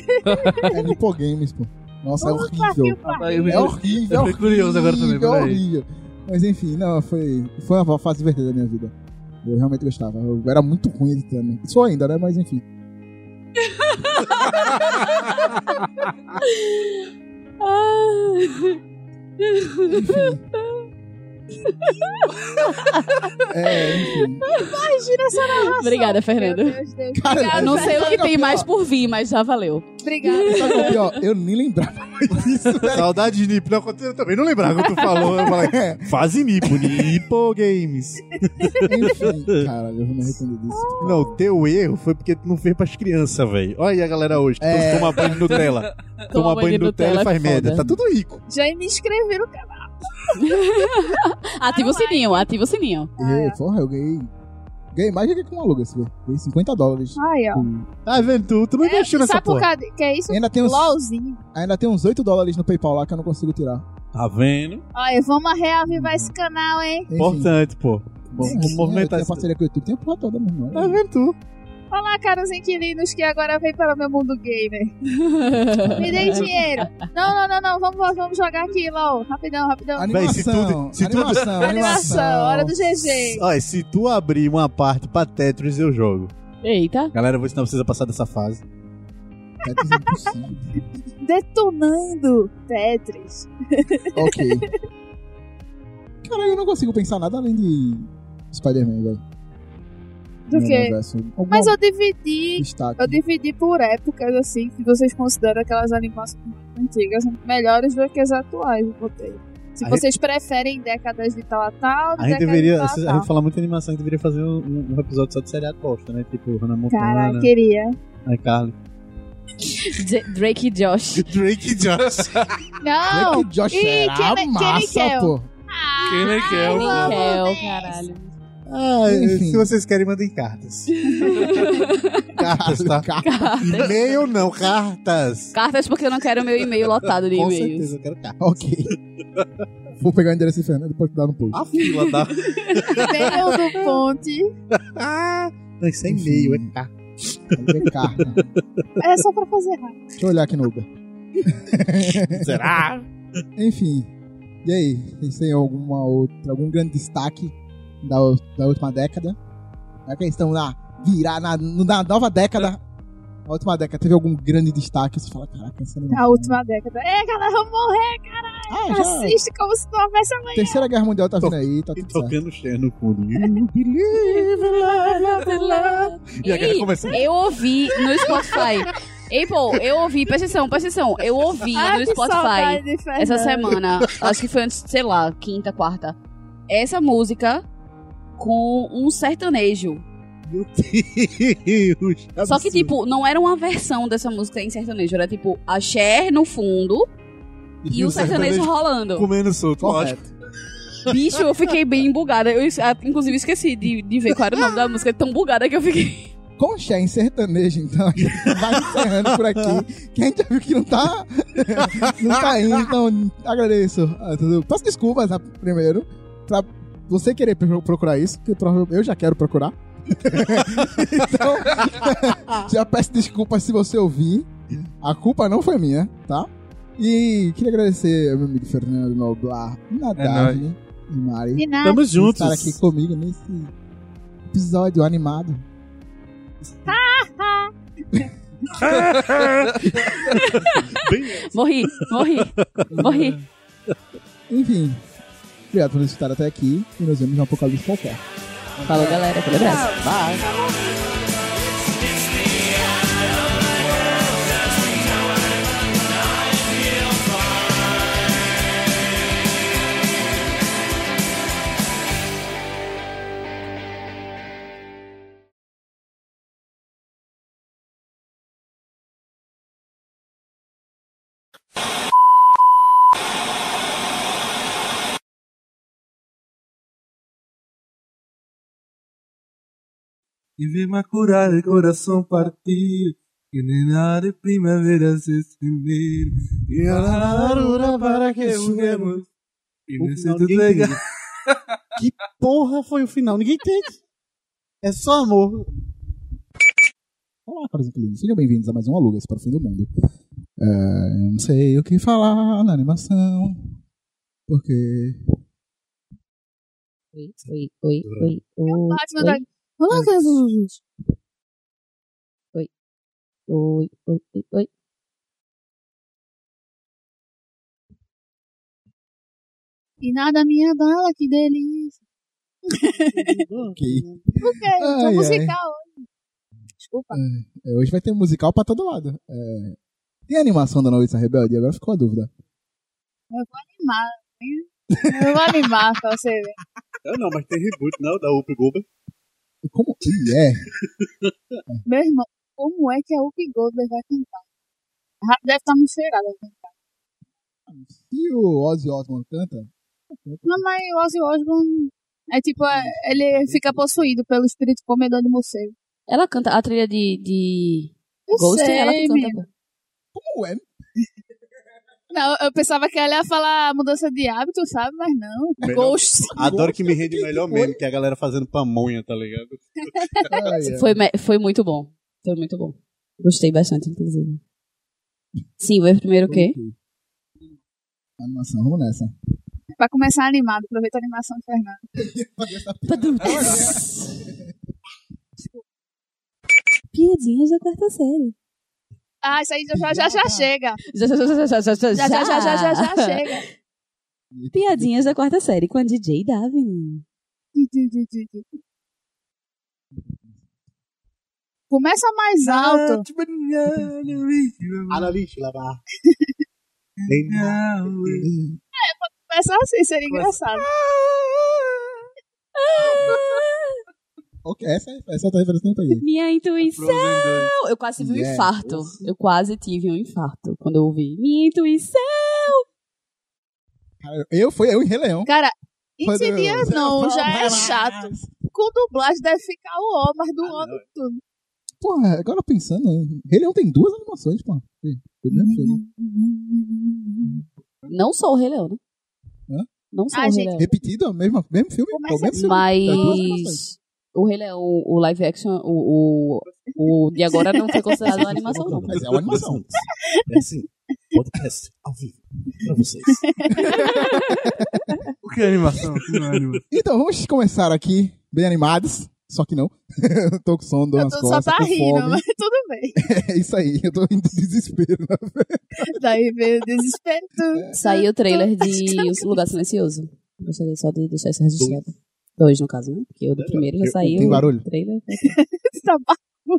Speaker 1: É Nipo Games, pô. Nossa, é
Speaker 5: Puta que
Speaker 1: horrível.
Speaker 5: pariu.
Speaker 1: É horrível.
Speaker 2: Eu fiquei curioso agora também,
Speaker 1: horrível,
Speaker 2: peraí.
Speaker 1: horrível. Mas enfim, não, foi, foi uma fase divertida da minha vida. Eu realmente gostava. Eu era muito ruim editando. Sou ainda, né? Mas enfim.
Speaker 3: Ah!
Speaker 1: É, enfim.
Speaker 5: Imagina essa narração.
Speaker 3: Obrigada, Fernando.
Speaker 5: Meu Deus, Deus.
Speaker 1: Cara,
Speaker 5: Obrigada,
Speaker 3: Eu não sei o
Speaker 1: Sabe
Speaker 3: que
Speaker 1: qual é
Speaker 3: tem
Speaker 1: o
Speaker 3: mais
Speaker 1: pior?
Speaker 3: por vir, mas já valeu.
Speaker 5: Obrigada.
Speaker 1: Sabe qual é o pior? Eu nem lembrava mais disso, velho.
Speaker 4: Saudades de Nipo. Não, eu também não lembrava que tu falou. Eu falei,
Speaker 1: É,
Speaker 4: Fase Nipo, Nipo Games.
Speaker 1: enfim, caralho, eu vou me arrepender disso.
Speaker 4: Não, teu erro foi porque tu não fez pras crianças, velho. Olha aí a galera hoje.
Speaker 1: É.
Speaker 4: Toma banho de Nutella. Toma, banho de Nutella, e faz
Speaker 3: foda.
Speaker 4: merda. Tá tudo rico.
Speaker 5: Já me inscreveram no canal.
Speaker 3: Ativa o sininho, ativa o sininho.
Speaker 1: E, É, porra, eu ganhei. Ganhei mais do que com uma aluga, assim, velho. Ganhei 50 dólares.
Speaker 5: Ai, ó.
Speaker 4: Tá vendo? Tu, tu não investiu nessa
Speaker 5: É, Sabe por
Speaker 4: porra.
Speaker 5: causa de- que é isso?
Speaker 1: Ainda tem, uns,
Speaker 5: LOLzinho.
Speaker 1: ainda tem uns 8 dólares no PayPal lá que eu não consigo tirar.
Speaker 8: Tá vendo?
Speaker 5: Olha, vamos reavivar esse canal, hein?
Speaker 1: Enfim,
Speaker 4: Importante, pô.
Speaker 1: bom,
Speaker 4: vamos
Speaker 1: sim,
Speaker 4: movimentar
Speaker 1: eu tenho
Speaker 4: isso.
Speaker 1: parceria com o YouTube, tem a porra toda mesmo. né?
Speaker 4: Tá vendo tu?
Speaker 5: Olá, caros inquilinos que agora vem para o meu mundo gamer. Me dê dinheiro. Não, não, não, não. Vamos, vamos jogar aqui, LOL. Rapidão, rapidão.
Speaker 1: Animação,
Speaker 4: se tudo- se tudo-
Speaker 1: animação,
Speaker 5: <laughs> Animação, hora do GG.
Speaker 4: Olha, se tu abrir uma parte pra Tetris, eu jogo.
Speaker 3: Eita.
Speaker 4: Galera, eu vou ensinar vocês a passar dessa fase.
Speaker 1: Tetris é impossível.
Speaker 5: Detonando Tetris.
Speaker 1: ok. Caralho, eu não consigo pensar nada além de Spider-Man, velho.
Speaker 5: Do
Speaker 1: Meu
Speaker 5: quê?
Speaker 1: universo. Algum
Speaker 5: Mas eu dividi.
Speaker 1: destaque.
Speaker 5: Eu dividi por épocas, assim, que vocês consideram aquelas animações antigas melhores do que as atuais, eu botei. Se
Speaker 4: A
Speaker 5: vocês preferem décadas de tal a tal,
Speaker 4: A
Speaker 5: décadas
Speaker 4: gente deveria.
Speaker 5: de
Speaker 4: A
Speaker 5: tal a
Speaker 4: gente
Speaker 5: tal.
Speaker 4: fala muito de animação, a gente deveria fazer um, um episódio só de seriado bosta, né? Tipo Hannah
Speaker 5: Cara,
Speaker 4: Montana,
Speaker 5: queria.
Speaker 6: <laughs>
Speaker 4: Ai, Carly.
Speaker 3: D- Drake e
Speaker 4: <laughs>
Speaker 3: Josh.
Speaker 4: Drake Josh.
Speaker 5: Não!
Speaker 1: Drake é Josh
Speaker 5: Ih,
Speaker 1: era
Speaker 5: Kenny- Kenny
Speaker 1: massa,
Speaker 5: Kell.
Speaker 1: pô.
Speaker 2: Quem nem
Speaker 8: é
Speaker 2: quer,
Speaker 5: eu amo
Speaker 3: Michael,
Speaker 5: esse.
Speaker 3: caralho.
Speaker 4: Ah,
Speaker 1: Enfim.
Speaker 4: se vocês querem, mandem cartas. cartas, tá? E-mail não, cartas.
Speaker 3: Cartas porque eu não quero meu e-mail lotado de
Speaker 4: Com
Speaker 3: e-mails.
Speaker 4: certeza, eu quero cartas.
Speaker 1: Ok. Vou pegar o endereço de Fernando e pode dar no post.
Speaker 4: A fila, tá?
Speaker 5: Meio do Ponte.
Speaker 4: Ah, não, isso é e-mail, é carta.
Speaker 1: Aí tem carta.
Speaker 5: É só pra fazer rápido.
Speaker 1: Deixa eu olhar aqui no Uber.
Speaker 4: <laughs> Será?
Speaker 1: Enfim. E aí? Vocês têm alguma outra, algum grande destaque da, u- da última década? É que estão na virar na, na nova década. A última década teve algum grande destaque? Você fala, caraca, essa animação.
Speaker 5: A última década. É, galera, vamos morrer,
Speaker 1: Ah, já.
Speaker 5: assiste como se não houvesse amanhã.
Speaker 1: Terceira Guerra Mundial tá vindo aí, tá
Speaker 4: E
Speaker 1: tudo certo.
Speaker 4: tocando cheio no fundo.
Speaker 6: né?
Speaker 4: <laughs> You believe in love, love, love. E a galera
Speaker 3: Ei,
Speaker 4: começa.
Speaker 3: eu ouvi no Spotify. Ei, pô, eu ouvi, presta atenção, presta atenção. Eu ouvi
Speaker 5: Ai,
Speaker 3: no
Speaker 5: que
Speaker 3: Spotify
Speaker 5: saudade de Fernando.
Speaker 3: essa semana, acho que foi antes, sei lá, quinta, quarta. Essa música com um sertanejo.
Speaker 4: Meu Deus.
Speaker 3: Só que,
Speaker 4: É absurdo.
Speaker 3: tipo, não era uma versão dessa música em sertanejo. Era, tipo, a Cher no fundo <laughs> e, o sertanejo, rolando.
Speaker 4: comendo solto, lógico.
Speaker 1: Correto.
Speaker 3: Bicho, eu fiquei bem bugada. Eu, es- ah, inclusive, esqueci de, de ver qual era o nome da música. Tão bugada que eu fiquei.
Speaker 1: Com Xé é em sertanejo, então, <laughs> a gente vai encerrando por aqui. Quem já viu que não tá, não tá indo, então agradeço. a tudo. Peço desculpas a- primeiro, pra você querer pro- procurar isso, porque prova- eu já quero procurar. <laughs> então, <laughs> já peço desculpas se você ouvir. A culpa não foi minha, tá? E queria agradecer ao meu amigo Fernando Noblar, a Daphne e Mari
Speaker 5: De nada.
Speaker 4: Tamo
Speaker 1: por
Speaker 4: juntos.
Speaker 1: estar aqui comigo nesse episódio animado.
Speaker 3: Morri, morri, morri.
Speaker 1: Enfim, obrigado por nos escutar até aqui e nos vemos no Apocalipse qualquer.
Speaker 3: Falou, galera. Até breve.
Speaker 8: Y veme a curar el corazón partido. Que nena de primavera se estender. Y a la larura para que juguemos. Y
Speaker 4: O final
Speaker 8: necesito
Speaker 4: ninguém
Speaker 8: pegar.
Speaker 4: entende. é Que porra foi o final? Ninguém entende. É só amor.
Speaker 1: Olá, caros inquilinos. Sejam bem-vindos a mais um Alugas para o Fim do Mundo. É, eu não sei o que falar na animação, porque...
Speaker 3: Oi, oi, oi, oi, oi,
Speaker 5: Ótimo, da... Olá, Jesus.
Speaker 3: oi, oi, oi, oi.
Speaker 5: E nada me abala, que delícia.
Speaker 1: Ok.
Speaker 5: Por quê?
Speaker 1: Ai,
Speaker 5: Tô
Speaker 1: ai.
Speaker 5: então, musical hoje. Desculpa.
Speaker 1: É, hoje vai ter musical pra todo lado. É, Tem animação da Noviça Rebelde? Agora ficou a dúvida.
Speaker 5: Animar. hein? Eu vou animar pra você ver.
Speaker 6: Eu Ah, não, mas tem reboot, não, da Up Goldberg.
Speaker 1: Como que é?
Speaker 5: Meu irmão, como é que a Uki Goldberg vai cantar? A Rafa deve estar muito cheirada. né?
Speaker 1: Se o Ozzy Osbourne canta,
Speaker 5: Não, mas o Ozzy Osbourne é tipo, é- ele fica possuído pelo espírito comedor de morcego.
Speaker 3: Ela canta a trilha de, de
Speaker 5: Eu
Speaker 3: Ghost,
Speaker 5: sei,
Speaker 3: é ela que
Speaker 5: menino.
Speaker 3: canta.
Speaker 1: como é?
Speaker 5: Não, eu pensava que ela ia falar mudança de hábito, sabe? Mas não.
Speaker 6: Melhor-
Speaker 5: Ghost.
Speaker 6: Adoro que me rende
Speaker 1: que
Speaker 6: melhor
Speaker 1: foi?
Speaker 6: mesmo, que é a galera fazendo pamonha, tá ligado?
Speaker 1: Ai, é ai.
Speaker 3: Foi, me- foi muito bom. Foi muito bom. Gostei bastante, inclusive. Sim, vai primeiro o quê?
Speaker 1: Animação, vamos nessa.
Speaker 5: Pra começar animado, aproveita a animação do Fernando.
Speaker 3: Piadinhas da quarta série.
Speaker 5: Ah, isso aí já, já, já, já chega.
Speaker 3: Já, já, já, já, já, já,
Speaker 5: Já, já, já, já, já, já <laughs> chega.
Speaker 3: Piadinhas da quarta série com a DJ Davin.
Speaker 5: Começa mais alto.
Speaker 6: Analise, lavar. Tem
Speaker 5: Começa assim, seria engraçado.
Speaker 1: Ok, essa, é, essa outra referência não peguei.
Speaker 5: tá
Speaker 3: Minha intuição.
Speaker 1: é
Speaker 3: Eu quase tive um
Speaker 1: Yeah.
Speaker 3: infarto. Eu quase tive um infarto quando eu ouvi. Minha intuição.
Speaker 1: Cara, eu fui eu em Rei Leão.
Speaker 5: Cara,
Speaker 1: Quando eu-
Speaker 5: incidia não, já é chato. Com dublagem deve ficar o O, mas do O não é tudo.
Speaker 1: Porra, agora pensando, hein? Rei Leão tem duas animações, pô. Sim, do mesmo filme.
Speaker 3: Não sou o Rei Leão, né?
Speaker 1: Hã?
Speaker 3: Não sou o
Speaker 5: Ah,
Speaker 3: Rei
Speaker 5: gente.
Speaker 3: Leão.
Speaker 1: Repetido, mesmo, mesmo filme.
Speaker 5: Começa
Speaker 1: pô, mesmo filme. Tá duas animações.
Speaker 3: Mas o Rei Leão, o live action, o, o, o de agora não foi considerado uma animação,
Speaker 1: <laughs>
Speaker 3: não.
Speaker 1: Mas é uma animação.
Speaker 6: É assim, podcast ao vivo pra vocês.
Speaker 2: O que é animação? O que não é animação?
Speaker 1: Então, vamos começar aqui, bem animados. Só que não. <laughs> eu tô com sono, dor
Speaker 5: Eu
Speaker 1: nas
Speaker 5: tô, só
Speaker 1: costas,
Speaker 5: tá
Speaker 1: com
Speaker 5: rindo,
Speaker 1: fome.
Speaker 5: mas tudo bem.
Speaker 1: <laughs> É isso aí, eu tô em desespero.
Speaker 5: <laughs> Daí veio o desespero.
Speaker 3: Saiu o trailer de O Lugar Silencioso. Gostaria só de deixar isso registrado. Dois, no caso, né? Porque o do primeiro já saiu.
Speaker 1: É, Tem barulho?
Speaker 3: O trailer.
Speaker 5: Tá bom.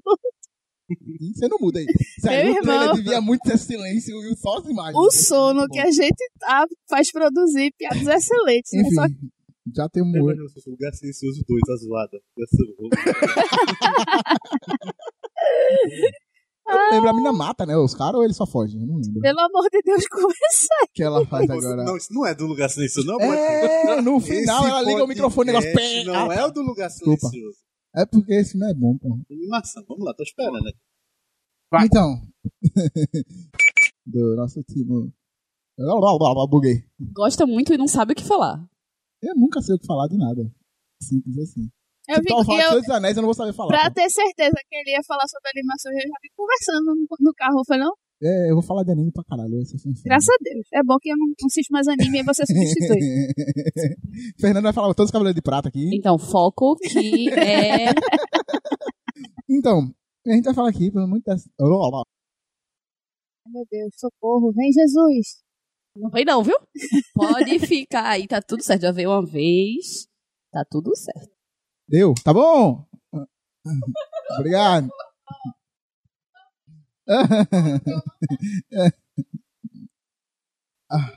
Speaker 1: Ih, Você não muda aí.
Speaker 5: Meu
Speaker 1: Sério, o trailer
Speaker 5: irmão.
Speaker 1: devia muito ter silêncio e só as imagens.
Speaker 5: O sono que a gente tá faz produzir piadas excelentes. né? Só que
Speaker 1: Enfim, já tem um
Speaker 6: Mas
Speaker 1: olho.
Speaker 6: não, se o lugar silencioso tá 2, a zoada. Essa eu vou-
Speaker 1: Eu não lembro, a mina mata, né? Os caras ou ele só foge? Eu não lembro.
Speaker 5: pelo amor de Deus, <laughs> começa aí.
Speaker 1: O que ela faz
Speaker 6: Você-
Speaker 1: agora?
Speaker 6: <laughs> Não, isso não é do lugar silencioso, não, mas-
Speaker 1: É, no
Speaker 6: Esse
Speaker 1: final ela liga o
Speaker 6: podcast
Speaker 1: microfone e o negócio. pé. Ah, tá.
Speaker 6: Não é o do lugar
Speaker 1: Desculpa.
Speaker 6: silencioso.
Speaker 1: É porque esse não é bom, pô.
Speaker 6: Animação, vamos lá, tô esperando. né?
Speaker 2: Vai.
Speaker 1: Então. <laughs> Do nosso time. <laughs> Blá, blá, blá, blá, buguei.
Speaker 3: Gosta muito e não sabe o que falar.
Speaker 1: Eu nunca sei o que falar de nada. Simples assim.
Speaker 5: Eu
Speaker 1: Se tal
Speaker 5: vi,
Speaker 1: falar de
Speaker 5: eu,
Speaker 1: Senhor dos Anéis, eu não vou saber falar.
Speaker 5: pra
Speaker 1: pô.
Speaker 5: ter certeza que ele ia falar sobre animação, eu já vim conversando no, no carro. Eu falei, não,
Speaker 1: É, eu vou falar de anime pra caralho. Esse é
Speaker 5: graças a Deus. É bom que eu não assisto mais anime e você é substitui.
Speaker 1: <laughs> Fernando vai falar todos os cabelos de prata aqui.
Speaker 3: Então, foco que é.
Speaker 1: Então, a gente vai falar aqui por muitas. Blá, blá, blá.
Speaker 5: Meu Deus, socorro, vem Jesus.
Speaker 3: Não vem, não, viu? Pode ficar aí, tá tudo certo. Já veio uma vez. Tá tudo certo.
Speaker 1: Deu, tá bom? <laughs> Obrigado. <laughs>
Speaker 6: Ah,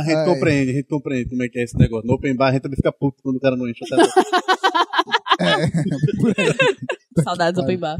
Speaker 6: a gente
Speaker 1: Ai.
Speaker 6: compreende, a gente compreende como é que é esse negócio. No open bar, a gente também fica puto quando o cara não enche a tela.
Speaker 3: Saudades do Open Bar.